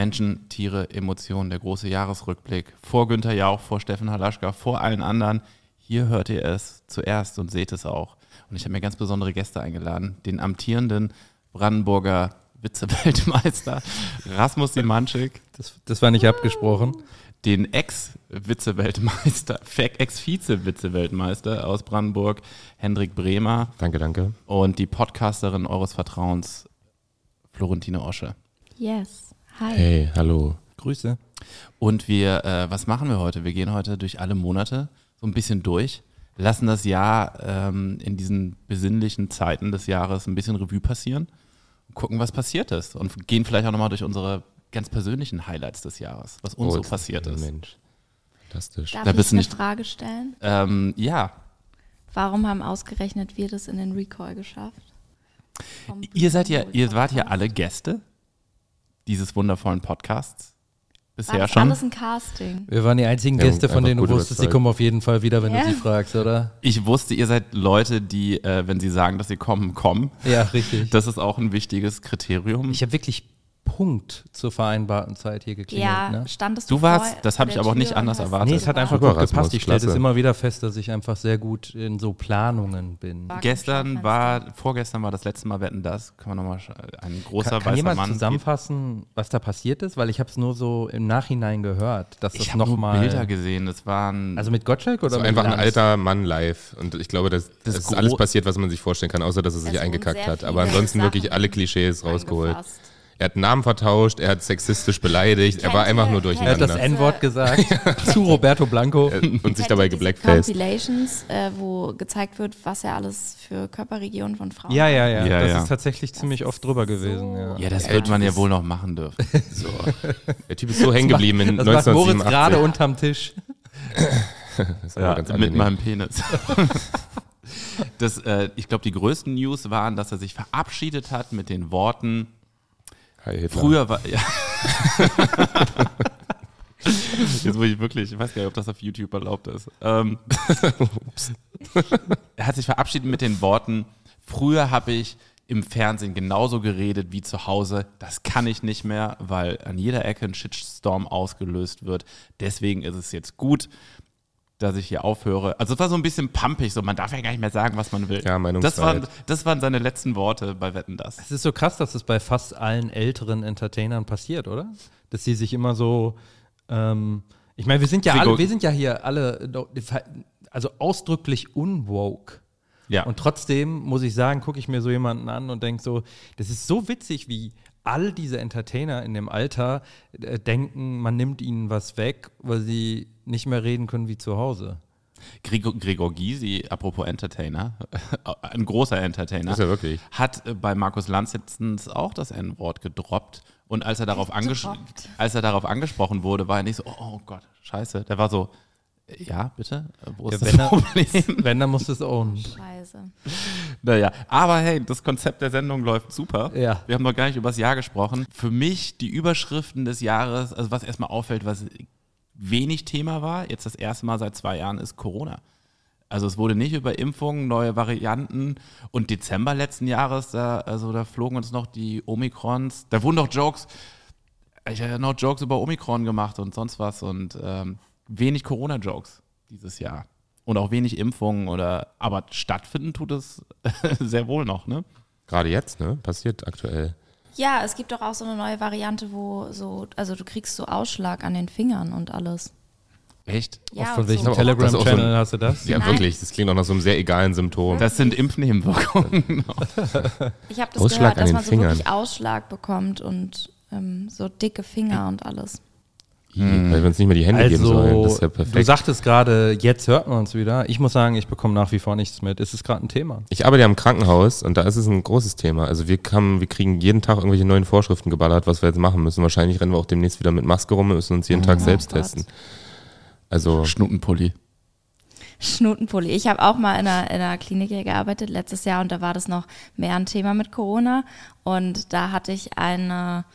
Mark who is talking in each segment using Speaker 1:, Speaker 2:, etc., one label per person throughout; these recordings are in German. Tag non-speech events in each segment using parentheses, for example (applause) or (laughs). Speaker 1: Menschen, Tiere, Emotionen, der große Jahresrückblick. Vor Günther Jauch, vor Steffen Halaschka, vor allen anderen. Hier hört ihr es zuerst und seht es auch. Und ich habe mir ganz besondere Gäste eingeladen. Den amtierenden Brandenburger Vize-Weltmeister Rasmus Simanschik.
Speaker 2: Das, das war nicht abgesprochen.
Speaker 1: Den Ex-Vize-Weltmeister, Ex-Vize-Vize-Weltmeister aus Brandenburg, Hendrik Bremer.
Speaker 3: Danke, danke.
Speaker 1: Und die Podcasterin eures Vertrauens, Florentine Osche.
Speaker 4: Yes. Hi.
Speaker 3: Hey, hallo.
Speaker 2: Grüße.
Speaker 1: Und wir, äh, was machen wir heute? Wir gehen heute durch alle Monate so ein bisschen durch, lassen das Jahr ähm, in diesen besinnlichen Zeiten des Jahres ein bisschen Revue passieren, gucken, was passiert ist und gehen vielleicht auch nochmal durch unsere ganz persönlichen Highlights des Jahres, was uns so
Speaker 3: jetzt-
Speaker 1: passiert ist.
Speaker 3: Mensch. Fantastisch.
Speaker 4: Darf
Speaker 1: Da
Speaker 4: ich
Speaker 1: bist du
Speaker 4: eine
Speaker 1: nicht-
Speaker 4: Frage stellen?
Speaker 1: Ähm, ja,
Speaker 4: Warum haben ausgerechnet wir das in den Recall geschafft? Vom
Speaker 1: ihr seid ja,
Speaker 4: Blue
Speaker 1: ihr wart ja
Speaker 4: Podcast.
Speaker 1: alle Gäste dieses wundervollen Podcasts
Speaker 4: War
Speaker 1: bisher
Speaker 4: das
Speaker 1: schon.
Speaker 4: alles ein Casting?
Speaker 2: Wir waren die einzigen
Speaker 3: Ja,
Speaker 2: Gäste, von
Speaker 3: einfach
Speaker 2: denen du
Speaker 3: gut
Speaker 2: wusstest, die
Speaker 3: überzeugt.
Speaker 2: kommen auf jeden Fall wieder, wenn
Speaker 4: Ja.
Speaker 2: du sie fragst, oder?
Speaker 1: Ich wusste, ihr seid Leute, die, äh, wenn sie sagen, dass sie kommen, kommen.
Speaker 2: Ja, richtig.
Speaker 1: Das ist auch ein wichtiges Kriterium.
Speaker 2: ich habe wirklich Punkt zur vereinbarten Zeit hier geklingelt.
Speaker 4: Ja,
Speaker 2: ne?
Speaker 4: standest du
Speaker 1: Du warst-
Speaker 4: vor
Speaker 1: das hab
Speaker 4: vor
Speaker 1: ich
Speaker 4: der
Speaker 1: aber auch nicht
Speaker 4: Tür und
Speaker 1: anders
Speaker 4: hast Genau.
Speaker 1: erwartet.
Speaker 2: Nee, es hat
Speaker 4: gewartet?
Speaker 2: einfach gut
Speaker 3: Rasmus,
Speaker 2: gepasst. Ich stelle es
Speaker 3: klasse.
Speaker 2: immer wieder fest, dass ich einfach sehr gut in so Planungen bin.
Speaker 4: War kein
Speaker 1: Gestern
Speaker 4: Schaufenster.
Speaker 1: war, vorgestern war das letzte Mal Wetten das. Kann man nochmal sch- äh, ein großer
Speaker 2: Kann, kann
Speaker 1: weißer
Speaker 2: jemand
Speaker 1: Mann.
Speaker 2: zusammenfassen, was da passiert ist? Weil ich habe es nur so im Nachhinein gehört, dass
Speaker 1: Ich
Speaker 2: das
Speaker 1: habe nur Bilder
Speaker 2: nochmal...
Speaker 1: gesehen. Das waren
Speaker 2: Also mit Gottschalk oder
Speaker 3: So
Speaker 2: mit
Speaker 3: einfach ein
Speaker 2: Lanz?
Speaker 3: alter Mann live. Und ich glaube, das,
Speaker 1: Das
Speaker 3: das
Speaker 1: ist
Speaker 3: ist alles
Speaker 1: gro-
Speaker 3: passiert, was man sich vorstellen kann, außer dass er
Speaker 4: Es
Speaker 3: sich
Speaker 4: wurden
Speaker 3: eingekackt
Speaker 4: sehr
Speaker 3: hat.
Speaker 4: viele
Speaker 3: Aber ansonsten wirklich
Speaker 4: Sachen
Speaker 3: alle Klischees rausgeholt.
Speaker 4: Angefasst.
Speaker 3: Er hat Namen vertauscht, er hat sexistisch beleidigt, er war
Speaker 4: Kennt
Speaker 3: einfach
Speaker 4: ihr-
Speaker 3: nur
Speaker 4: kennt ihr
Speaker 2: Er hat das
Speaker 3: durcheinander. Äh,
Speaker 2: N-Wort gesagt zu Roberto Blanco.
Speaker 3: Und sich
Speaker 4: Kennt ihr
Speaker 3: dabei
Speaker 4: diese
Speaker 3: geblackfaced.
Speaker 4: Compilations, äh, wo gezeigt wird, was er alles für Körperregionen von Frauen
Speaker 2: Ja, ja, ja.
Speaker 1: Ja,
Speaker 2: das
Speaker 1: ja.
Speaker 2: ist tatsächlich ziemlich
Speaker 4: ist
Speaker 2: oft drüber
Speaker 4: so-
Speaker 2: gewesen. Ja.
Speaker 1: ja, das
Speaker 3: Ja,
Speaker 1: wird man ja
Speaker 3: das-
Speaker 1: wohl noch machen dürfen. (laughs)
Speaker 3: So. Der Typ ist so hängen geblieben in
Speaker 2: Das macht Moritz gerade
Speaker 3: 1987.
Speaker 2: unterm Tisch.
Speaker 3: Das war
Speaker 1: Ja,
Speaker 3: ganz
Speaker 1: mit
Speaker 3: angenehm.
Speaker 1: meinem Penis. (laughs) das, äh, ich glaube, die größten News waren, dass er sich verabschiedet hat mit den Worten.
Speaker 3: Hi, Hitler.
Speaker 1: Früher war. Ja. (laughs) Jetzt muss ich wirklich, ich weiß gar nicht, ob das auf YouTube erlaubt ist. Ähm, (laughs) er hat sich verabschiedet mit den Worten: Früher habe ich im Fernsehen genauso geredet wie zu Hause. Das kann ich nicht mehr, weil an jeder Ecke ein Shitstorm ausgelöst wird. Deswegen ist es jetzt gut, dass ich hier aufhöre. Also es war so ein bisschen pumpig, so man darf ja gar nicht mehr sagen, was man will.
Speaker 3: Ja,
Speaker 1: das, waren,
Speaker 3: Meinungsfreiheit.
Speaker 1: das waren seine letzten Worte bei Wetten das.
Speaker 2: Es ist so krass, dass es bei fast allen älteren Entertainern passiert, oder? Dass sie sich immer so. Ähm, ich meine, wir sind ja
Speaker 1: Sie
Speaker 2: alle,
Speaker 1: gucken-
Speaker 2: wir sind ja hier alle, do- also ausdrücklich unwoke.
Speaker 1: Ja.
Speaker 2: Und trotzdem muss ich sagen, gucke ich mir so jemanden an und denke so, das ist so witzig, wie all diese Entertainer in dem Alter äh, denken, man nimmt ihnen was weg, weil sie nicht mehr reden können wie zu Hause.
Speaker 1: Gregor, Gregor Gysi, apropos Entertainer, (laughs) ein großer Entertainer,
Speaker 3: Ist er wirklich?
Speaker 1: hat äh, bei Markus Lanz letztens auch das N-Wort gedroppt. Und als er, darauf anges
Speaker 4: Gedroppt.
Speaker 1: als er darauf angesprochen wurde, war er nicht so, oh, oh Gott, scheiße. Der war so, ja, bitte? Äh, Wo ist
Speaker 2: Ja,
Speaker 1: das
Speaker 2: wenn er-
Speaker 1: Problem?
Speaker 2: Wenn, dann muss es ownen.
Speaker 4: Scheiße.
Speaker 1: Naja, aber hey, das Konzept der Sendung läuft super.
Speaker 2: Ja.
Speaker 1: Wir haben noch gar nicht über das Jahr gesprochen. Für mich die Überschriften des Jahres, also was erstmal auffällt, was wenig Thema war, jetzt das erste Mal seit zwei Jahren, ist Corona. Also es wurde nicht über Impfungen, neue Varianten und Dezember letzten Jahres, da, also da flogen uns noch die Omikrons, da wurden doch Jokes, ich habe ja noch Jokes über Omikron gemacht und sonst was und ähm, wenig Corona-Jokes dieses Jahr. Und auch wenig Impfungen oder, aber stattfinden tut es (laughs) sehr wohl noch, ne?
Speaker 3: Gerade jetzt, ne? Passiert aktuell.
Speaker 4: Ja, es gibt doch auch so eine neue Variante, wo so, also du kriegst so Ausschlag an den Fingern und alles.
Speaker 1: Echt?
Speaker 4: Ja,
Speaker 2: Von
Speaker 4: und
Speaker 2: welchem
Speaker 4: so.
Speaker 3: Aber auch- das ist auch so ein-
Speaker 2: Telegram-Channel hast du das?
Speaker 3: Ja,
Speaker 4: Nein.
Speaker 3: wirklich. Das klingt auch nach so einem sehr egalen Symptom.
Speaker 1: Das sind Impfnebenwirkungen.
Speaker 4: Ich habe das
Speaker 3: Ausschlag
Speaker 4: gehört,
Speaker 3: an
Speaker 4: dass
Speaker 3: den
Speaker 4: man so
Speaker 3: Fingern.
Speaker 4: wirklich Ausschlag bekommt und ähm, so dicke Finger und alles. (laughs)
Speaker 3: Hm. Weil wir uns nicht mehr die Hände geben sollen. Das
Speaker 2: Also,
Speaker 3: ist ja
Speaker 2: du
Speaker 3: perfekt.
Speaker 2: sagtest gerade, jetzt hört man uns wieder. Ich muss sagen, ich bekomme nach wie vor nichts mit. Es ist gerade ein Thema.
Speaker 3: Ich arbeite ja im Krankenhaus und da ist es ein großes Thema. Also wir kamen, wir kriegen jeden Tag irgendwelche neuen Vorschriften geballert, was wir jetzt machen müssen. Wahrscheinlich rennen wir auch demnächst wieder mit Maske rum und müssen uns jeden Tag selbst
Speaker 4: Oh Gott.
Speaker 3: testen. Also
Speaker 1: Schnuckenpulli.
Speaker 4: Schnutenpulli. Ich habe auch mal in einer, in einer Klinik hier gearbeitet letztes Jahr und da war das noch mehr ein Thema mit Corona. Und da hatte ich eine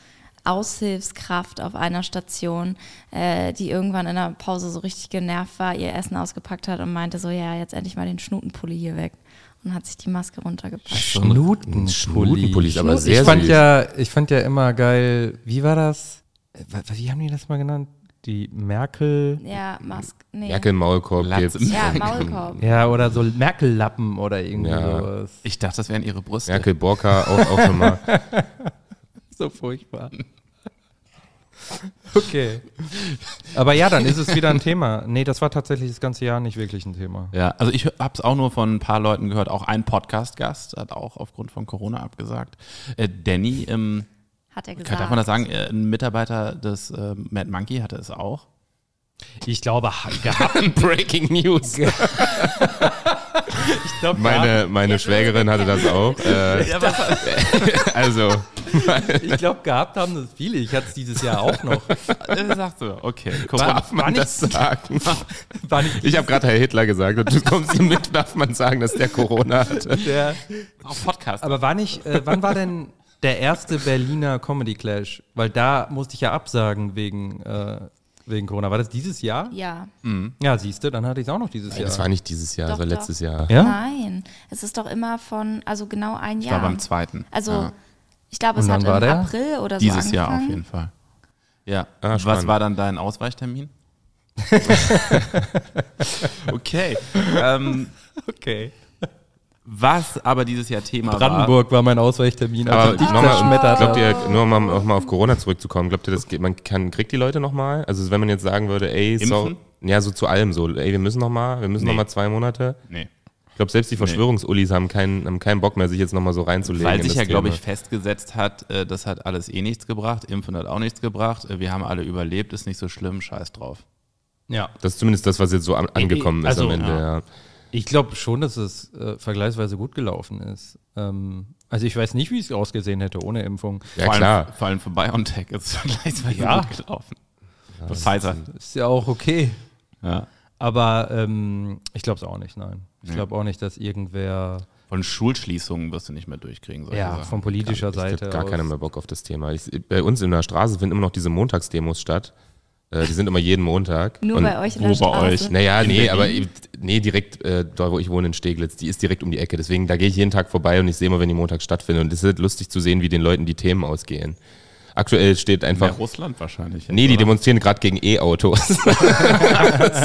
Speaker 4: Aushilfskraft auf einer Station, äh, die irgendwann in der Pause so richtig genervt war, ihr Essen ausgepackt hat und meinte so, ja, jetzt endlich mal den Schnutenpulli hier weg. Und hat sich die Maske runtergepackt.
Speaker 2: Schnutenpulli.
Speaker 3: Schnutenpulli ist aber
Speaker 2: Schnuten-
Speaker 3: sehr
Speaker 2: ich fand
Speaker 3: süß.
Speaker 2: ja, Ich fand ja immer geil, wie war das? wa- wa- wie haben die das mal genannt? Die Merkel.
Speaker 4: Ja, Mask. Nee.
Speaker 3: Merkel Maulkorb
Speaker 1: Latz
Speaker 3: gibt's.
Speaker 1: im
Speaker 3: (laughs)
Speaker 4: Ja, Maulkorb.
Speaker 2: Ja, oder so Merkel-Lappen oder irgendwie
Speaker 3: Ja.
Speaker 2: sowas.
Speaker 1: Ich dachte, das wären ihre Brüste.
Speaker 3: Merkel Borka auch, auch
Speaker 4: (laughs)
Speaker 3: schon mal.
Speaker 2: So furchtbar. Okay. Aber ja, dann ist es wieder ein Thema. Nee, das war tatsächlich das ganze Jahr nicht wirklich ein Thema.
Speaker 1: Ja, also ich habe es auch nur von ein paar Leuten gehört. Auch ein Podcast-Gast hat auch aufgrund von Corona abgesagt. Äh, Danny, ähm,
Speaker 4: Hat er gesagt.
Speaker 1: kann, darf man das sagen, äh, ein Mitarbeiter des äh, Mad Monkey hatte es auch.
Speaker 2: Ich glaube, gehabt.
Speaker 3: Breaking News.
Speaker 2: Ich glaube,
Speaker 3: (laughs) Meine, meine Schwägerin hatte das auch. Äh, also,
Speaker 2: Ich glaube, gehabt haben das viele. Ich hatte es dieses Jahr auch noch.
Speaker 1: Äh, Sagst du, okay. Corona.
Speaker 3: (laughs) darf man
Speaker 2: nicht-
Speaker 3: das sagen?
Speaker 2: (laughs) War nicht
Speaker 3: Ich habe gerade Herr Hitler gesagt und du kommst mit, darf man sagen, dass der Corona hatte.
Speaker 2: der.
Speaker 1: Auf Podcast.
Speaker 2: Aber war nicht, äh, wann war denn der erste Berliner Comedy Clash? Weil da musste ich ja absagen wegen, äh, wegen Corona. War das dieses Jahr?
Speaker 4: Ja.
Speaker 2: Ja, siehst du, dann hatte ich es auch noch dieses
Speaker 3: Das
Speaker 2: Jahr.
Speaker 3: war nicht dieses Jahr,
Speaker 4: Doch,
Speaker 3: das war
Speaker 4: doch.
Speaker 3: letztes Jahr.
Speaker 2: Ja?
Speaker 4: Nein. Es ist doch immer von, also genau ein
Speaker 1: ich
Speaker 4: Jahr.
Speaker 1: war beim zweiten.
Speaker 4: Also,
Speaker 1: ja.
Speaker 4: ich glaube,
Speaker 2: Und
Speaker 4: es hat
Speaker 2: wann
Speaker 4: im
Speaker 2: war der?
Speaker 4: April oder so.
Speaker 1: dieses Jahr auf
Speaker 4: angefangen.
Speaker 1: jeden Fall. Ja.
Speaker 3: Ah,
Speaker 1: Was
Speaker 3: spannend.
Speaker 1: war dann dein Ausweichtermin? (laughs) okay. Ähm,
Speaker 2: Okay.
Speaker 1: was aber dieses Jahr Thema war.
Speaker 2: Brandenburg war mein Ausweichtermin. Also
Speaker 3: Aber
Speaker 2: als ich dich
Speaker 3: nochmal,
Speaker 2: zerschmettert
Speaker 3: glaubt
Speaker 2: habe.
Speaker 3: ihr, nur um mal- auch mal auf Corona zurückzukommen, glaubt ihr, das geht, man kann, kriegt die Leute nochmal? Also wenn man jetzt sagen würde, ey, so,
Speaker 1: Impfen?
Speaker 3: ja, so zu allem so, ey, wir müssen nochmal, wir müssen
Speaker 1: Nee.
Speaker 3: noch nochmal zwei Monate.
Speaker 1: Nee.
Speaker 3: Ich glaube, selbst die Verschwörungsullis haben keinen, haben keinen Bock mehr, sich jetzt nochmal so reinzulegen.
Speaker 1: Weil
Speaker 3: in
Speaker 1: sich
Speaker 3: das
Speaker 1: ja, glaube
Speaker 3: Thema.
Speaker 1: ich, festgesetzt hat, äh, das hat alles eh nichts gebracht, Impfen hat auch nichts gebracht, äh, wir haben alle überlebt, ist nicht so schlimm, scheiß drauf.
Speaker 2: Ja.
Speaker 3: Das ist zumindest das, was jetzt so an, angekommen ist
Speaker 2: also,
Speaker 3: am Ende, ja.
Speaker 2: Ich glaube schon, dass es äh, vergleichsweise gut gelaufen ist. Ähm, also ich weiß nicht, wie es ausgesehen hätte ohne Impfung.
Speaker 3: Ja,
Speaker 1: vor Allem,
Speaker 3: klar.
Speaker 1: vor allem für BioNTech ist (laughs) es vergleichsweise
Speaker 2: Ja.
Speaker 1: gut gelaufen. Pfizer.
Speaker 2: Ist ja auch okay.
Speaker 1: Ja.
Speaker 2: Aber ähm, ich glaube es auch nicht, nein. Ich glaube auch nicht, dass irgendwer
Speaker 1: Von Schulschließungen wirst du nicht mehr durchkriegen. solche
Speaker 2: ja,
Speaker 1: Sachen.
Speaker 2: von politischer
Speaker 3: Ich
Speaker 2: Seite
Speaker 3: habe gar
Speaker 2: aus-
Speaker 3: keiner mehr Bock auf das Thema. Ich, bei uns in der Straße finden immer noch diese Montagsdemos statt. Äh, die sind immer jeden Montag.
Speaker 4: Nur
Speaker 3: Und-
Speaker 4: bei euch in der
Speaker 1: wo bei
Speaker 4: Straße.
Speaker 1: euch?
Speaker 3: Naja, nee, aber eben- nee, direkt äh, da, wo ich wohne in Steglitz, die ist direkt um die Ecke. Deswegen, da gehe ich jeden Tag vorbei und ich sehe immer, wenn die Montag stattfindet. Und es ist lustig zu sehen, wie den Leuten die Themen ausgehen. Aktuell steht
Speaker 1: Ja,
Speaker 3: einfach.
Speaker 1: Russland wahrscheinlich. jetzt,
Speaker 3: Nee, die
Speaker 1: oder?
Speaker 3: demonstrieren gerade gegen
Speaker 1: (laughs)
Speaker 3: E-Autos. das,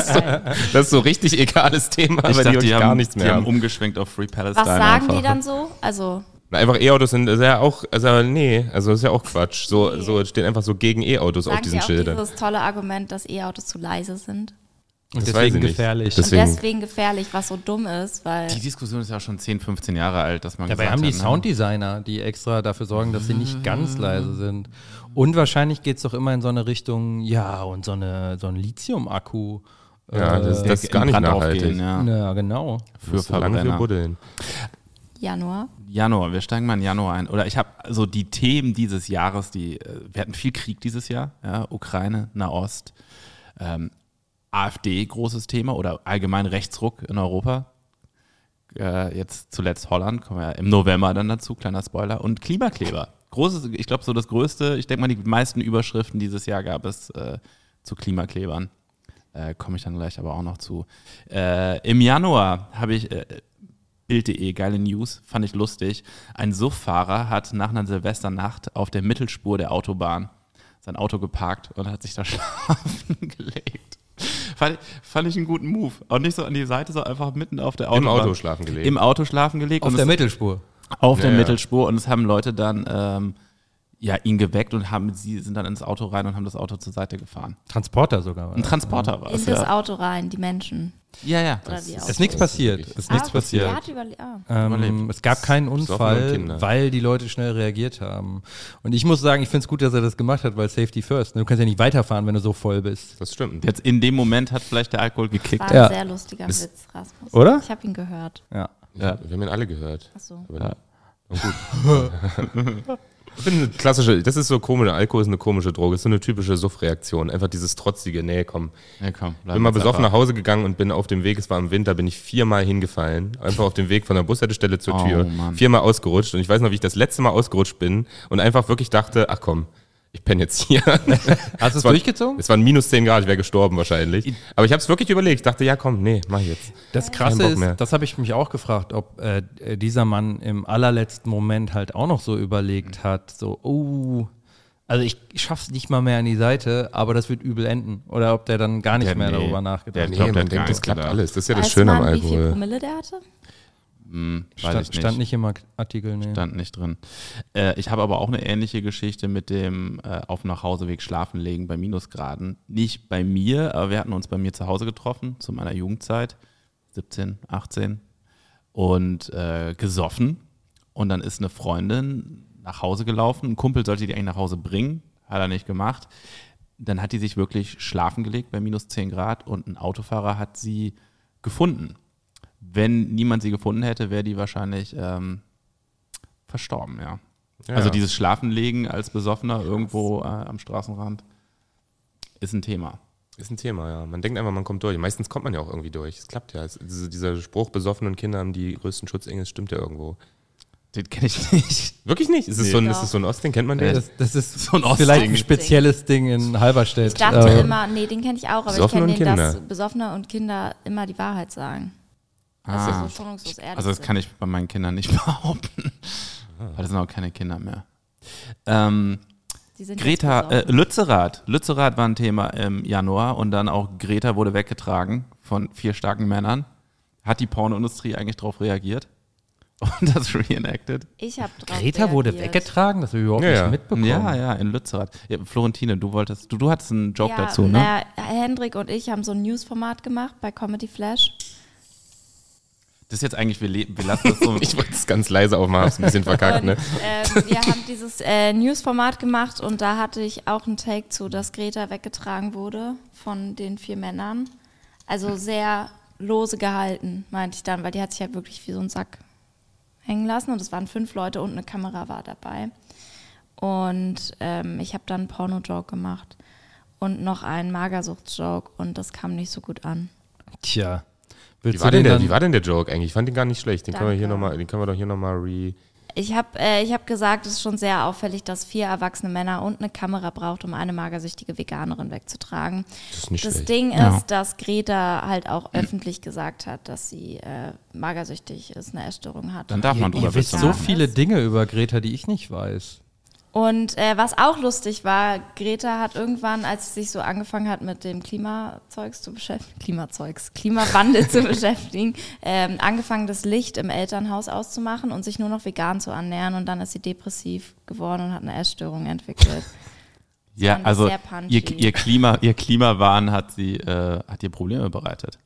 Speaker 3: ist so- das ist so richtig egales Thema,
Speaker 1: Ich
Speaker 3: aber
Speaker 1: dachte,
Speaker 3: die,
Speaker 1: die
Speaker 3: die
Speaker 1: haben,
Speaker 3: gar nichts mehr.
Speaker 1: Die haben um-
Speaker 3: haben.
Speaker 1: umgeschwenkt auf Free Palestine.
Speaker 4: Was sagen die
Speaker 1: einfach.
Speaker 4: dann so? Also,
Speaker 3: Na, Einfach E-Autos sind ist ja auch, also nee, also ist ja auch Quatsch. So, so stehen einfach so gegen E-Autos auf
Speaker 4: sagen die
Speaker 3: diesen
Speaker 4: auch
Speaker 3: Schildern.
Speaker 4: dieses tolle Argument, dass E-Autos zu leise sind?
Speaker 2: Und
Speaker 3: Das weiß
Speaker 2: deswegen
Speaker 3: ich nicht.
Speaker 2: gefährlich.
Speaker 3: Das-
Speaker 4: Und
Speaker 3: Deswegen-
Speaker 4: deswegen gefährlich, was so dumm ist, weil.
Speaker 1: Die Diskussion ist ja schon 10, 15 Jahre alt, dass man
Speaker 2: Dabei
Speaker 1: gesagt
Speaker 2: haben die
Speaker 1: hat, ne?
Speaker 2: Sounddesigner, die extra dafür sorgen, dass sie nicht ganz
Speaker 3: Mhm.
Speaker 2: leise sind. Und wahrscheinlich geht es doch immer in so eine Richtung, ja, und so, eine, so ein Lithium-Akku.
Speaker 3: Ja, das, ist- das ist
Speaker 1: Äh,
Speaker 3: gar
Speaker 1: In
Speaker 3: nicht
Speaker 1: Brand
Speaker 3: nachhaltig.
Speaker 1: aufgehen, ja.
Speaker 2: Ja, genau.
Speaker 1: Für
Speaker 3: So lange für
Speaker 1: Verbrenner.
Speaker 3: buddeln.
Speaker 4: Januar.
Speaker 1: Januar, wir steigen mal in Januar ein. Oder ich habe so die Themen dieses Jahres, die äh, wir hatten viel Krieg dieses Jahr, ja, Ukraine, Nahost, ähm, AfD großes Thema oder allgemein Rechtsruck in Europa. Äh, jetzt zuletzt Holland, kommen wir ja im November dann dazu, kleiner Spoiler. Und Klimakleber. Großes, ich glaube, so das größte, ich denke mal, die meisten Überschriften dieses Jahr gab es äh, zu Klimaklebern. Äh, Komme ich dann gleich aber auch noch zu. Äh, Im Januar habe ich äh, Bild.de, geile News, fand ich lustig. Ein Suffahrer hat nach einer Silvesternacht auf der Mittelspur der Autobahn sein Auto geparkt und hat sich da (laughs) schlafen gelegt. Fand, fand ich einen guten Move. Auch nicht so an die Seite, sondern einfach mitten auf der
Speaker 3: Im
Speaker 1: Autobahn.
Speaker 3: Auto schlafen gelegt.
Speaker 1: Im Auto schlafen gelegt.
Speaker 2: Auf
Speaker 1: und
Speaker 2: der
Speaker 1: es-
Speaker 2: Mittelspur.
Speaker 1: auf der
Speaker 3: Ja, ja.
Speaker 1: Mittelspur und es haben Leute dann ähm, ja, ihn geweckt und haben, sie sind dann ins Auto rein und haben das Auto zur Seite gefahren.
Speaker 2: Transporter sogar. war
Speaker 1: Ein
Speaker 2: das.
Speaker 1: Transporter war
Speaker 4: In
Speaker 1: es.
Speaker 4: das
Speaker 1: Ja.
Speaker 4: Auto rein, die Menschen.
Speaker 1: ja, ja.
Speaker 4: Oder die
Speaker 3: ist-
Speaker 4: Autos.
Speaker 2: ist nichts passiert.
Speaker 3: wirklich-
Speaker 2: Ist nichts
Speaker 4: Ah,
Speaker 2: passiert.
Speaker 4: der hat überle- ah.
Speaker 2: Ähm,
Speaker 1: Überlebt.
Speaker 2: es gab keinen
Speaker 3: Besoffene
Speaker 2: Unfall,
Speaker 3: Kinder.
Speaker 2: weil die Leute schnell reagiert haben. Und ich muss sagen, ich finde es gut, dass er das gemacht hat, weil Safety First. ne? Du kannst ja nicht weiterfahren, wenn du so voll bist.
Speaker 3: Das stimmt.
Speaker 1: Jetzt in dem Moment hat vielleicht der Alkohol gekickt.
Speaker 4: War
Speaker 2: Ja.
Speaker 4: ein sehr lustiger Witz, Rasmus.
Speaker 2: Oder?
Speaker 4: Ich habe ihn gehört.
Speaker 2: Ja.
Speaker 1: Ja.
Speaker 3: Wir haben ihn alle gehört.
Speaker 4: Achso.
Speaker 3: Aber Ich bin eine klassische, das ist so komisch, Alkohol ist eine komische Droge, ist so eine typische Suffreaktion. Einfach dieses trotzige, nee, komm.
Speaker 1: Ja, komm,
Speaker 3: Ich bin mal besoffen nach Hause gegangen und bin auf dem Weg, es war im Winter, bin ich viermal hingefallen. Einfach auf dem Weg von der Bushaltestelle zur
Speaker 1: Oh,
Speaker 3: Tür.
Speaker 1: Mann.
Speaker 3: Viermal ausgerutscht. Und ich weiß noch, wie ich das letzte Mal ausgerutscht bin und einfach wirklich dachte, ach komm, ich penne jetzt hier.
Speaker 2: Hast du es
Speaker 3: war-
Speaker 2: durchgezogen?
Speaker 3: es waren minus 10 Grad, ich wäre gestorben wahrscheinlich. Aber ich habe es wirklich überlegt. Ich dachte, ja komm, nee, mach ich jetzt.
Speaker 2: Das
Speaker 3: Kein
Speaker 2: Krasse
Speaker 3: Bock mehr.
Speaker 2: ist, das habe ich mich auch gefragt, ob äh, dieser Mann im allerletzten Moment halt auch noch so überlegt hat, so, oh, Also ich schaff's nicht mal mehr an die Seite, aber das wird übel enden. Oder ob der dann gar nicht
Speaker 1: Der-
Speaker 2: mehr
Speaker 1: nee.
Speaker 2: darüber nachgedacht
Speaker 1: Der-
Speaker 2: hat.
Speaker 1: Ich
Speaker 3: Nee,
Speaker 1: glaub,
Speaker 3: man
Speaker 1: hat gar
Speaker 3: denkt, das
Speaker 1: nichts
Speaker 3: klappt
Speaker 1: gedacht.
Speaker 3: alles. Das ist ja das
Speaker 4: Weiß
Speaker 3: Schöne am
Speaker 4: man, wie viel
Speaker 3: Alkohol.
Speaker 4: Promille der hatte?
Speaker 1: Hm, weiß
Speaker 2: Stand,
Speaker 1: ich nicht.
Speaker 2: stand nicht im Akt- Artikel, nee.
Speaker 1: Stand nicht drin. Äh, ich habe aber auch eine ähnliche Geschichte mit dem äh, Auf- und Nachhauseweg schlafen legen bei Minusgraden. Nicht bei mir, aber wir hatten uns bei mir zu Hause getroffen, zu meiner Jugendzeit, 17, 18, und äh, gesoffen. Und dann ist eine Freundin nach Hause gelaufen. Ein Kumpel sollte die eigentlich nach Hause bringen, hat er nicht gemacht. Dann hat die sich wirklich schlafen gelegt bei minus 10 Grad und ein Autofahrer hat sie gefunden. Wenn niemand sie gefunden hätte, wäre die wahrscheinlich ähm, verstorben, ja.
Speaker 3: Ja.
Speaker 1: Also dieses Schlafenlegen als Besoffener irgendwo äh, am Straßenrand ist ein Thema.
Speaker 3: Ist ein Thema, ja. Man denkt einfach, man kommt durch. Meistens kommt man ja auch irgendwie durch. Es klappt ja. Es, diese- dieser Spruch, besoffenen Kinder haben die größten Schutzengel, stimmt ja irgendwo.
Speaker 1: Den kenne ich nicht.
Speaker 3: Wirklich nicht? Ist, es, so ein,
Speaker 4: Nee.
Speaker 3: ist es so ein Ostding? Kennt man den?
Speaker 2: Das, das ist
Speaker 1: So ein Ostding.
Speaker 2: vielleicht ein spezielles Ding in Halberstedt. Ähm,
Speaker 4: Ich dachte
Speaker 2: aber-
Speaker 4: immer, nee, den kenne ich auch, aber
Speaker 3: Besoffene
Speaker 4: ich
Speaker 3: und
Speaker 4: kenne den, dass
Speaker 3: Kinder.
Speaker 4: Besoffene und Kinder immer die Wahrheit sagen.
Speaker 1: Ah.
Speaker 4: Dass sie so schonungslos ehrlich
Speaker 1: Also das
Speaker 4: sind.
Speaker 1: kann ich bei meinen Kindern nicht (laughs) behaupten. Weil das sind auch keine Kinder mehr. Ähm,
Speaker 4: Die sind
Speaker 1: Greta,
Speaker 4: jetzt besoffen.
Speaker 1: äh, Lützerath. Lützerath war ein Thema im Januar und dann auch Greta wurde weggetragen von vier starken Männern. Hat die Pornoindustrie eigentlich darauf reagiert? (laughs) Und das reenacted?
Speaker 4: ich habe
Speaker 2: äh, Greta wurde weggetragen, das habe ich überhaupt
Speaker 3: Ja, ja.
Speaker 2: nicht mitbekommen.
Speaker 1: Ja, ja, in Lützerath. Ja, Florentine, du wolltest, du, du hattest einen Joke
Speaker 4: ja,
Speaker 1: dazu, ne?
Speaker 4: naja, Hendrik und ich haben so ein Newsformat gemacht bei Comedy Flash.
Speaker 1: Das ist jetzt eigentlich, wir, le- wir lassen das
Speaker 4: (laughs)
Speaker 1: so.
Speaker 3: (laughs) Ich wollte es ganz leise aufmachen, hab's ein bisschen verkackt,
Speaker 4: Und (laughs)
Speaker 3: ne?
Speaker 4: ähm, wir haben dieses äh, Newsformat gemacht und da hatte ich auch einen Take zu, dass Greta weggetragen wurde von den vier Männern. Also sehr lose gehalten, meinte ich dann, weil die hat sich halt wirklich wie so ein Sack hängen lassen und es waren fünf Leute und eine Kamera war dabei. Und ähm, ich habe dann einen Porno-Joke gemacht und noch einen Magersucht-Joke und das kam nicht so gut an.
Speaker 2: Tja.
Speaker 3: Wie
Speaker 2: Willst
Speaker 3: war,
Speaker 2: du
Speaker 3: denn
Speaker 2: den
Speaker 3: der,
Speaker 2: dann-
Speaker 3: wie war denn der Joke eigentlich? Ich fand den gar nicht schlecht. Den, können wir, hier noch
Speaker 4: Danke.
Speaker 3: mal, den können wir doch hier nochmal re.
Speaker 4: Ich habe äh, ich hab gesagt, es ist schon sehr auffällig, dass vier erwachsene Männer und eine Kamera braucht, um eine magersüchtige Veganerin wegzutragen.
Speaker 3: Das ist nicht
Speaker 4: das
Speaker 3: schlecht.
Speaker 4: Ding
Speaker 1: Ja.
Speaker 4: ist, dass Greta halt auch öffentlich gesagt hat, dass sie äh, magersüchtig ist, eine Essstörung hat.
Speaker 1: Dann darf man drüber
Speaker 2: Ihr wisst
Speaker 1: wissen.
Speaker 2: so
Speaker 4: machen.
Speaker 2: viele Dinge über Greta, die ich nicht weiß.
Speaker 4: Und äh, was auch lustig war, Greta hat irgendwann, als sie sich so angefangen hat, mit dem Klimazeugs zu beschäftigen, Klimazeugs, Klimawandel (laughs) zu beschäftigen, ähm, angefangen, das Licht im Elternhaus auszumachen und sich nur noch vegan zu ernähren. Und dann ist sie depressiv geworden und hat eine Essstörung entwickelt.
Speaker 1: Ja,
Speaker 4: fand ich
Speaker 1: also
Speaker 4: sehr punchy.
Speaker 1: ihr, ihr, Klima, ihr Klimawahn hat sie, äh, hat ihr Probleme bereitet.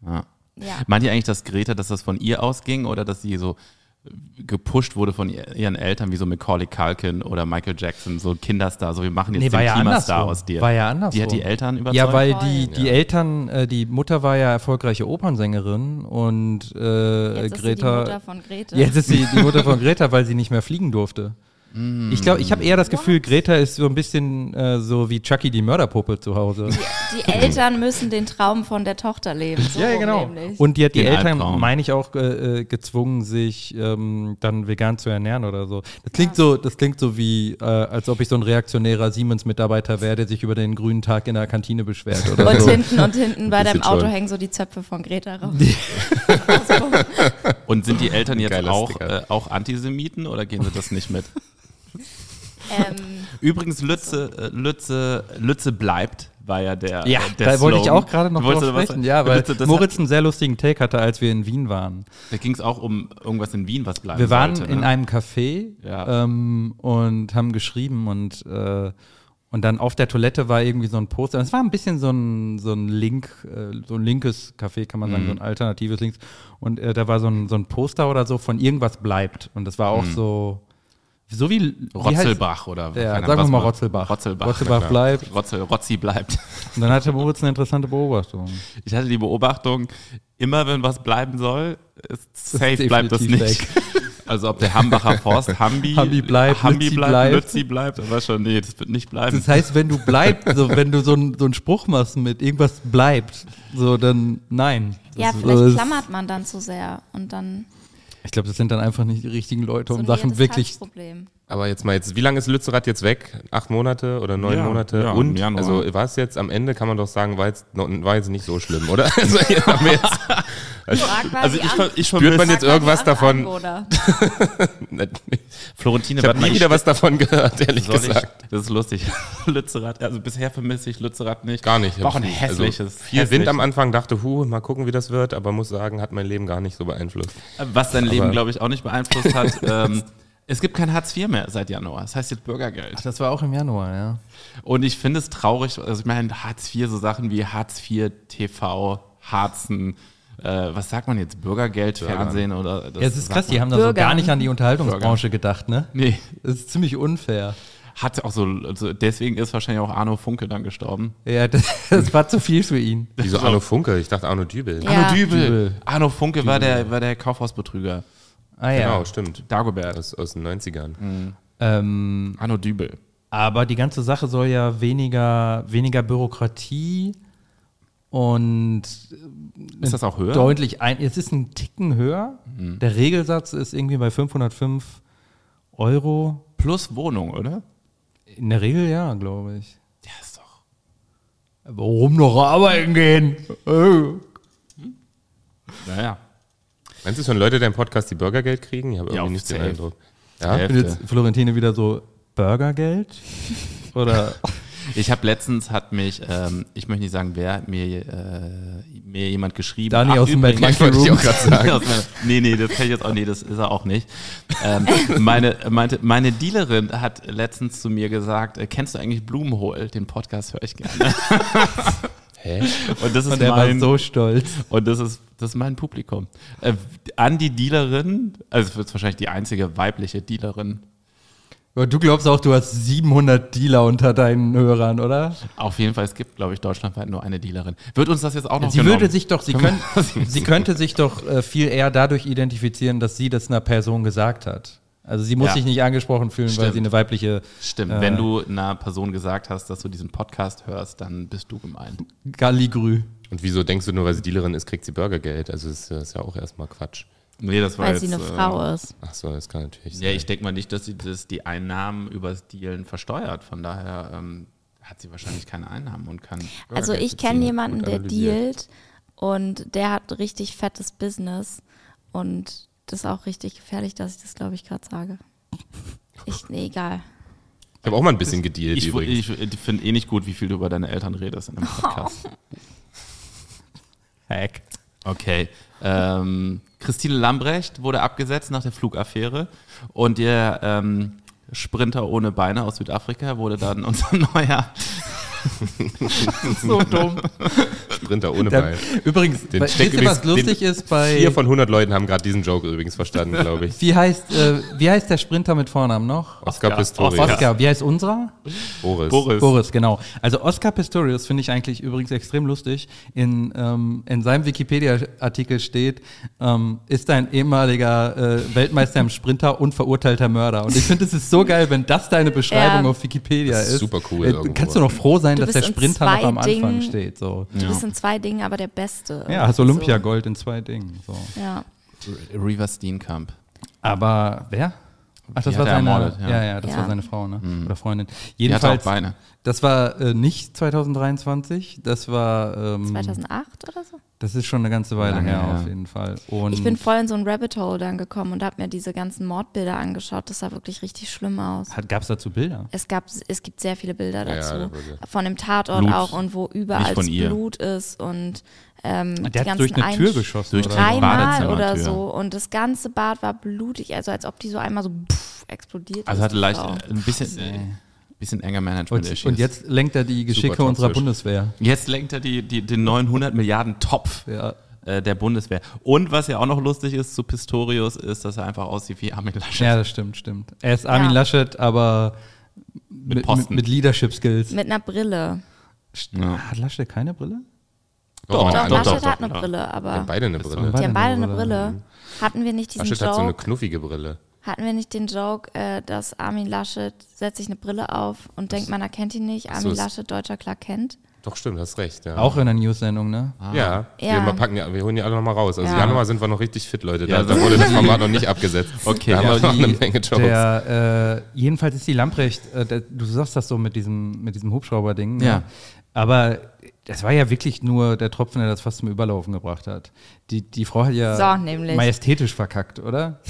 Speaker 1: Ja.
Speaker 4: Ja.
Speaker 1: Meint ihr eigentlich, dass Greta, dass das von ihr ausging oder dass sie so äh, gepusht wurde von ihr- ihren Eltern, wie so Macaulay Culkin oder Michael Jackson, so ein Kinderstar, so wir machen jetzt den Klimastar aus dir.
Speaker 2: War ja andersrum.
Speaker 1: Die hat die Eltern überzeugt?
Speaker 2: Ja, weil
Speaker 4: Voll.
Speaker 2: die, die Eltern, äh, die Mutter war ja erfolgreiche Opernsängerin und äh,
Speaker 4: Jetzt ist sie die
Speaker 2: Greta.
Speaker 4: Mutter von Greta.
Speaker 2: Jetzt ist sie die Mutter von Greta, weil sie nicht mehr fliegen durfte.
Speaker 1: Mm.
Speaker 2: Ich glaube, ich habe eher das Gefühl, Greta ist so ein bisschen äh, so wie Chucky die Mörderpuppe zu
Speaker 4: (laughs)
Speaker 2: Hause.
Speaker 4: Die Eltern müssen den Traum von der Tochter leben. So rum
Speaker 2: genau. (laughs)
Speaker 4: Nämlich.
Speaker 2: Und die hat die
Speaker 1: Den
Speaker 2: Eltern,
Speaker 1: Albtraum.
Speaker 2: meine ich auch, äh, äh, gezwungen, sich ähm, dann vegan zu ernähren oder so. Das klingt so, das klingt so wie, äh, als ob ich so ein reaktionärer Siemens-Mitarbeiter wäre, der sich über den grünen Tag in der Kantine beschwert oder
Speaker 4: und
Speaker 2: so.
Speaker 4: hinten und hinten bei
Speaker 3: Bisschen
Speaker 4: deinem Auto
Speaker 3: schon.
Speaker 4: hängen so die Zöpfe von Greta raus.
Speaker 1: Und sind die
Speaker 2: (laughs)
Speaker 1: Eltern jetzt
Speaker 3: Geiler
Speaker 1: auch,
Speaker 3: Sticker.
Speaker 1: äh, auch Antisemiten oder gehen sie das nicht mit?
Speaker 4: ähm,
Speaker 1: Übrigens, Lütze, äh, Lütze, Lütze bleibt, war ja der.
Speaker 2: Ja,
Speaker 1: äh, der
Speaker 2: da wollte ich
Speaker 1: Slogan.
Speaker 2: auch gerade noch
Speaker 1: Du wolltest
Speaker 2: drauf
Speaker 1: da was-
Speaker 2: sprechen. Ja, weil
Speaker 1: Lütze, das
Speaker 2: Moritz einen sehr lustigen Take hatte, als wir in Wien waren.
Speaker 1: Da ging es auch um irgendwas in Wien, was bleiben
Speaker 2: Wir waren
Speaker 1: sollte,
Speaker 2: in
Speaker 1: ne?
Speaker 2: einem Café
Speaker 1: Ja.
Speaker 2: ähm, und haben geschrieben und, äh, und dann auf der Toilette war irgendwie so ein Poster. Es war ein bisschen so ein, so ein Link, äh, so ein linkes Café, kann man sagen,
Speaker 1: Mhm.
Speaker 2: so ein alternatives Links. Und äh, da war so ein, so ein Poster oder so von irgendwas bleibt. Und das war auch so, so wie wie heißt-
Speaker 1: Mhm. Rotzelbach oder
Speaker 2: Ja,
Speaker 1: keine
Speaker 2: sagen wir
Speaker 1: Ahnung,
Speaker 2: mal
Speaker 1: was-
Speaker 2: Rotzelbach.
Speaker 1: Rotzelbach,
Speaker 2: Rotzelbach
Speaker 1: na klar.
Speaker 2: bleibt.
Speaker 1: Rotzel, Rotzi bleibt. (laughs)
Speaker 2: Und dann hatte Moritz eine interessante Beobachtung.
Speaker 1: Ich hatte die Beobachtung, immer wenn was bleiben soll, ist safe
Speaker 2: definitiv
Speaker 1: bleibt das nicht. (laughs) Also ob der Hambacher Forst Hambi,
Speaker 2: Hambi bleibt,
Speaker 1: Hambi
Speaker 2: Lützi
Speaker 1: bleibt,
Speaker 2: bleibt.
Speaker 1: Lützi bleibt, aber schon, nee, das wird nicht bleiben.
Speaker 2: Das heißt, wenn du bleibst, so, wenn du so, ein, so einen Spruch machst mit irgendwas bleibt, so dann nein. (laughs)
Speaker 4: ja,
Speaker 2: Das-
Speaker 4: vielleicht
Speaker 2: das-
Speaker 4: klammert man dann zu sehr und dann
Speaker 2: Ich glaube, das sind dann einfach nicht die richtigen Leute, um
Speaker 4: so ein
Speaker 2: Sachen
Speaker 4: jedes
Speaker 2: wirklich
Speaker 4: Tagsproblem.
Speaker 3: Aber jetzt mal jetzt, wie lange ist Lützerath jetzt weg? Acht Monate oder neun
Speaker 1: Ja,
Speaker 3: Monate?
Speaker 1: ja, im
Speaker 3: Und
Speaker 1: Januar.
Speaker 3: also war es jetzt am Ende, kann man doch sagen, war jetzt, noch- war jetzt nicht so schlimm, oder? (laughs) Also, hier haben wir jetzt,
Speaker 4: Frag mal
Speaker 1: Also
Speaker 4: die
Speaker 1: ich,
Speaker 4: An-
Speaker 1: ver- ich
Speaker 3: Spürt man
Speaker 1: vermisse-
Speaker 4: frag mal die
Speaker 3: jetzt irgendwas
Speaker 4: anderen
Speaker 3: davon?
Speaker 4: Anwohner.
Speaker 1: Florentine, (laughs)
Speaker 3: ich habe
Speaker 1: warte mal,
Speaker 3: nie
Speaker 1: ich
Speaker 3: wieder was davon gehört, ehrlich
Speaker 1: Soll
Speaker 3: gesagt.
Speaker 1: Ich, das ist lustig. (laughs) Lützerath, also bisher vermisse ich Lützerath nicht.
Speaker 3: Gar nicht.
Speaker 1: War auch ein
Speaker 3: Also
Speaker 1: hässliches.
Speaker 3: viel
Speaker 1: hässliches.
Speaker 3: Wind am Anfang, dachte, hu, mal gucken, wie das wird, aber muss sagen, hat mein Leben gar nicht so beeinflusst.
Speaker 1: Was dein Leben,
Speaker 3: Aber-
Speaker 1: glaube ich, auch nicht beeinflusst
Speaker 3: (laughs)
Speaker 1: hat. ähm, es gibt kein Hartz IV mehr seit Januar. Das heißt jetzt Bürgergeld.
Speaker 2: Das war auch im Januar, ja.
Speaker 1: Und ich finde es traurig, also ich meine, Hartz IV, so Sachen wie Hartz IV, TV, Harzen, äh, was sagt man jetzt, Bürgergeld, Fernsehen oder das
Speaker 2: Ja, es ist
Speaker 1: sagt
Speaker 2: krass,
Speaker 1: man-
Speaker 2: die haben da so
Speaker 4: Bürger.
Speaker 2: gar nicht an die Unterhaltungsbranche gedacht, ne?
Speaker 1: Nee,
Speaker 2: Das ist ziemlich unfair.
Speaker 1: hat auch so, also deswegen ist wahrscheinlich auch Arno Funke dann gestorben.
Speaker 2: Ja, das, (laughs) das war zu viel für ihn.
Speaker 3: Wieso Arno Funke? Ich dachte Arno Dübel.
Speaker 4: Ja.
Speaker 1: Arno Dübel.
Speaker 2: Dübel.
Speaker 1: Arno Funke war der, war der Kaufhausbetrüger.
Speaker 2: Ah ja.
Speaker 3: Genau, stimmt.
Speaker 1: Dagobert.
Speaker 3: Aus, aus den 90ern.
Speaker 1: Mhm.
Speaker 2: Ähm,
Speaker 1: Arno Dübel.
Speaker 2: aber die ganze Sache soll ja weniger, weniger Bürokratie und
Speaker 1: Ist das auch höher?
Speaker 2: deutlich ein. Es ist ein Ticken höher. Der Regelsatz ist irgendwie bei 505 Euro.
Speaker 1: Plus Wohnung, oder?
Speaker 2: In der Regel ja, glaube ich.
Speaker 1: Ja, ist doch.
Speaker 2: Warum noch arbeiten gehen? Äh.
Speaker 1: Naja.
Speaker 3: Meinst du schon Leute, die im Podcast die Bürgergeld kriegen? Ich habe
Speaker 1: Ja,
Speaker 3: irgendwie
Speaker 1: auf
Speaker 3: nicht den
Speaker 1: safe.
Speaker 3: Eindruck. Ja?
Speaker 1: Safe.
Speaker 2: Und jetzt Florentine wieder so Burgergeld? (laughs) Oder
Speaker 1: Ich habe letztens hat mich, ähm, ich möchte nicht sagen, wer mir, äh, mir jemand geschrieben
Speaker 2: Dani aus dem
Speaker 1: übrigens- (laughs)
Speaker 2: Mad
Speaker 3: Ich wollte ich auch gerade sagen.
Speaker 1: Aus meiner- nee, nee, das kann ich jetzt auch, nee, das ist er auch nicht.
Speaker 2: (laughs)
Speaker 1: Ähm, meine, meinte, meine Dealerin hat letztens zu mir gesagt, äh, kennst du eigentlich Blumenhohl? Den Podcast höre ich
Speaker 2: (laughs)
Speaker 1: gerne.
Speaker 3: Hä?
Speaker 1: Und das ist,
Speaker 2: Und der war
Speaker 1: mein,
Speaker 2: so stolz.
Speaker 1: und das ist, das ist mein Publikum. Äh, an die Dealerin, also es wird wahrscheinlich die einzige weibliche Dealerin.
Speaker 2: Aber Du glaubst auch, du hast 700 Dealer unter deinen Hörern, oder?
Speaker 1: Auf jeden Fall, es gibt, glaube ich, deutschlandweit nur eine Dealerin. Wird uns das jetzt auch noch
Speaker 2: Sie
Speaker 1: genommen?
Speaker 2: würde sich doch, sie, können, (laughs)
Speaker 1: (laughs)
Speaker 2: sie könnte sich doch äh, viel eher dadurch identifizieren, dass sie das einer Person gesagt hat. Also sie muss
Speaker 1: Ja.
Speaker 2: sich nicht angesprochen fühlen, weil
Speaker 1: Stimmt.
Speaker 2: sie eine weibliche,
Speaker 1: Stimmt,
Speaker 2: Äh.
Speaker 1: wenn du einer Person gesagt hast, dass du diesen Podcast hörst, dann bist du gemeint.
Speaker 2: Galligrü.
Speaker 3: Und wieso denkst du nur, weil sie Dealerin ist, kriegt sie Bürgergeld? Also das ist, das ist ja auch erstmal Quatsch.
Speaker 1: Nee, das äh,
Speaker 4: Weil sie eine Frau ist.
Speaker 3: Ach so, das kann natürlich
Speaker 1: Ja, ich denke mal nicht, dass sie das, die Einnahmen übers Dealen versteuert. Von daher ähm, hat sie wahrscheinlich keine Einnahmen und kann.
Speaker 4: Also
Speaker 3: Bürgergeld
Speaker 4: ich kenne
Speaker 3: beziehen.
Speaker 4: jemanden,
Speaker 3: Gut
Speaker 4: der
Speaker 3: analysiert.
Speaker 4: dealt und der hat richtig fettes Business und das ist auch richtig gefährlich, dass ich das, glaube ich, gerade sage. Ich, nee, egal.
Speaker 3: Ich habe auch mal ein bisschen gedealt
Speaker 1: Ich,
Speaker 3: übrigens.
Speaker 1: ich, ich finde eh nicht gut, wie viel du über deine Eltern redest in einem
Speaker 2: Oh. (laughs)
Speaker 1: Podcast.
Speaker 2: Hack.
Speaker 1: Okay. Ähm, Christine Lambrecht wurde abgesetzt nach der Flugaffäre und der ähm, Sprinter ohne Beine aus Südafrika wurde dann unser (laughs) neuer.
Speaker 2: So dumm.
Speaker 3: Sprinter ohne
Speaker 2: (laughs) Der,
Speaker 3: Ball.
Speaker 2: übrigens,
Speaker 3: Den
Speaker 2: bei,
Speaker 3: steckt
Speaker 2: wisst ihr, was
Speaker 3: übrigens-
Speaker 2: lustig
Speaker 3: den-
Speaker 2: ist bei...
Speaker 3: Vier von 100 Leuten haben gerade diesen Joke
Speaker 1: (laughs)
Speaker 3: übrigens verstanden, glaube ich.
Speaker 2: wie, heißt, äh, wie heißt der Sprinter mit Vornamen noch?
Speaker 3: Oscar Pistorius.
Speaker 2: Oscar, wie heißt unserer?
Speaker 3: Boris.
Speaker 2: Boris, genau. Also Oscar Pistorius finde ich eigentlich übrigens extrem lustig. In, ähm, in seinem Wikipedia-Artikel steht, ähm, ist ein ehemaliger äh, Weltmeister im Sprinter und verurteilter Mörder. Und ich finde, es ist so geil, wenn das deine Beschreibung
Speaker 4: Ja.
Speaker 2: auf Wikipedia
Speaker 3: Das
Speaker 2: ist.
Speaker 3: ist super cool
Speaker 2: Äh,
Speaker 3: irgendwo.
Speaker 2: kannst du noch froh sein,
Speaker 4: Du
Speaker 2: dass der
Speaker 4: bist in
Speaker 2: Sprinter noch
Speaker 4: zwei
Speaker 2: am Anfang
Speaker 4: Dingen-
Speaker 2: steht. So.
Speaker 4: Du bist in zwei Dingen aber der Beste.
Speaker 2: Ja, hast Olympiagold in zwei Dingen. So.
Speaker 4: So, ja.
Speaker 1: River Steenkamp.
Speaker 2: Aber wer? Ach, das
Speaker 1: Die
Speaker 2: war
Speaker 1: hat er
Speaker 2: seine,
Speaker 1: ermordet,
Speaker 2: ja.
Speaker 1: ja.
Speaker 2: ja, das
Speaker 4: Ja.
Speaker 2: war seine Frau, ne? Oder Freundin.
Speaker 1: Die hatte auch
Speaker 2: Jedenfalls,
Speaker 1: Beine.
Speaker 2: das war äh, nicht 2023, das war ähm,
Speaker 4: 2008 oder so.
Speaker 2: Das ist schon eine ganze Weile
Speaker 1: Lange
Speaker 2: her,
Speaker 1: her.
Speaker 2: auf jeden Fall. Und
Speaker 4: Ich bin voll in so ein Rabbit Hole dann gekommen und habe mir diese ganzen Mordbilder angeschaut. Das sah wirklich richtig schlimm aus.
Speaker 2: gab es dazu Bilder?
Speaker 4: Es gab, es gibt sehr viele Bilder
Speaker 3: Ja,
Speaker 4: dazu.
Speaker 3: ja, da wurde-
Speaker 4: von dem Tatort
Speaker 1: Blut.
Speaker 4: auch und wo überall
Speaker 1: Nicht von
Speaker 4: das
Speaker 1: ihr. Ah,
Speaker 4: Blut ist und ähm, die
Speaker 2: Der hat
Speaker 4: ganzen
Speaker 2: durch eine Tür
Speaker 4: Einsch-
Speaker 2: geschossen.
Speaker 1: Durch
Speaker 2: oder?
Speaker 1: drei-
Speaker 4: Dreimal
Speaker 1: Badezimmertür.
Speaker 4: oder so. Und das ganze Bad war blutig, also als ob die so einmal so pff, explodiert
Speaker 1: Also
Speaker 4: ist,
Speaker 1: hatte
Speaker 4: die
Speaker 1: leicht
Speaker 4: Frau.
Speaker 1: äh, ein bisschen, äh, bisschen enger Management.
Speaker 2: Oh, und, und jetzt lenkt er die Geschicke
Speaker 3: Super
Speaker 2: unserer
Speaker 3: toxisch.
Speaker 2: Bundeswehr.
Speaker 1: jetzt lenkt er die, die, den 900 Milliarden Topf
Speaker 2: Ja.
Speaker 1: äh, der Bundeswehr. Und was ja auch noch lustig ist zu Pistorius, ist, dass er einfach aussieht wie Armin Laschet.
Speaker 2: ja, das stimmt, stimmt. Er ist Armin
Speaker 4: Ja.
Speaker 2: Laschet, aber mit, mit,
Speaker 1: Posten.
Speaker 2: mit Leadership Skills.
Speaker 4: Mit einer Brille.
Speaker 1: Ja.
Speaker 2: Hat Laschet keine Brille?
Speaker 3: Oh,
Speaker 1: Doch,
Speaker 4: Doch,
Speaker 3: Mann,
Speaker 1: doch,
Speaker 4: Laschet
Speaker 1: doch,
Speaker 4: hat eine
Speaker 1: doch.
Speaker 4: Brille,
Speaker 3: Die haben
Speaker 4: aber
Speaker 3: beide eine
Speaker 2: Das
Speaker 3: Brille.
Speaker 2: war-
Speaker 4: die haben beide eine
Speaker 2: Brille.
Speaker 4: Brille. Hatten wir nicht diesen
Speaker 3: Laschet hat so eine
Speaker 4: Joke?
Speaker 3: knuffige Brille.
Speaker 4: Hatten wir nicht den Joke, äh, dass Armin Laschet setzt sich eine Brille auf und denkt, man erkennt ihn nicht.
Speaker 3: so,
Speaker 4: Armin
Speaker 3: ist-
Speaker 4: Laschet, deutscher Clark Kent.
Speaker 3: Doch, stimmt, hast recht. Ja.
Speaker 2: Auch in der News-Sendung, ne?
Speaker 3: Ja,
Speaker 4: Ja.
Speaker 3: Wir, mal packen, die- wir holen die alle nochmal raus. Also
Speaker 4: Ja.
Speaker 3: Januar sind wir noch richtig fit, Leute. Da,
Speaker 1: Ja,
Speaker 3: da
Speaker 1: so-
Speaker 3: wurde das Format noch nicht
Speaker 2: (laughs)
Speaker 3: abgesetzt.
Speaker 1: Okay,
Speaker 3: da haben
Speaker 1: ja,
Speaker 3: (laughs) wir noch
Speaker 2: die-
Speaker 3: eine Menge Jokes.
Speaker 2: Der, äh, jedenfalls ist die Lamprecht, äh, der, du sagst das so mit diesem, mit diesem Hubschrauber-Ding. ne?
Speaker 1: Ja.
Speaker 2: Aber das war ja wirklich nur der Tropfen, der das fast zum Überlaufen gebracht hat. Die, die Frau hat ja
Speaker 4: So, nämlich.
Speaker 2: majestätisch verkackt, oder?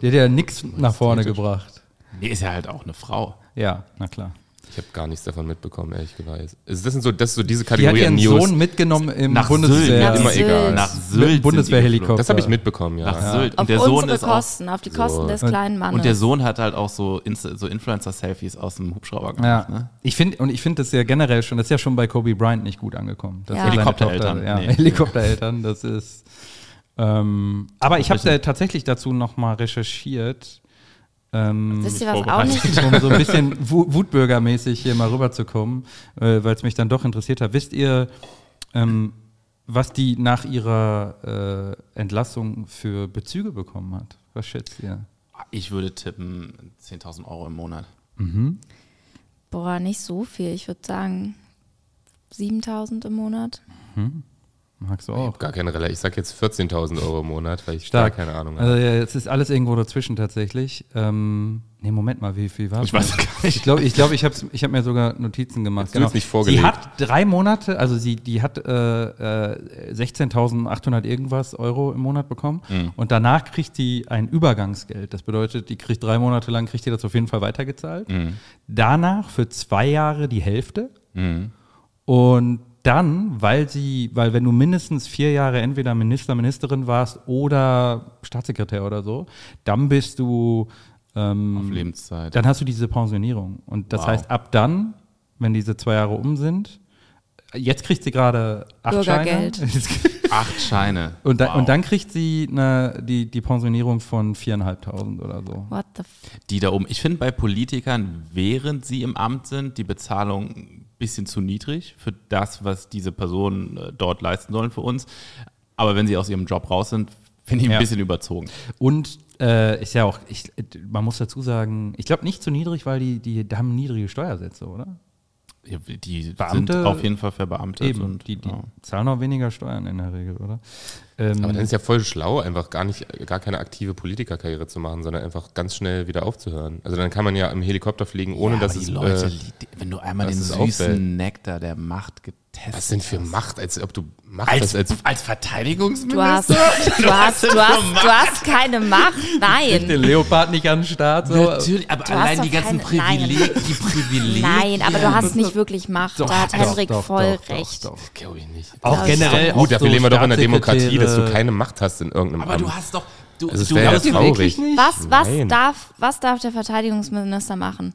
Speaker 2: Die hat ja nichts nach vorne
Speaker 3: Majestätisch.
Speaker 2: gebracht.
Speaker 1: Nee, ist ja halt auch eine Frau.
Speaker 2: Ja, na klar.
Speaker 3: ich habe gar nichts davon mitbekommen, ehrlich gesagt. Also das, sind so, das ist so diese
Speaker 2: Die hat
Speaker 3: Kategorie an
Speaker 2: ihren
Speaker 3: News.
Speaker 2: Sohn mitgenommen im
Speaker 1: Nach
Speaker 2: Bundeswehr.
Speaker 1: Sylt.
Speaker 3: Immer
Speaker 4: Sylt.
Speaker 3: egal.
Speaker 1: Nach
Speaker 2: Mit
Speaker 1: Sylt. sind
Speaker 2: Bundeswehrhelikopter.
Speaker 1: die geflogen.
Speaker 3: das habe ich mitbekommen, ja.
Speaker 1: Nach Sylt.
Speaker 4: Auf
Speaker 1: Und der Sohn
Speaker 4: unsere
Speaker 1: ist auch,
Speaker 4: Kosten, auf die Kosten
Speaker 3: So.
Speaker 4: des kleinen Mannes.
Speaker 1: Und der Sohn hat halt auch so, Insta, so Influencer-Selfies aus dem Hubschrauber
Speaker 2: Ja,
Speaker 1: gemacht. Ne?
Speaker 2: ich finde und ich finde das ja generell schon, das ist ja schon bei Kobe Bryant nicht gut angekommen. Das
Speaker 4: Ja.
Speaker 2: seine
Speaker 1: Helikoptereltern,
Speaker 2: Tochter- Ja,
Speaker 1: nee. (laughs)
Speaker 2: Helikoptereltern, das ist. Ähm, aber ich habe
Speaker 1: bisschen-
Speaker 2: da tatsächlich dazu nochmal recherchiert, ähm,
Speaker 4: Wisst ihr, was
Speaker 2: (laughs)
Speaker 4: auch nicht?
Speaker 2: um so ein bisschen Wu- Wutbürgermäßig hier mal rüberzukommen, äh, weil es mich dann doch interessiert hat. Wisst ihr, ähm, was die nach ihrer äh, Entlassung für Bezüge bekommen hat? Was schätzt ihr?
Speaker 1: Ich würde tippen 10.000 Euro im Monat.
Speaker 4: Boah, nicht so viel. Ich würde sagen 7000 im Monat.
Speaker 2: Magst du
Speaker 3: Ich
Speaker 2: auch?
Speaker 3: hab gar keine Relle. Ich sag jetzt 14.000 Euro im Monat, weil ich
Speaker 2: Stark.
Speaker 3: gar keine Ahnung habe.
Speaker 2: Also ja, jetzt ist alles irgendwo dazwischen tatsächlich. Ähm, nee, Moment mal, wie viel war
Speaker 1: Ich weiß gar nicht.
Speaker 2: Ich glaube, ich, glaub, ich habe ich hab mir sogar Notizen gemacht. genau.
Speaker 3: Jetzt wird's nicht vorgelegt.
Speaker 2: Sie hat drei Monate, also sie die hat äh, äh, 16.800 irgendwas Euro im Monat bekommen
Speaker 3: Mhm.
Speaker 2: und danach kriegt sie ein Übergangsgeld. Das bedeutet, die kriegt drei Monate lang, kriegt ihr das auf jeden Fall weitergezahlt.
Speaker 3: Mhm.
Speaker 2: Danach für zwei Jahre die Hälfte. Und dann, weil sie, weil wenn du mindestens vier Jahre entweder Minister, Ministerin warst oder Staatssekretär oder so, dann bist du,
Speaker 1: Auf
Speaker 2: ähm,
Speaker 1: Lebenszeit.
Speaker 2: dann hast du diese Pensionierung. Und das
Speaker 1: Wow.
Speaker 2: heißt, ab dann, wenn diese zwei Jahre um sind, jetzt kriegt sie gerade acht
Speaker 4: Bürgergeld.
Speaker 2: (laughs) Scheine.
Speaker 1: Acht Scheine.
Speaker 2: Und, da,
Speaker 1: Wow.
Speaker 2: und dann kriegt sie eine, die, die Pensionierung von 4.500 oder so.
Speaker 4: What the f
Speaker 1: die da oben. Ich finde bei Politikern, während sie im Amt sind, die Bezahlung ein bisschen zu niedrig für das, was diese Personen äh, dort leisten sollen für uns. Aber wenn sie aus ihrem Job raus sind, finde ich ein
Speaker 2: Ja.
Speaker 1: bisschen überzogen.
Speaker 2: Und äh, ist ja auch, ich, man muss dazu sagen, ich glaube nicht zu niedrig, weil die, die haben niedrige Steuersätze, oder?
Speaker 1: Ja, Die sind
Speaker 2: Beamte-
Speaker 1: auf jeden Fall verbeamtet.
Speaker 2: Eben,
Speaker 1: und,
Speaker 2: die, die
Speaker 1: ja.
Speaker 2: zahlen auch weniger Steuern in der Regel, oder? Ähm,
Speaker 3: Aber dann ist ja voll schlau, einfach gar nicht, gar keine aktive Politikerkarriere zu machen, sondern einfach ganz schnell wieder aufzuhören. Also dann kann man ja im Helikopter fliegen, ohne
Speaker 1: Ja,
Speaker 3: dass
Speaker 1: aber
Speaker 3: es.
Speaker 1: die Leute,
Speaker 3: äh,
Speaker 1: li- die- wenn du einmal
Speaker 3: dass
Speaker 1: den
Speaker 3: es
Speaker 1: süßen
Speaker 3: auffällt.
Speaker 1: Nektar der Macht getestet
Speaker 3: was sind für
Speaker 1: hast.
Speaker 3: Macht, als ob du Macht
Speaker 1: Als,
Speaker 3: hast, als
Speaker 1: als, Verteidigungsminister?
Speaker 4: du hast, du
Speaker 2: (laughs)
Speaker 4: hast, du hast, du hast keine Macht. Nein.
Speaker 2: den Leopard nicht an den Start. So.
Speaker 1: Natürlich, aber
Speaker 4: hast
Speaker 1: allein
Speaker 4: doch
Speaker 1: die ganzen
Speaker 4: keine- nein.
Speaker 1: Privilegien, die Privilegien.
Speaker 4: Nein, aber du hast nicht wirklich Macht.
Speaker 2: Doch,
Speaker 4: da hat
Speaker 2: doch,
Speaker 4: Henrik
Speaker 2: doch,
Speaker 4: voll
Speaker 2: doch,
Speaker 4: recht.
Speaker 2: Doch, doch.
Speaker 3: glaube ich nicht.
Speaker 4: Genau,
Speaker 2: Auch generell.
Speaker 3: Gut, dafür leben wir doch in der Demokratie, dass du
Speaker 2: keinen
Speaker 3: keine Macht hast in irgendeinem
Speaker 1: Aber
Speaker 3: Amt.
Speaker 1: du hast doch. Du,
Speaker 3: also es
Speaker 1: du
Speaker 3: wäre ja
Speaker 1: hast die-
Speaker 3: traurig.
Speaker 4: Was, was,
Speaker 3: Nein.
Speaker 4: darf, was darf der Verteidigungsminister machen?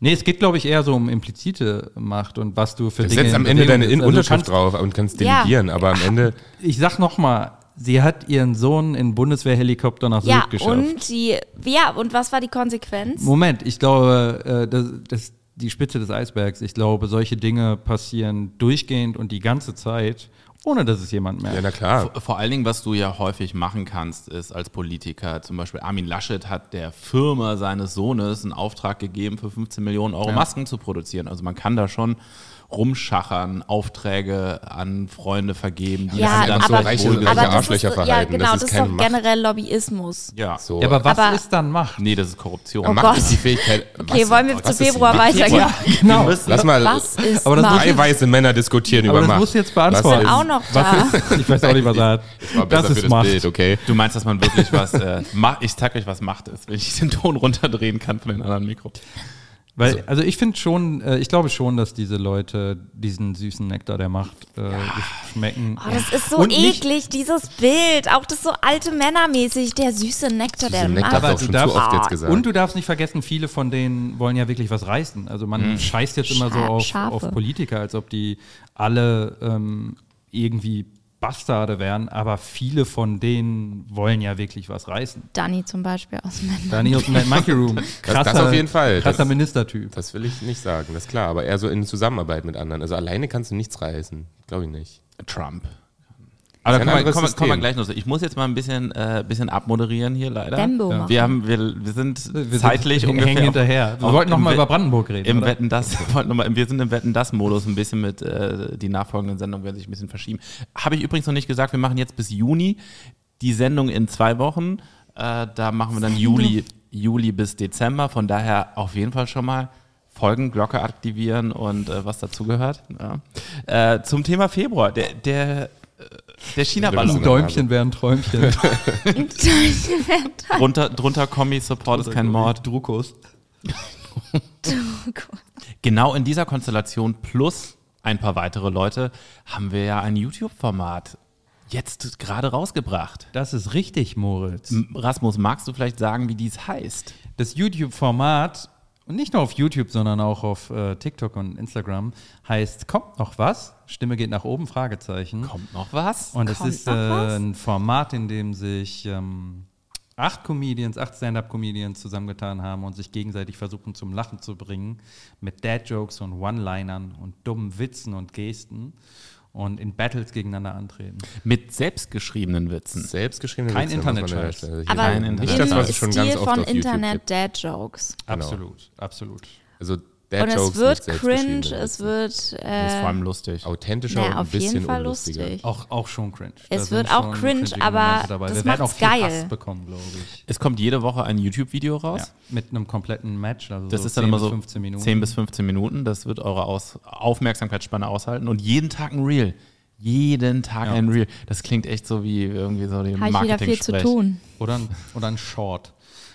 Speaker 2: Nee, es geht, glaube ich, eher so um implizite Macht und was du für
Speaker 3: Du
Speaker 2: Dinge.
Speaker 3: setzt am
Speaker 2: in
Speaker 3: Ende deine
Speaker 2: Bewegung
Speaker 3: In
Speaker 2: setzt.
Speaker 3: Unterschrift
Speaker 2: du kannst-
Speaker 3: drauf und kannst
Speaker 4: also Ja.
Speaker 3: delegieren, aber am Ende.
Speaker 2: Ich sag nochmal, sie hat ihren Sohn in Bundeswehrhelikopter nach
Speaker 4: Ja,
Speaker 2: Sylt geschafft.
Speaker 4: und die, ja, und was war die Konsequenz?
Speaker 2: Moment, ich glaube, äh, das, das, die Spitze des Eisbergs. Ich glaube, solche Dinge passieren durchgehend und die ganze Zeit, ohne dass es jemand merkt.
Speaker 3: Ja, na klar.
Speaker 1: Vor allen Dingen, was du ja häufig machen kannst, ist als Politiker, zum Beispiel Armin Laschet hat der Firma seines Sohnes einen Auftrag gegeben, für 15 Millionen Euro Masken zu produzieren. Also man kann da schon rumschachern, Aufträge an Freunde vergeben. die
Speaker 4: Ja,
Speaker 1: sind dann
Speaker 3: einfach so
Speaker 4: aber,
Speaker 3: reiche-
Speaker 1: wohlgesonnen.
Speaker 3: reiche
Speaker 4: aber das
Speaker 3: Arschlöcher
Speaker 4: ist, ja,
Speaker 3: verhalten. Das
Speaker 4: genau,
Speaker 3: ist
Speaker 4: das ist
Speaker 3: keine
Speaker 4: doch
Speaker 3: Macht.
Speaker 4: generell Lobbyismus.
Speaker 1: Ja,
Speaker 3: So.
Speaker 2: Ja, aber was
Speaker 4: Aber-
Speaker 2: ist dann Macht?
Speaker 1: nee, das ist Korruption.
Speaker 4: Oh
Speaker 3: Macht
Speaker 4: Gott.
Speaker 3: ist die Fähigkeit.
Speaker 4: Okay,
Speaker 3: was-
Speaker 4: wollen wir zu
Speaker 3: was ist
Speaker 4: Februar
Speaker 3: Macht?
Speaker 4: weitergehen?
Speaker 1: Ja,
Speaker 2: genau.
Speaker 1: Wir müssen-
Speaker 3: Lass mal
Speaker 4: Was ist
Speaker 2: Aber das muss
Speaker 4: Macht?
Speaker 3: drei weiße Männer diskutieren
Speaker 2: Aber
Speaker 3: über
Speaker 2: das
Speaker 3: Macht.
Speaker 2: musst du jetzt
Speaker 3: Was
Speaker 2: beantworten.
Speaker 3: ist-
Speaker 4: auch noch da.
Speaker 2: Ich weiß auch
Speaker 3: (laughs)
Speaker 2: nicht, was er hat.
Speaker 3: Das war besser
Speaker 2: das ist
Speaker 3: für das
Speaker 2: Macht.
Speaker 3: Bild, okay?
Speaker 1: Du meinst, dass man wirklich was, äh, macht, ich zeig euch, was Macht ist, wenn ich den Ton runterdrehen kann von den anderen Mikro.
Speaker 2: Weil, also ich finde schon, äh, ich glaube schon, dass diese Leute diesen süßen Nektar der Macht äh, schmecken.
Speaker 4: Oh, das ist so
Speaker 2: Und nicht-
Speaker 4: eklig, dieses Bild. Auch das so alte Männermäßig, der süße Nektar der
Speaker 3: Diesen Nektar
Speaker 4: Macht.
Speaker 3: hast
Speaker 2: Aber
Speaker 3: du
Speaker 2: du
Speaker 3: auch
Speaker 2: darfst-
Speaker 3: schon zu oft jetzt
Speaker 4: Ah,
Speaker 3: gesagt.
Speaker 2: Und du darfst nicht vergessen, viele von denen wollen ja wirklich was reißen. Also man
Speaker 3: Mhm.
Speaker 2: scheißt jetzt immer so
Speaker 4: Scha-
Speaker 2: auf,
Speaker 4: Schafe.
Speaker 2: auf Politiker, als ob die alle ähm, irgendwie Bastarde wären, aber viele von denen wollen ja wirklich was reißen.
Speaker 4: Dani zum Beispiel aus Männer. (laughs)
Speaker 2: Daniel aus dem
Speaker 3: (laughs)
Speaker 2: Monkey Room. Krasser,
Speaker 3: auf jeden Fall.
Speaker 2: Krasser
Speaker 3: Das-
Speaker 2: Ministertyp.
Speaker 3: Das will ich nicht sagen, das ist klar, aber eher so in Zusammenarbeit mit anderen. Also alleine kannst du nichts reißen, glaube ich nicht.
Speaker 1: Trump. Aber da
Speaker 3: Ist
Speaker 1: kommen
Speaker 3: ein
Speaker 1: wir,
Speaker 3: anderes
Speaker 1: kommen, wir- kommen wir
Speaker 3: System.
Speaker 1: gleich noch. so. Ich muss jetzt mal ein bisschen, äh, bisschen abmoderieren hier leider.
Speaker 4: Dembo machen.
Speaker 1: Wir, haben, wir, wir sind
Speaker 2: Wir sind-
Speaker 1: zeitlich
Speaker 2: wir
Speaker 1: ungefähr.
Speaker 2: (laughs) hängen hinterher. Wir
Speaker 1: auf-
Speaker 2: wollten noch
Speaker 1: im
Speaker 2: mal
Speaker 1: Wett-
Speaker 2: über Brandenburg reden,
Speaker 1: Im
Speaker 2: oder?
Speaker 1: Wetten das, (laughs) wollten noch mal, wir sind im Wetten das Modus ein bisschen mit äh, die nachfolgenden Sendungen werden sich ein bisschen verschieben. Habe ich übrigens noch nicht gesagt, wir machen jetzt bis Juni die Sendung in zwei Wochen. Äh, da machen wir dann Juli, Juli bis Dezember. Von daher auf jeden Fall schon mal Folgen, Glocke aktivieren und äh, was dazugehört. Ja. Äh, zum Thema Februar, der, der, äh, der China-Ballon.
Speaker 2: Ein Däumchen wäre ein
Speaker 3: (laughs)
Speaker 2: Träumchen.
Speaker 1: Drunter, drunter Kommi, Support ist kein Mord.
Speaker 2: Druckos.
Speaker 1: Genau in dieser Konstellation plus ein paar weitere Leute haben wir ja ein YouTube-Format jetzt gerade rausgebracht.
Speaker 2: Das ist richtig, Moritz.
Speaker 1: M- Rasmus, magst du vielleicht sagen, wie dies heißt?
Speaker 2: das YouTube-Format, und nicht nur auf YouTube, sondern auch auf äh, TikTok und Instagram, heißt Kommt noch was? Stimme geht nach oben, Fragezeichen.
Speaker 1: Kommt noch was?
Speaker 2: und es
Speaker 4: kommt
Speaker 2: ist äh,
Speaker 4: noch was?
Speaker 2: ein Format, in dem sich ähm, acht Comedians, acht Stand-Up-Comedians zusammengetan haben und sich gegenseitig versuchen zum Lachen zu bringen mit Dad-Jokes und One-Linern und dummen Witzen und Gesten und in Battles gegeneinander antreten.
Speaker 1: Mit selbstgeschriebenen Witzen.
Speaker 3: Selbstgeschriebene
Speaker 2: Kein
Speaker 3: Witze muss man an der
Speaker 2: Internet-Scheiß.
Speaker 3: Stelle hier
Speaker 4: Aber
Speaker 1: Nein,
Speaker 3: sagen.
Speaker 1: nein,
Speaker 3: nicht
Speaker 1: nein.
Speaker 3: das,
Speaker 4: im
Speaker 3: was es schon ganz
Speaker 4: Stil
Speaker 3: oft
Speaker 4: von
Speaker 3: auf YouTube gibt.
Speaker 4: Internet-Dad-Jokes.
Speaker 3: Genau.
Speaker 2: Absolut, absolut.
Speaker 3: Also Dad
Speaker 4: Und es wird
Speaker 3: Jokes mit selbstgeschriebenen
Speaker 4: cringe, es
Speaker 3: Witzen.
Speaker 4: wird,
Speaker 1: Das ist vor
Speaker 4: äh,
Speaker 1: allem lustig.
Speaker 3: authentischer und
Speaker 4: na,
Speaker 3: ein
Speaker 4: auf
Speaker 3: bisschen
Speaker 4: jeden Fall
Speaker 3: unlustiger.
Speaker 4: lustig.
Speaker 2: Auch, auch schon cringe.
Speaker 4: Es
Speaker 2: Da
Speaker 4: wird
Speaker 2: sind
Speaker 4: auch
Speaker 2: schon
Speaker 4: cringe,
Speaker 2: cringige
Speaker 4: aber
Speaker 2: Momente dabei.
Speaker 4: das
Speaker 2: Wir werden auch
Speaker 4: macht's
Speaker 2: viel
Speaker 4: geil.
Speaker 2: Hass bekommen, glaube ich.
Speaker 1: Es kommt jede Woche ein YouTube-Video
Speaker 2: Ja.
Speaker 1: raus.
Speaker 2: Mit einem kompletten Match. Also
Speaker 1: Das
Speaker 2: so
Speaker 1: ist dann
Speaker 2: 10
Speaker 1: immer
Speaker 2: bis
Speaker 1: so
Speaker 2: 15 Minuten.
Speaker 1: 10 bis 15 Minuten. Das wird eure Aus Aufmerksamkeitsspanne aushalten. Und jeden Tag ein Reel. Jeden Tag
Speaker 2: Ja.
Speaker 1: ein Reel. Das klingt echt so wie irgendwie so dem
Speaker 4: Habe ich wieder viel zu
Speaker 1: Marketing-Sprech.
Speaker 4: tun.
Speaker 2: oder, ein, oder ein Short.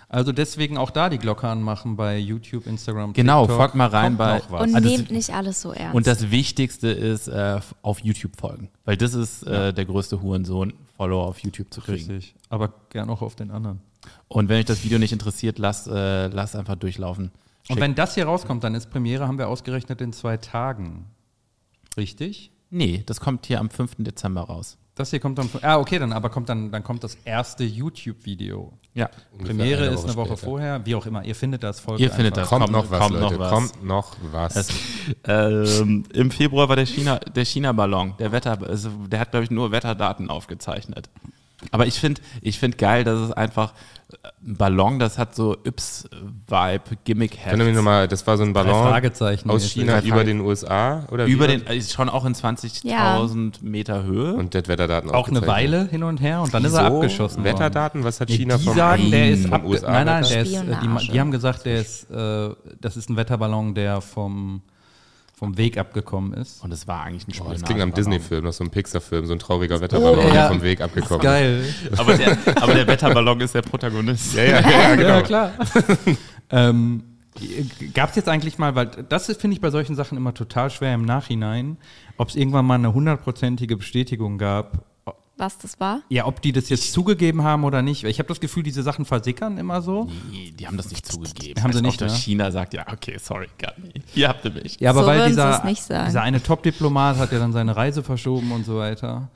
Speaker 2: Also deswegen auch da die Glocke anmachen bei YouTube, Instagram,
Speaker 1: Genau,
Speaker 2: TikTok.
Speaker 1: folgt mal rein
Speaker 2: Kommt
Speaker 1: bei.
Speaker 2: noch was.
Speaker 4: Und
Speaker 3: Also
Speaker 1: Ah, das-
Speaker 4: nehmt nicht alles so ernst.
Speaker 1: Und das Wichtigste ist, äh, auf YouTube folgen. Weil das ist äh, der größte Hurensohn, Follower auf YouTube zu kriegen.
Speaker 2: Richtig. Aber gern auch auf den anderen.
Speaker 1: Und wenn euch das Video nicht interessiert, lasst, äh, lasst einfach durchlaufen.
Speaker 2: Und
Speaker 1: Schickt-
Speaker 2: wenn das hier rauskommt, dann ist Premiere, haben wir ausgerechnet, in zwei Tagen. Richtig?
Speaker 1: nee, das kommt hier am 5. Dezember raus.
Speaker 2: Das hier kommt dann. Ah, okay, dann aber kommt dann, dann kommt das erste YouTube-Video.
Speaker 1: Ja.
Speaker 3: Ungefähr
Speaker 2: Premiere
Speaker 3: eine
Speaker 2: ist
Speaker 3: Woche
Speaker 2: eine Woche
Speaker 3: später.
Speaker 2: vorher, wie auch immer. Ihr findet das, folgt
Speaker 1: Ihr findet das.
Speaker 2: einfach.
Speaker 3: Kommt noch was,
Speaker 1: Kommt noch
Speaker 3: Leute.
Speaker 1: was.
Speaker 3: Kommt noch was.
Speaker 1: Ähm, Im Februar war der China, der China-Ballon, der Wetter, also der hat, glaube ich, nur Wetterdaten aufgezeichnet. Aber ich finde ich find geil, dass es einfach äh, ein Ballon, das hat so Yps-Vibe, Gimmick-Heft.
Speaker 3: Können wir nochmal, das war so ein Ballon
Speaker 2: Fragezeichen
Speaker 3: aus
Speaker 2: jetzt.
Speaker 3: China
Speaker 1: Drei
Speaker 3: über
Speaker 1: Frage-
Speaker 3: den USA oder
Speaker 1: Über
Speaker 3: wie
Speaker 1: den, äh, ist schon auch in 20.000 Meter Höhe.
Speaker 3: und das Wetterdaten
Speaker 2: auch eine
Speaker 3: aufgezeichnet.
Speaker 2: Weile hin und her und dann ist er
Speaker 3: Wieso?
Speaker 2: abgeschossen. worden.
Speaker 3: Wetterdaten, was hat
Speaker 2: Nee,
Speaker 3: China
Speaker 2: die
Speaker 3: vom
Speaker 2: sagen, der ist
Speaker 3: vom
Speaker 2: ab,
Speaker 3: USA
Speaker 2: nein, nein, der ist, äh, die, ma-
Speaker 4: Spionage.
Speaker 2: die haben gesagt, der ist, äh, das ist ein Wetterballon, der vom, vom Weg abgekommen ist.
Speaker 1: Und es war eigentlich ein Spiel.
Speaker 3: Boah, das klingt nach einem Disney-Film, nach so einem Pixar-Film, so ein trauriger Wetterballon,
Speaker 2: Oh, ja.
Speaker 3: der vom Weg abgekommen ist.
Speaker 1: Aber der, aber der Wetterballon ist der Protagonist.
Speaker 3: Ja, ja, ja,
Speaker 2: Ja,
Speaker 3: genau. (laughs)
Speaker 2: klar. ähm, Gab es jetzt eigentlich mal, weil das ist, finde ich bei solchen Sachen immer total schwer im Nachhinein, ob es irgendwann mal eine hundertprozentige Bestätigung gab,
Speaker 4: was das war?
Speaker 2: ja, ob die das jetzt zugegeben haben oder nicht. Ich habe das Gefühl, diese Sachen versickern immer so.
Speaker 1: Nee, die haben das nicht zugegeben.
Speaker 2: Haben sie
Speaker 1: Als
Speaker 2: nicht,
Speaker 1: ob
Speaker 2: ne?
Speaker 1: das China sagt, ja, okay, sorry, gar nicht. Hier habt ihr mich.
Speaker 2: Ja, aber
Speaker 4: So
Speaker 2: weil
Speaker 4: würden sie
Speaker 2: dieser,
Speaker 4: es nicht sagen.
Speaker 2: dieser eine Top-Diplomat hat ja dann seine Reise verschoben und so weiter.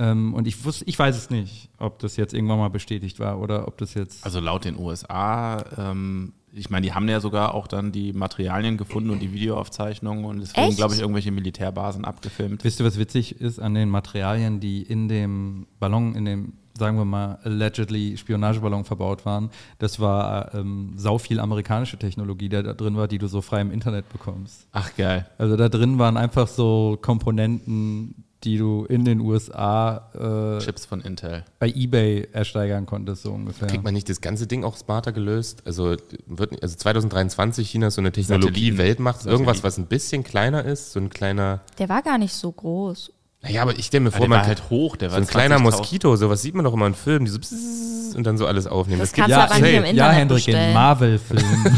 Speaker 2: Ähm, und ich wusste, ich weiß es nicht, ob das jetzt irgendwann mal bestätigt war oder ob das jetzt.
Speaker 1: Also laut den USA, ähm, ich meine, die haben ja sogar auch dann die Materialien gefunden und die Videoaufzeichnungen und es wurden,
Speaker 4: Echt?
Speaker 1: glaube ich, irgendwelche Militärbasen abgefilmt.
Speaker 2: Wisst ihr, was witzig ist an den Materialien, die in dem Ballon, in dem, sagen wir mal, allegedly Spionageballon verbaut waren? Das war ähm, sau viel amerikanische Technologie, die da drin war, die du so frei im Internet bekommst.
Speaker 1: Ach geil.
Speaker 2: Also da drin waren einfach so Komponenten, die du in den USA äh,
Speaker 1: Chips von Intel.
Speaker 2: bei eBay ersteigern konntest, so ungefähr.
Speaker 3: Kriegt man nicht das ganze Ding auch smarter gelöst? Also, wird, nicht- also 2023 China ist so eine Technologie
Speaker 1: Satelliten.
Speaker 3: Weltmacht, irgendwas,
Speaker 1: Satelliten.
Speaker 3: was ein bisschen kleiner ist, so ein kleiner.
Speaker 4: Der war gar nicht so groß.
Speaker 3: Naja, aber ich stelle mir
Speaker 1: Ja,
Speaker 3: vor,
Speaker 1: der war
Speaker 3: man
Speaker 1: halt hoch, der
Speaker 3: so
Speaker 1: war
Speaker 3: ein kleiner
Speaker 1: 20.000.
Speaker 3: Moskito, sowas sieht man doch immer in Filmen, die so bzzz und dann so alles aufnehmen.
Speaker 4: Das
Speaker 3: gibt
Speaker 4: kannst du aber nicht
Speaker 3: safe.
Speaker 4: im
Speaker 2: ja,
Speaker 4: Internet
Speaker 2: Hendrik, in
Speaker 4: bestellen. (laughs)
Speaker 2: Marvel-Filmen.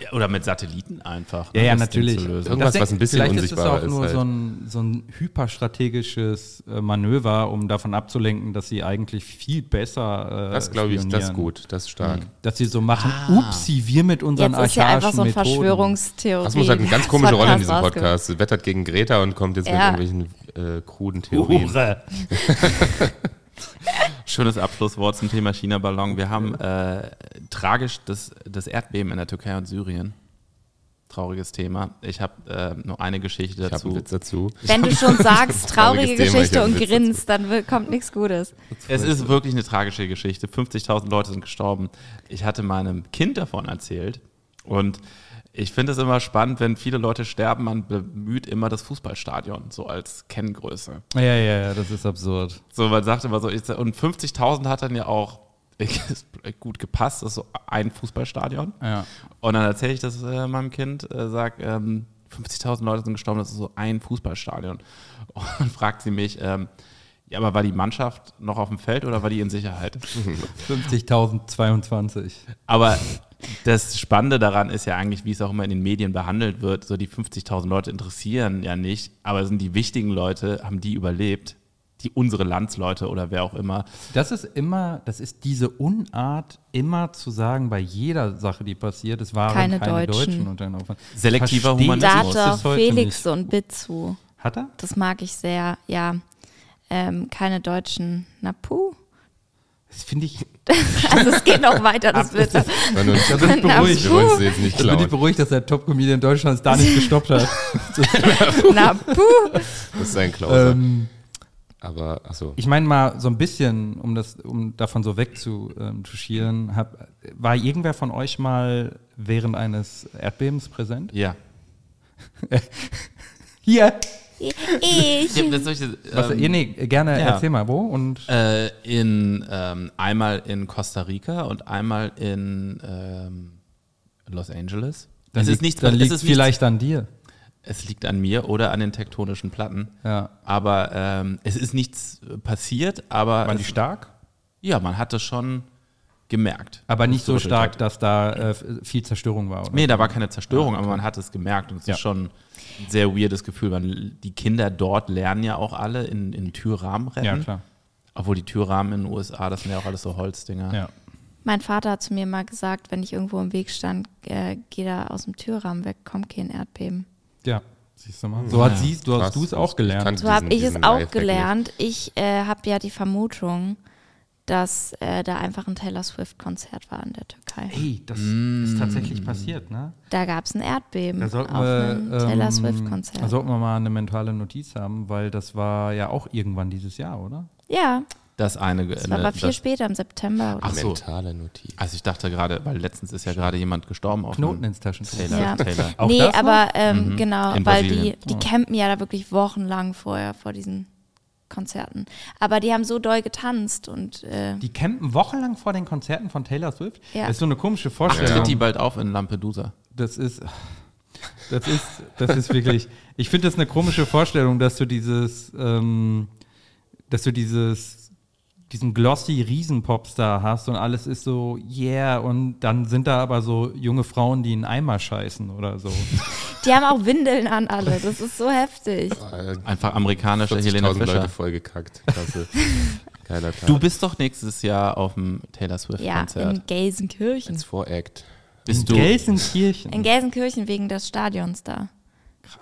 Speaker 1: Ja, Oder mit Satelliten einfach.
Speaker 2: ja,
Speaker 1: ne,
Speaker 2: ja,
Speaker 1: das Ding
Speaker 2: natürlich.
Speaker 1: zu lösen.
Speaker 3: Irgendwas, was ein bisschen
Speaker 2: vielleicht
Speaker 3: unsichtbarer
Speaker 2: ist es auch
Speaker 3: ist
Speaker 2: nur
Speaker 3: halt.
Speaker 2: so, ein, so ein hyperstrategisches äh, Manöver, um davon abzulenken, dass sie eigentlich viel besser äh,
Speaker 3: Das glaube ich, das ist
Speaker 2: spionieren.
Speaker 3: gut, das ist stark.
Speaker 2: Dass sie so machen, upsi, wir mit unseren
Speaker 4: Ah. Jetzt ist ja einfach so ein
Speaker 2: Methoden.
Speaker 4: Verschwörungstheorie.
Speaker 3: Rasmus hat halt eine ganz komische Rolle in diesem
Speaker 4: rausge-
Speaker 3: Podcast. Sie Wettert gegen Greta und kommt jetzt
Speaker 4: Ja.
Speaker 3: mit irgendwelchen äh, kruden Theorien.
Speaker 2: Hure.
Speaker 1: Schönes Abschlusswort zum Thema China-Ballon. Wir haben äh, tragisch das, das Erdbeben in der Türkei und Syrien. Trauriges Thema. Ich habe äh, nur eine Geschichte
Speaker 3: Ich habe einen
Speaker 1: dazu.
Speaker 3: Witz dazu.
Speaker 4: Wenn du schon sagst, traurige
Speaker 3: Trauriges Thema, ich
Speaker 4: Geschichte
Speaker 3: hab
Speaker 4: und
Speaker 3: einen Witz
Speaker 4: grinst, dann wi- kommt nichts Gutes.
Speaker 1: Es ist wirklich eine tragische Geschichte. 50.000 Leute sind gestorben. Ich hatte meinem Kind davon erzählt und ich finde es immer spannend, wenn viele Leute sterben, man bemüht immer das Fußballstadion so als Kenngröße.
Speaker 2: Ja, ja, ja, das ist absurd.
Speaker 1: So, man sagt immer so, ich, und 50.000 hat dann ja auch (laughs) gut gepasst, das ist so ein Fußballstadion.
Speaker 2: Ja.
Speaker 1: Und dann erzähle ich das äh, meinem Kind, äh, sag, ähm, 50.000 Leute sind gestorben, das ist so ein Fußballstadion. (laughs) Und dann fragt sie mich, ähm, ja, aber war die Mannschaft noch auf dem Feld oder war die in Sicherheit?
Speaker 2: 50.022.
Speaker 1: Aber das Spannende daran ist ja eigentlich, wie es auch immer in den Medien behandelt wird, so die 50.000 Leute interessieren ja nicht, aber sind die wichtigen Leute, haben die überlebt, die unsere Landsleute oder wer auch immer.
Speaker 2: Das ist immer, das ist diese Unart, immer zu sagen, bei jeder Sache, die passiert, es waren
Speaker 4: Keine
Speaker 2: keine,
Speaker 4: Deutschen.
Speaker 2: Deutschen. unter den Opfern.
Speaker 1: Selektiver
Speaker 2: Verstehe ich
Speaker 4: Da
Speaker 1: Humanismus.
Speaker 4: hat
Speaker 2: bis
Speaker 4: doch
Speaker 2: heute
Speaker 4: Felix
Speaker 2: nicht.
Speaker 4: so ein Bit zu.
Speaker 2: Hat er?
Speaker 4: Das mag ich sehr, ja. Ähm, keine Deutschen. Na puh.
Speaker 2: Das finde ich,
Speaker 4: (laughs) Also es geht noch weiter,
Speaker 2: (laughs)
Speaker 4: das wird.
Speaker 3: War nur ein
Speaker 2: da bin ich beruhigt.
Speaker 4: Na,
Speaker 3: Wir wollen es jetzt nicht
Speaker 2: Da bin ich
Speaker 3: klauen.
Speaker 2: beruhigt, dass der Top-Comedian Deutschlands
Speaker 1: (laughs)
Speaker 2: da nicht gestoppt hat.
Speaker 4: Na puh.
Speaker 3: Das ist ein Klauser.
Speaker 1: (laughs)
Speaker 2: ähm,
Speaker 3: Aber, achso.
Speaker 2: ich meine mal so ein bisschen, um das, um davon so wegzutuschieren, ähm, hab, war irgendwer von euch mal während eines Erdbebens präsent?
Speaker 1: Ja.
Speaker 2: Hier!
Speaker 4: Ich.
Speaker 1: ja das solche,
Speaker 2: Was,
Speaker 1: ähm,
Speaker 2: ihr, nee, gerne
Speaker 1: ja.
Speaker 2: erzähl mal, wo und
Speaker 1: Äh, in, ähm, einmal in Costa Rica und einmal in ähm, Los Angeles. es ist nichts,
Speaker 2: dann
Speaker 1: es
Speaker 2: liegt
Speaker 1: ist nichts-
Speaker 2: vielleicht an dir.
Speaker 1: es liegt an mir oder an den tektonischen Platten.
Speaker 2: Ja.
Speaker 1: Aber ähm, es ist nichts äh, passiert, aber
Speaker 2: Waren die
Speaker 1: es,
Speaker 2: stark?
Speaker 1: ja, man hat das schon gemerkt.
Speaker 2: Aber nicht so
Speaker 1: Gerüttelt
Speaker 2: stark,
Speaker 1: hat.
Speaker 2: dass da äh, f- viel Zerstörung war. Oder?
Speaker 1: Nee, da war keine Zerstörung, aber man hat es gemerkt und es
Speaker 2: Ja.
Speaker 1: ist schon ein sehr weirdes Gefühl. Man, die Kinder dort lernen ja auch alle in, in Türrahmen rennen.
Speaker 2: Ja, klar.
Speaker 1: Obwohl die Türrahmen in den USA, das sind ja auch alles so Holzdinger.
Speaker 2: Ja.
Speaker 4: Mein Vater hat zu mir mal gesagt, wenn ich irgendwo im Weg stand, äh, geh da aus dem Türrahmen weg, kommt kein Erdbeben.
Speaker 2: ja. Siehst du mal. So hat
Speaker 1: Ja.
Speaker 2: sie, du hast du es auch gelernt.
Speaker 4: So habe ich es auch gelernt. Ich äh, habe ja die Vermutung, dass äh, da einfach ein Taylor Swift-Konzert war in der Türkei.
Speaker 2: Ey, das ist tatsächlich passiert, ne?
Speaker 4: Da gab es ein Erdbeben
Speaker 2: Da
Speaker 4: auf
Speaker 2: sollten
Speaker 4: einem
Speaker 2: wir,
Speaker 4: Taylor
Speaker 2: ähm,
Speaker 4: Swift-Konzert.
Speaker 2: da sollten wir mal eine mentale Notiz haben, weil das war ja auch irgendwann dieses Jahr, oder?
Speaker 4: ja,
Speaker 1: Äh, ne, Das eine.
Speaker 4: das war aber viel später, im September. Oder
Speaker 1: Ach so.
Speaker 3: Mentale Notiz.
Speaker 1: Also ich dachte gerade, weil letztens ist ja gerade jemand gestorben auf
Speaker 2: Knoten
Speaker 1: einem
Speaker 2: ins Taschentuch.
Speaker 1: Taylor.
Speaker 4: Ja.
Speaker 1: Taylor. Mhm.
Speaker 2: Auch
Speaker 4: nee,
Speaker 2: das noch? Oh.
Speaker 4: aber ähm, genau,
Speaker 1: In
Speaker 4: weil die,
Speaker 1: Brasilien.
Speaker 4: die campen ja da wirklich wochenlang vorher vor diesen Konzerten. Aber die haben so doll getanzt und äh,
Speaker 2: Die campen wochenlang vor den Konzerten von Taylor Swift.
Speaker 4: Ja.
Speaker 2: Das ist so eine komische
Speaker 1: Ach,
Speaker 2: Vorstellung.
Speaker 1: tritt die bald auf in Lampedusa.
Speaker 2: Das ist. Das ist, das ist wirklich. Ich finde das eine komische Vorstellung, dass du dieses, ähm, dass du dieses, diesen glossy Riesen-Popstar hast und alles ist so, yeah, und dann sind da aber so junge Frauen, die in Eimer scheißen oder so.
Speaker 4: die haben auch Windeln an alle. Das ist
Speaker 1: (laughs)
Speaker 4: so heftig.
Speaker 1: Einfach amerikanische Helene
Speaker 3: 40.000
Speaker 1: Fischer.
Speaker 3: Leute vollgekackt. Klasse. Geiler Tag.
Speaker 1: Du bist doch nächstes Jahr auf dem Taylor
Speaker 4: Ja,
Speaker 1: Swift-Konzert.
Speaker 4: in Gelsenkirchen.
Speaker 3: als Voract.
Speaker 1: bist
Speaker 2: in
Speaker 1: du?
Speaker 4: In
Speaker 2: Gelsenkirchen.
Speaker 4: Gelsenkirchen wegen des Stadions da.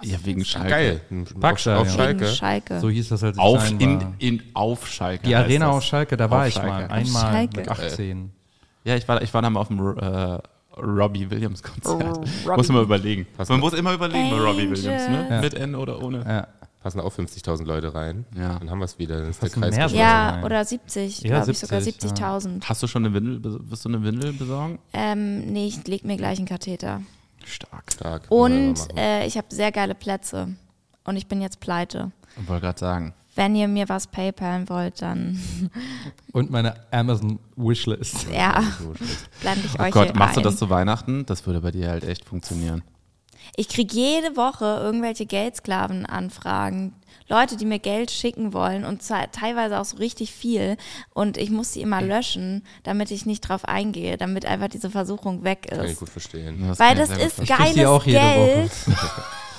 Speaker 1: Ja, wegen Schalke.
Speaker 3: Geil.
Speaker 2: Parkstadion.
Speaker 3: Auf
Speaker 4: Wegen
Speaker 3: Schalke.
Speaker 4: Schalke.
Speaker 2: So hieß das, als ich
Speaker 1: Auf,
Speaker 2: klein war.
Speaker 1: in, in, auf Schalke.
Speaker 2: Die
Speaker 1: heißt
Speaker 2: Arena
Speaker 1: das.
Speaker 2: auf Schalke, da war
Speaker 1: Auf
Speaker 2: ich
Speaker 1: Schalke.
Speaker 2: mal.
Speaker 1: Auf
Speaker 2: Einmal mit
Speaker 4: Schalke.
Speaker 2: 18.
Speaker 1: Ja, ich war, ich war da mal auf dem äh, Robbie
Speaker 4: Oh,
Speaker 1: Williams-Konzert. (laughs) Muss man überlegen.
Speaker 3: Passt
Speaker 1: man
Speaker 3: mal.
Speaker 1: muss immer überlegen bei Robbie
Speaker 4: Angels.
Speaker 1: Williams, ne?
Speaker 2: Ja.
Speaker 1: Mit N oder ohne.
Speaker 2: Ja.
Speaker 3: Passen auch 50.000 Leute rein.
Speaker 1: Ja.
Speaker 3: Dann haben wir es wieder. Dann ist der
Speaker 2: Passen
Speaker 3: Kreis
Speaker 2: mehr
Speaker 3: geschlossen.
Speaker 4: ja,
Speaker 2: Nein.
Speaker 4: oder 70,
Speaker 2: Ja,
Speaker 4: glaube ich, sogar
Speaker 2: 70,
Speaker 4: 70.000.
Speaker 1: Hast du schon eine Windel, bes- wirst du eine Windel besorgen?
Speaker 4: Ähm, nee, ich leg mir gleich einen Katheter.
Speaker 1: Stark.
Speaker 3: Stark. Wollen wir
Speaker 4: Und
Speaker 3: machen.
Speaker 4: äh, ich habe sehr geile Plätze. Und ich bin jetzt pleite.
Speaker 1: Ich wollte gerade sagen.
Speaker 4: Wenn ihr mir was PayPalen wollt, dann
Speaker 2: Und meine Amazon-Wishlist.
Speaker 4: ja, (laughs) blende ich
Speaker 1: Oh
Speaker 4: euch
Speaker 1: Gott,
Speaker 4: hier
Speaker 1: machst du
Speaker 4: ein.
Speaker 1: das zu Weihnachten? Das würde bei dir halt echt funktionieren.
Speaker 4: Ich kriege jede Woche irgendwelche Geldsklavenanfragen. Leute, die mir Geld schicken wollen und zwar teilweise auch so richtig viel. Und ich muss die immer löschen, damit ich nicht drauf eingehe, damit einfach diese Versuchung weg
Speaker 3: Kann ich
Speaker 4: ist.
Speaker 3: gut verstehen.
Speaker 1: Ja, das
Speaker 4: Weil
Speaker 1: kann ich
Speaker 4: das
Speaker 1: selber
Speaker 4: ist
Speaker 1: verstehen.
Speaker 2: krieg
Speaker 4: geiles
Speaker 2: die auch jede
Speaker 4: Geld.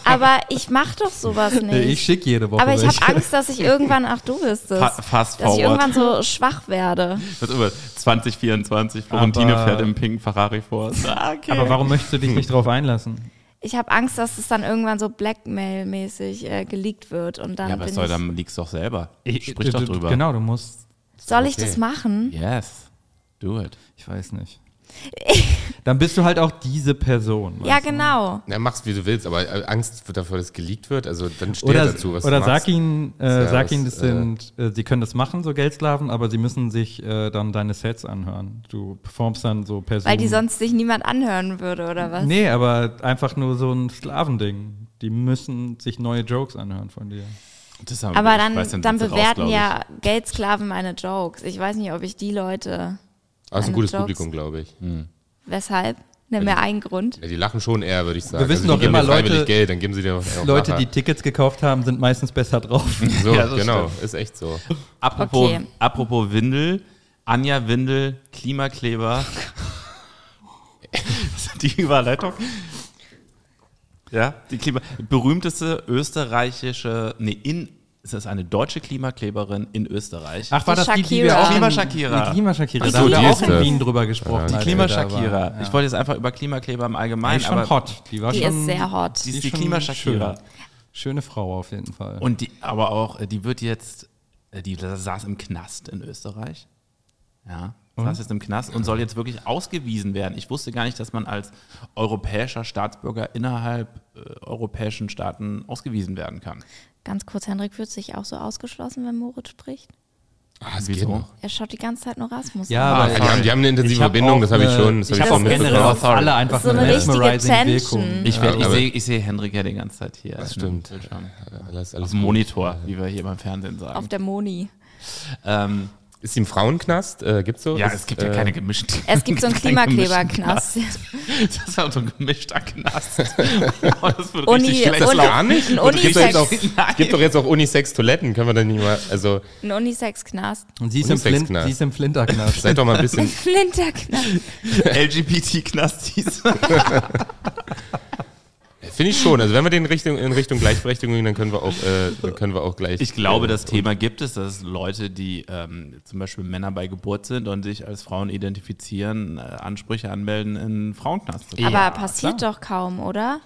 Speaker 4: aber ich mach doch
Speaker 1: (laughs)
Speaker 4: sowas nicht.
Speaker 2: Ich schicke jede Woche.
Speaker 4: aber ich
Speaker 2: welche.
Speaker 4: habe Angst, dass ich irgendwann, ach du bist es,
Speaker 1: Fa- fast
Speaker 4: dass ich
Speaker 1: forward.
Speaker 4: irgendwann so schwach werde.
Speaker 1: Das ist über 2024, Florentine
Speaker 2: Aber-
Speaker 1: fährt im pinken Ferrari (laughs) vor. Ah, okay.
Speaker 2: Aber warum möchtest du dich nicht drauf einlassen?
Speaker 4: Ich habe Angst, dass es dann irgendwann so Blackmail-mäßig äh, geleakt wird und dann
Speaker 1: Ja,
Speaker 4: bin
Speaker 1: was
Speaker 4: ich,
Speaker 1: soll, dann liegst du doch selber. Sprich
Speaker 2: du- genau,
Speaker 1: doch
Speaker 2: du-
Speaker 1: drüber.
Speaker 2: Genau, du musst.
Speaker 4: soll ich
Speaker 3: Okay.
Speaker 4: das machen?
Speaker 1: Yes. Do it.
Speaker 4: (laughs)
Speaker 2: Ich weiß nicht. Dann bist du halt auch diese Person.
Speaker 4: Ja,
Speaker 2: weißt du?
Speaker 4: genau.
Speaker 3: Na, mach's wie du willst, aber äh, Angst wird davor, dass geleakt wird. Also dann steh
Speaker 2: Oder,
Speaker 3: dazu, was
Speaker 2: oder
Speaker 3: du machst.
Speaker 2: sag ihnen, äh,
Speaker 3: Ja,
Speaker 2: sag
Speaker 3: das,
Speaker 2: ihnen, das
Speaker 3: äh,
Speaker 2: sind, äh, sie können das machen, so Geldsklaven, aber sie müssen sich äh, dann deine Sets anhören. Du performst dann so Personen.
Speaker 4: Weil die sonst sich niemand anhören würde, oder was?
Speaker 2: Nee, aber einfach nur so ein Sklavending. Die müssen sich neue Jokes anhören von dir.
Speaker 1: Das haben-
Speaker 4: Aber
Speaker 1: ich
Speaker 4: dann,
Speaker 1: weiß,
Speaker 4: dann,
Speaker 1: sind sie raus,
Speaker 4: bewerten
Speaker 1: glaub ich.
Speaker 4: ja Geldsklaven meine Jokes. Ich weiß nicht, ob ich die Leute.
Speaker 3: Aber es Ah, ist ein
Speaker 4: Deine
Speaker 3: gutes
Speaker 4: Jokes.
Speaker 3: Publikum, glaube ich.
Speaker 4: Weshalb? Nenn mir einen Grund.
Speaker 3: Ja, die lachen schon eher, würde ich sagen. Also,
Speaker 2: Wir wissen
Speaker 3: die
Speaker 2: doch
Speaker 3: geben
Speaker 2: immer,
Speaker 3: dir freiwillig
Speaker 2: Leute-
Speaker 3: Geld, dann geben sie dir auch auch
Speaker 2: Leute, die
Speaker 3: Lacher.
Speaker 2: Tickets gekauft haben, sind meistens besser drauf.
Speaker 3: So,
Speaker 1: Ja, das
Speaker 3: genau, ist echt so.
Speaker 1: Apropos,
Speaker 4: Okay.
Speaker 1: apropos Windel, Anja Windel, Klimakleber. (laughs) die Überleitung. Ja, die Klima berühmteste österreichische, nee, in, es ist eine deutsche Klimakleberin in Österreich.
Speaker 2: Ach, war
Speaker 4: Die
Speaker 2: das die, die
Speaker 4: Shakira.
Speaker 2: wir auch...
Speaker 1: Klima-Shakira.
Speaker 2: Die Klima-Shakira.
Speaker 1: Ach so,
Speaker 2: Da haben wir
Speaker 1: die
Speaker 2: auch
Speaker 1: ist
Speaker 2: in
Speaker 3: das.
Speaker 2: Wien drüber gesprochen.
Speaker 1: Die
Speaker 2: als wir da
Speaker 1: Klima-Shakira.
Speaker 2: waren.
Speaker 1: Ich wollte jetzt einfach über Klimakleber im
Speaker 2: Die
Speaker 1: Allgemeinen,
Speaker 2: ist
Speaker 1: aber
Speaker 2: schon hot. Die war
Speaker 4: Die
Speaker 2: schon...
Speaker 4: ist sehr hot.
Speaker 1: die ist
Speaker 2: die
Speaker 1: die
Speaker 2: ist schon
Speaker 1: Klima-Shakira.
Speaker 2: schön. Schöne Frau auf jeden Fall.
Speaker 1: Und die, aber auch, äh, die wird jetzt, äh, die saß im Knast in Österreich. Ja, saß jetzt im Knast und soll jetzt wirklich ausgewiesen werden. Ich wusste gar nicht, dass man als europäischer Staatsbürger innerhalb äh, europäischen Staaten ausgewiesen werden kann.
Speaker 4: Ganz kurz, Hendrik fühlt sich auch so ausgeschlossen, wenn Moritz spricht.
Speaker 3: Ah, es
Speaker 1: Wieso?
Speaker 4: Er schaut die ganze Zeit nur Rasmus
Speaker 2: Ja,
Speaker 4: an.
Speaker 2: aber
Speaker 3: Die haben, die haben eine intensive
Speaker 2: Ich hab
Speaker 3: Verbindung,
Speaker 2: auch
Speaker 3: das habe ich
Speaker 2: eine-
Speaker 3: schon, das habe ich
Speaker 2: hab
Speaker 4: hab
Speaker 3: schon
Speaker 2: auch generell
Speaker 3: mitbekommen.
Speaker 2: auf alle einfach
Speaker 4: So eine richtige Tension.
Speaker 1: Ich,
Speaker 2: ja,
Speaker 1: werd- ich
Speaker 3: aber-
Speaker 1: sehe ich sehe Hendrik ja die ganze Zeit hier.
Speaker 3: Das stimmt.
Speaker 1: Auf dem
Speaker 3: Alles, alles gut.
Speaker 1: Monitor, wie wir hier beim Fernsehen
Speaker 4: Auf
Speaker 1: sagen.
Speaker 4: der Moni.
Speaker 1: Ähm,
Speaker 3: Ist die im Frauenknast? Äh, gibt's so?
Speaker 1: ja,
Speaker 3: Ist,
Speaker 1: es gibt ja
Speaker 3: äh,
Speaker 1: keine gemischten.
Speaker 4: (laughs) Es
Speaker 2: (laughs)
Speaker 1: (laughs)
Speaker 4: gibt so einen
Speaker 1: keinen gemischten
Speaker 4: Klimakleberknast. (laughs)
Speaker 1: Das ist auch so ein gemischter Knast. (laughs) Oh, das wird
Speaker 4: Uni-
Speaker 1: richtig schlecht.
Speaker 4: Uni-
Speaker 1: laufen.
Speaker 3: Gar nicht?
Speaker 4: Ein
Speaker 3: Und gibt's doch
Speaker 4: (laughs)
Speaker 3: jetzt auch-
Speaker 4: Unisex-
Speaker 3: Es gibt doch jetzt auch Unisex-Toiletten, können wir dann nicht mal, also
Speaker 4: Ein (laughs) Unisex-Knast.
Speaker 2: Und sie ist, im Flint,
Speaker 3: Unisex-Knast.
Speaker 2: sie ist im
Speaker 4: (laughs)
Speaker 2: Flinterknast.
Speaker 3: seid
Speaker 1: (laughs)
Speaker 3: doch mal ein bisschen,
Speaker 4: Flinterknast.
Speaker 1: (laughs) LGBT-Knastis.
Speaker 3: finde ich schon, also wenn wir den Richtung, in Richtung Gleichberechtigung gehen, dann können wir auch, äh, dann können wir auch gleich.
Speaker 1: Ich glaube,
Speaker 3: äh,
Speaker 1: das Thema gibt es, dass Leute, die ähm, zum Beispiel Männer bei Geburt sind und sich als Frauen identifizieren, äh, Ansprüche anmelden in Frauenknast. zu kommen.
Speaker 4: Aber passiert doch kaum, oder?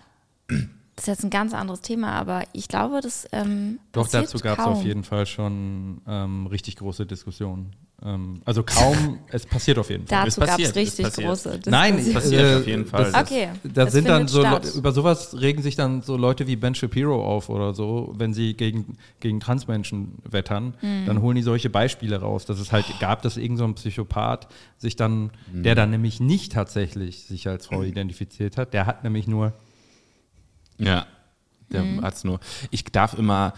Speaker 4: Das ist jetzt ein ganz anderes Thema, aber ich glaube, das ähm,
Speaker 2: Doch
Speaker 4: passiert
Speaker 2: dazu gab es
Speaker 4: kaum.
Speaker 2: auf jeden Fall schon ähm, richtig große Diskussionen. Ähm, also kaum, es passiert auf jeden Fall.
Speaker 1: Ist
Speaker 4: Dazu gab
Speaker 1: passiert,
Speaker 4: es
Speaker 1: ist
Speaker 4: richtig
Speaker 1: passiert.
Speaker 4: große Diskussionen.
Speaker 2: Nein,
Speaker 1: Das passiert
Speaker 2: äh,
Speaker 1: auf jeden Fall.
Speaker 2: Das,
Speaker 4: Okay,
Speaker 2: Da
Speaker 4: das
Speaker 2: sind dann
Speaker 4: findet
Speaker 2: so
Speaker 4: statt.
Speaker 2: Leute- über sowas regen sich dann so Leute wie Ben Shapiro auf oder so, wenn sie gegen, gegen Transmenschen wettern,
Speaker 4: Hm.
Speaker 2: dann holen die solche Beispiele raus, dass es halt
Speaker 4: Oh.
Speaker 2: gab, dass irgend so ein Psychopath sich dann,
Speaker 1: Hm.
Speaker 2: der dann nämlich nicht tatsächlich sich als
Speaker 4: Hm.
Speaker 2: Frau identifiziert hat, der hat nämlich nur
Speaker 1: Ja, der hat's nur. Ich darf immer,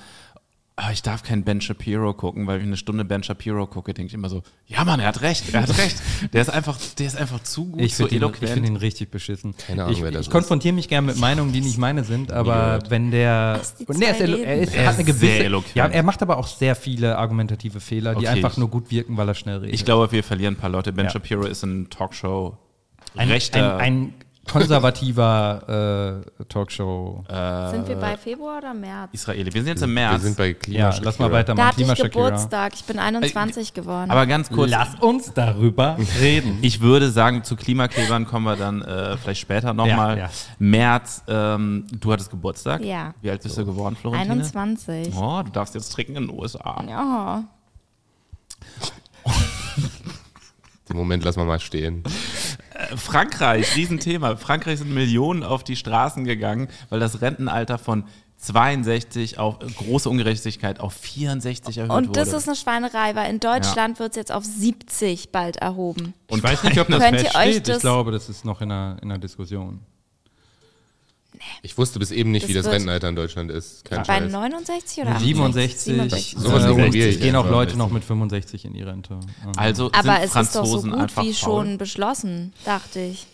Speaker 1: ah, ich darf keinen Ben Shapiro gucken, weil wenn ich eine Stunde Ben Shapiro gucke, denke ich immer so, ja Mann, er hat recht,
Speaker 2: (laughs)
Speaker 1: er hat recht. Der ist einfach, der ist einfach zu gut,
Speaker 2: Ich
Speaker 1: so
Speaker 2: finde ihn, ich
Speaker 1: eloquent.
Speaker 2: find ihn richtig beschissen.
Speaker 3: Keine Ahnung,
Speaker 2: ich
Speaker 3: wer das
Speaker 2: ich
Speaker 3: ist.
Speaker 2: konfrontiere mich gerne mit Meinungen, die nicht meine sind, aber wenn der.
Speaker 4: Ach, die
Speaker 2: und nee, er, ist,
Speaker 4: zwei
Speaker 2: elo-
Speaker 4: Leben.
Speaker 2: er, ist,
Speaker 1: Er
Speaker 2: er hat eine
Speaker 1: ist sehr
Speaker 2: gewisse.
Speaker 1: eloquent.
Speaker 2: Ja, er macht aber auch sehr viele argumentative Fehler, die
Speaker 1: Okay,
Speaker 2: einfach
Speaker 1: ich-
Speaker 2: nur gut wirken, weil er schnell redet.
Speaker 1: ich glaube, wir verlieren ein paar Leute. Ben
Speaker 2: Ja.
Speaker 1: Shapiro ist in Talkshow
Speaker 2: ein,
Speaker 1: rechter.
Speaker 2: ein, ein konservativer äh, Talkshow.
Speaker 4: Sind wir bei Februar oder März?
Speaker 1: Israeli. Wir sind jetzt im
Speaker 3: Wir
Speaker 1: März.
Speaker 3: sind bei Klima.
Speaker 2: ja, lass mal Äh,
Speaker 4: Da
Speaker 2: weitermachen.
Speaker 4: hatte ich
Speaker 2: Shakira.
Speaker 4: Geburtstag. Ich bin 21 geworden.
Speaker 1: aber ganz kurz.
Speaker 2: Lass uns
Speaker 1: (laughs)
Speaker 2: darüber reden.
Speaker 1: Ich würde sagen, zu Klimaklebern kommen wir dann äh, vielleicht später nochmal.
Speaker 2: Ja, ja.
Speaker 1: März, ähm, du hattest Geburtstag.
Speaker 4: Ja.
Speaker 1: Wie alt bist du geworden, Florentine?
Speaker 4: 21.
Speaker 1: Oh, du darfst jetzt trinken in den USA.
Speaker 4: Ja.
Speaker 3: Den Moment lassen wir mal stehen.
Speaker 1: Frankreich, Riesenthema. Frankreich sind Millionen auf die Straßen gegangen, weil das Rentenalter von 62 auf äh, große Ungerechtigkeit auf 64 erhöht
Speaker 4: Und
Speaker 1: wurde.
Speaker 4: das ist eine Schweinerei, weil in Deutschland wird es jetzt auf 70 bald erhoben.
Speaker 1: Und
Speaker 2: ich weiß nicht, ob das
Speaker 4: Könnt ihr euch
Speaker 2: feststeht. Ich
Speaker 4: das-
Speaker 2: glaube, das ist noch in einer, in einer Diskussion.
Speaker 3: Ich wusste bis eben nicht,
Speaker 4: Das
Speaker 3: wie das
Speaker 4: wird-
Speaker 3: Rentenalter in Deutschland ist. Kein
Speaker 4: Bei
Speaker 3: Scheiß.
Speaker 4: 69 oder
Speaker 2: 67,
Speaker 4: 67.
Speaker 3: Sowas
Speaker 2: äh,
Speaker 3: ignoriere ich
Speaker 2: gehen auch
Speaker 3: einfach.
Speaker 2: Leute noch mit 65 in die Rente. Ja.
Speaker 1: also
Speaker 4: Aber
Speaker 1: sind
Speaker 4: es ist doch
Speaker 1: Franzosen
Speaker 4: so gut
Speaker 1: einfach faul.
Speaker 4: wie schon beschlossen, dachte ich.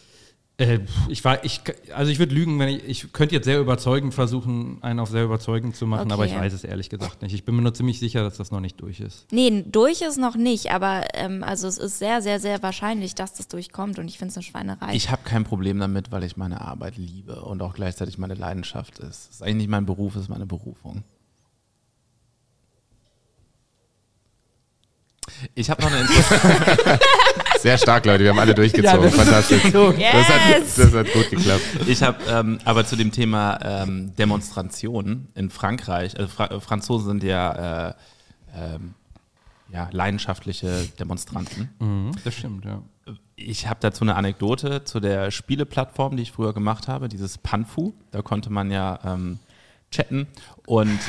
Speaker 2: Äh, pf, ich war, ich, also ich würde lügen, wenn ich, ich könnte jetzt sehr überzeugend versuchen, einen auf sehr überzeugend zu machen,
Speaker 4: Okay.
Speaker 2: aber ich weiß es ehrlich gesagt nicht. Ich bin mir nur ziemlich sicher, dass das noch nicht durch ist.
Speaker 4: Nee, durch ist noch nicht, aber ähm, also es ist sehr, sehr, sehr wahrscheinlich, dass das durchkommt und ich finde es eine Schweinerei.
Speaker 1: Ich habe kein Problem damit, weil ich meine Arbeit liebe und auch gleichzeitig meine Leidenschaft ist. Es ist eigentlich nicht mein Beruf, es ist meine Berufung. Ich habe noch eine interessante.
Speaker 3: Sehr stark, Leute, wir haben alle durchgezogen. Fantastisch. Das, hat,
Speaker 4: yes!
Speaker 3: das hat gut geklappt.
Speaker 1: Ich habe ähm, aber zu dem Thema ähm, Demonstrationen in Frankreich. Also Fra äh, Franzosen sind ja äh, ähm, ja, leidenschaftliche Demonstranten.
Speaker 2: Das stimmt, ja.
Speaker 1: Ich habe dazu eine Anekdote zu der Spieleplattform, die ich früher gemacht habe, dieses Panfu. Da konnte man ja ähm, chatten
Speaker 4: (laughs)
Speaker 1: und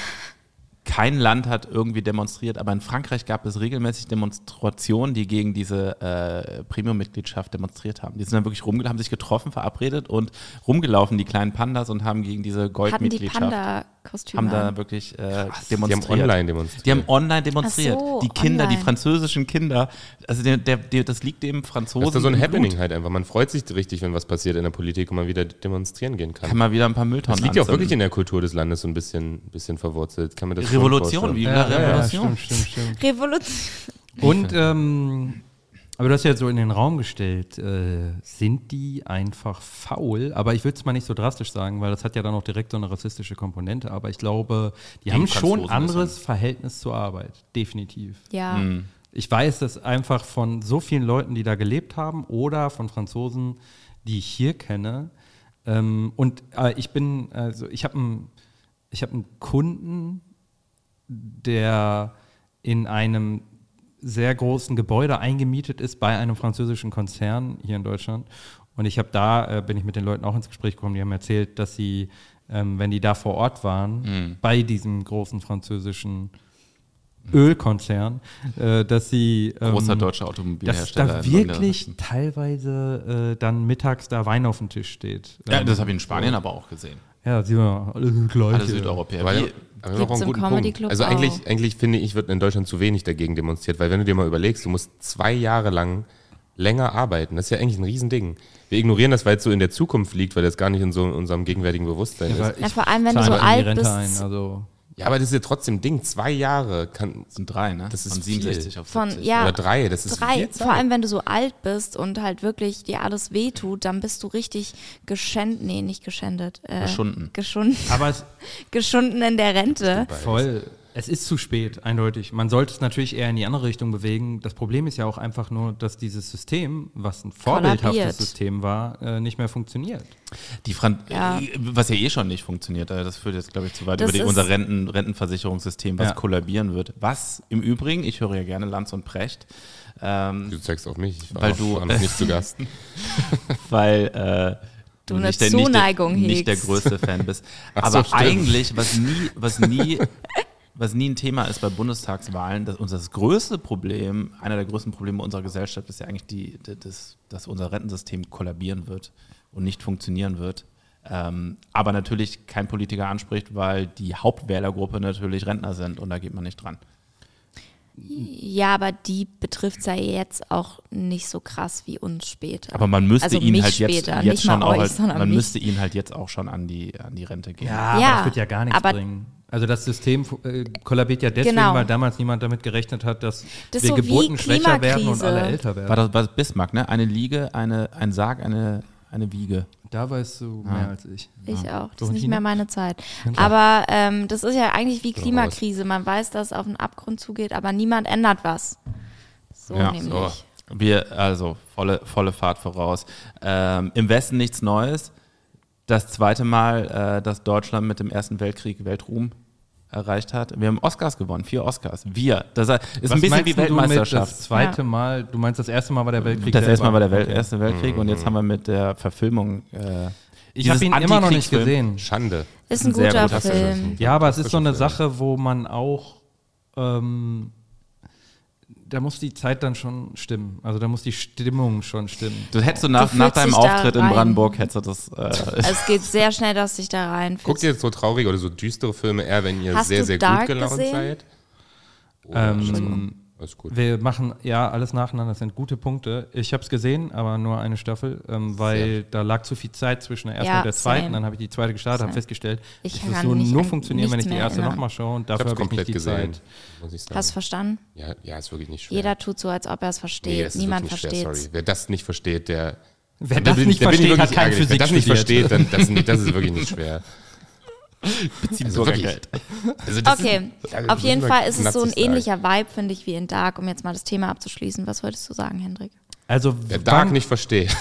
Speaker 1: kein Land hat irgendwie demonstriert, aber in Frankreich gab es regelmäßig Demonstrationen, die gegen diese äh, Premium-Mitgliedschaft demonstriert haben. Die sind dann wirklich rumgelaufen, haben sich getroffen, verabredet und rumgelaufen, die kleinen Pandas, und haben gegen diese
Speaker 4: Hatten die
Speaker 1: Goldmitgliedschaft. Haben
Speaker 4: Panda-Kostüme.
Speaker 1: da
Speaker 4: an.
Speaker 1: wirklich äh,
Speaker 3: Die haben
Speaker 1: demonstriert.
Speaker 3: online demonstriert.
Speaker 1: Die haben online demonstriert.
Speaker 4: Ach so,
Speaker 1: die Kinder, die
Speaker 4: online.
Speaker 1: französischen Kinder, also der, der, der, das liegt dem
Speaker 3: das
Speaker 1: Franzosen.
Speaker 3: ist da so ein
Speaker 1: im
Speaker 3: Happening
Speaker 1: Blut.
Speaker 3: halt einfach. Man freut sich richtig, wenn was passiert in der Politik und man wieder demonstrieren gehen kann.
Speaker 1: Kann mal wieder ein paar Mülltonnen
Speaker 3: das liegt ja auch
Speaker 1: anzünden.
Speaker 3: wirklich in der Kultur des Landes so ein bisschen, bisschen verwurzelt. Kann man das schon
Speaker 1: Revolution,
Speaker 3: vorstellen.
Speaker 1: wie ja, Revolution.
Speaker 2: stimmt, stimmt, stimmt.
Speaker 4: Revolution. (laughs)
Speaker 2: Und, ähm, aber du hast ja so in den Raum gestellt, äh, sind die einfach faul? Aber ich würde es mal nicht so drastisch sagen, weil das hat ja dann auch direkt so eine rassistische Komponente. Aber ich glaube, die haben schon
Speaker 1: Franzosen
Speaker 2: ein
Speaker 1: ist
Speaker 2: anderes Verhältnis zur Arbeit. Definitiv.
Speaker 4: Ja.
Speaker 1: Hm,
Speaker 2: Ich weiß das einfach von so vielen Leuten, die da gelebt haben oder von Franzosen, die ich hier kenne. Ähm, und äh, ich bin, also ich habe einen ich hab einen Kunden, der in einem sehr großen Gebäude eingemietet ist bei einem französischen Konzern hier in Deutschland. Und ich habe da, äh, bin ich mit den Leuten auch ins Gespräch gekommen, die haben erzählt, dass sie, ähm, wenn die da vor Ort waren,
Speaker 1: Mhm.
Speaker 2: bei diesem großen französischen Ölkonzern, äh, dass sie ähm,
Speaker 1: Großer deutscher
Speaker 2: dass
Speaker 1: Automobilhersteller.
Speaker 2: da
Speaker 1: in
Speaker 2: wirklich
Speaker 1: London.
Speaker 2: teilweise äh, dann mittags da Wein auf dem Tisch steht.
Speaker 1: Ja,
Speaker 2: Ähm,
Speaker 1: das habe ich in Spanien aber auch gesehen.
Speaker 2: Ja, sieht man alle gleich.
Speaker 1: Alle Südeuropäer.
Speaker 3: Aber
Speaker 1: Wie,
Speaker 3: aber
Speaker 4: Gibt's im Comedy Club
Speaker 3: Also eigentlich,
Speaker 4: auch.
Speaker 3: eigentlich finde ich, wird in Deutschland zu wenig dagegen demonstriert, weil wenn du dir mal überlegst, du musst zwei Jahre lang länger arbeiten. Das ist ja eigentlich ein Riesending. Wir ignorieren das, weil es so in der Zukunft liegt, weil das gar nicht in so in unserem gegenwärtigen Bewusstsein ist.
Speaker 4: Na, vor allem, wenn du so alt bist.
Speaker 2: halt Ein, also
Speaker 3: Ja, aber das ist ja trotzdem ein Ding. Zwei Jahre kann,
Speaker 1: das sind drei, ne?
Speaker 3: Das ist
Speaker 1: Von 67 auf
Speaker 4: Von-
Speaker 1: 70.
Speaker 4: ja.
Speaker 3: oder drei, das ist
Speaker 4: Drei,
Speaker 3: viel Zeit.
Speaker 4: vor allem wenn du so alt bist und halt wirklich dir alles wehtut, dann bist du richtig geschändet, nee, nicht geschändet. Äh,
Speaker 1: Geschunden.
Speaker 4: Geschunden. (laughs)
Speaker 2: aber es
Speaker 4: Geschunden in der Rente.
Speaker 2: voll. Es ist zu spät, eindeutig. Man sollte es natürlich eher in die andere Richtung bewegen. Das Problem ist ja auch einfach nur, dass dieses System, was ein vorbildhaftes
Speaker 4: Kollabiert.
Speaker 2: System war, äh, nicht mehr funktioniert.
Speaker 1: Die Fran
Speaker 4: Ja.
Speaker 1: äh, Was ja eh schon nicht funktioniert, äh, das führt jetzt, glaube ich, zu weit
Speaker 4: Das
Speaker 1: über die,
Speaker 4: ist-
Speaker 1: unser Renten, Rentenversicherungssystem, was
Speaker 2: Ja.
Speaker 1: kollabieren wird. Was im Übrigen, ich höre ja gerne Lanz und Precht, ähm,
Speaker 3: Du zeigst auf mich, ich war
Speaker 1: Weil
Speaker 3: noch-
Speaker 1: du-
Speaker 3: war noch
Speaker 1: (laughs)
Speaker 3: nicht zu Gast.
Speaker 1: weil äh,
Speaker 4: Du eine
Speaker 1: nicht der, nicht
Speaker 4: Zuneigung
Speaker 1: der, nicht der
Speaker 4: hegst.
Speaker 1: größte Fan bist.
Speaker 3: Ach so,
Speaker 1: Aber
Speaker 3: stimmt.
Speaker 1: eigentlich, was nie, was nie, was nie ein Thema ist bei Bundestagswahlen, dass unser das größte Problem, einer der größten Probleme unserer Gesellschaft ist ja eigentlich die, d- das, dass unser Rentensystem kollabieren wird und nicht funktionieren wird. Ähm, aber natürlich kein Politiker anspricht, weil die Hauptwählergruppe natürlich Rentner sind und da geht man nicht dran.
Speaker 4: Ja, aber die betrifft ja jetzt auch nicht so krass wie uns später.
Speaker 1: Aber man müsste
Speaker 4: also
Speaker 1: ihn
Speaker 4: mich
Speaker 1: halt
Speaker 4: später,
Speaker 1: jetzt,
Speaker 4: nicht
Speaker 1: jetzt schon
Speaker 4: mal
Speaker 1: auch
Speaker 4: euch,
Speaker 1: halt,
Speaker 4: sondern
Speaker 1: man
Speaker 4: mich.
Speaker 1: müsste ihn halt jetzt auch schon an die, an die Rente gehen.
Speaker 2: Ja,
Speaker 4: Ja,
Speaker 2: aber das wird ja gar nichts
Speaker 4: aber-
Speaker 2: bringen. Also das System äh, kollabiert ja deswegen,
Speaker 4: Genau.
Speaker 2: weil damals niemand damit gerechnet hat, dass
Speaker 4: Das
Speaker 2: wir
Speaker 4: so wie
Speaker 2: Geburten schwächer werden und
Speaker 4: Klimakrise.
Speaker 2: alle älter werden.
Speaker 1: War das, war das Bismarck, ne? Eine Liege, eine, ein Sarg, eine, eine Wiege.
Speaker 2: Da weißt du mehr als ich.
Speaker 4: Ich auch. Das
Speaker 2: So,
Speaker 4: ist nicht
Speaker 2: Tine?
Speaker 4: mehr meine Zeit. Aber ähm, das ist ja eigentlich wie Klimakrise. Man weiß, dass es auf den Abgrund zugeht, aber niemand ändert was. So
Speaker 1: Ja,
Speaker 4: nämlich.
Speaker 3: so.
Speaker 1: Wir, also volle, volle Fahrt voraus. Ähm, Im Westen nichts Neues. Das zweite Mal, äh, dass Deutschland mit dem Ersten Weltkrieg Weltruhm erreicht hat. Wir haben Oscars gewonnen, vier Oscars. Wir. Das ist ist ein bisschen wie
Speaker 2: meinst du mit
Speaker 1: Weltmeisterschaft.
Speaker 2: Das zweite
Speaker 4: Ja.
Speaker 2: Mal, du meinst, das erste Mal war der Weltkrieg.
Speaker 1: Das erste
Speaker 2: selber.
Speaker 1: Mal war der Wel
Speaker 2: Okay. Mhm.
Speaker 1: Erste Weltkrieg und jetzt haben wir mit der Verfilmung. Äh,
Speaker 2: Ich habe ihn immer noch nicht gesehen.
Speaker 3: Schande.
Speaker 4: Ist
Speaker 1: ein
Speaker 4: ein
Speaker 1: sehr
Speaker 4: guter
Speaker 1: guter
Speaker 4: Film.
Speaker 2: Ja, aber es ist so eine Sache, wo man auch, ähm, da muss die Zeit dann schon stimmen. Also da muss die Stimmung schon stimmen.
Speaker 1: Du hättest du nach,
Speaker 4: Du
Speaker 1: nach
Speaker 4: fühlst
Speaker 1: deinem
Speaker 4: dich da
Speaker 1: Auftritt in
Speaker 4: rein. Also
Speaker 1: Brandenburg, hättest du das. Äh, (laughs)
Speaker 4: Es geht sehr schnell, dass sich da rein.
Speaker 3: Guckt ihr jetzt so traurige oder so düstere Filme eher, wenn ihr
Speaker 4: Hast
Speaker 3: sehr,
Speaker 4: du
Speaker 3: sehr
Speaker 4: Dark
Speaker 3: gut gelaunt
Speaker 4: gesehen?
Speaker 3: seid? Oh,
Speaker 2: Ähm,
Speaker 3: alles gut.
Speaker 2: Wir machen ja alles nacheinander, das sind gute Punkte. Ich habe es gesehen, aber nur eine Staffel, ähm, weil da lag zu viel Zeit zwischen der ersten
Speaker 4: Ja,
Speaker 2: und der zweiten.
Speaker 4: same.
Speaker 2: Dann habe ich die zweite gestartet, habe
Speaker 4: Same.
Speaker 2: festgestellt,
Speaker 4: Ich
Speaker 2: das
Speaker 4: kann
Speaker 2: wird so
Speaker 4: mich
Speaker 2: nur
Speaker 4: an
Speaker 2: funktionieren, wenn ich
Speaker 4: nichts
Speaker 2: die
Speaker 4: mehr
Speaker 2: erste
Speaker 4: erinnern.
Speaker 2: nochmal schaue und
Speaker 3: Ich
Speaker 2: dafür
Speaker 3: habe es
Speaker 2: habe ich nicht
Speaker 3: komplett
Speaker 2: die
Speaker 3: gesehen,
Speaker 2: Zeit.
Speaker 3: muss ich sagen.
Speaker 4: Hast du verstanden?
Speaker 3: ja, ja, ist wirklich nicht schwer.
Speaker 4: Jeder tut so, als ob er es versteht.
Speaker 3: Nee, das ist
Speaker 4: Niemand
Speaker 3: wirklich schwer,
Speaker 4: versteht es.
Speaker 3: sorry. Wer das nicht versteht, der.
Speaker 2: Wer
Speaker 3: da
Speaker 2: das
Speaker 3: bin ich-
Speaker 2: nicht
Speaker 3: da bin ich
Speaker 2: versteht, hat
Speaker 3: wirklich
Speaker 2: keinen
Speaker 3: ärgerlich.
Speaker 2: Physik
Speaker 3: Wer das nicht
Speaker 2: studiert.
Speaker 3: versteht, dann das, ist- das ist wirklich nicht
Speaker 2: (laughs)
Speaker 3: schwer. Also wirklich.
Speaker 1: Bürgergeld.
Speaker 3: Also das
Speaker 4: Okay,
Speaker 3: ist- da
Speaker 4: auf
Speaker 3: müssen
Speaker 4: jeden
Speaker 3: wir
Speaker 4: Fall ist es
Speaker 3: knapp
Speaker 4: so ein
Speaker 3: sagen.
Speaker 4: ähnlicher Vibe, finde ich, wie in Dark, um jetzt mal das Thema abzuschließen. Was wolltest du sagen, Hendrik?
Speaker 2: Also (laughs)
Speaker 3: (laughs) Wer Dark
Speaker 2: wann,
Speaker 3: nicht versteht.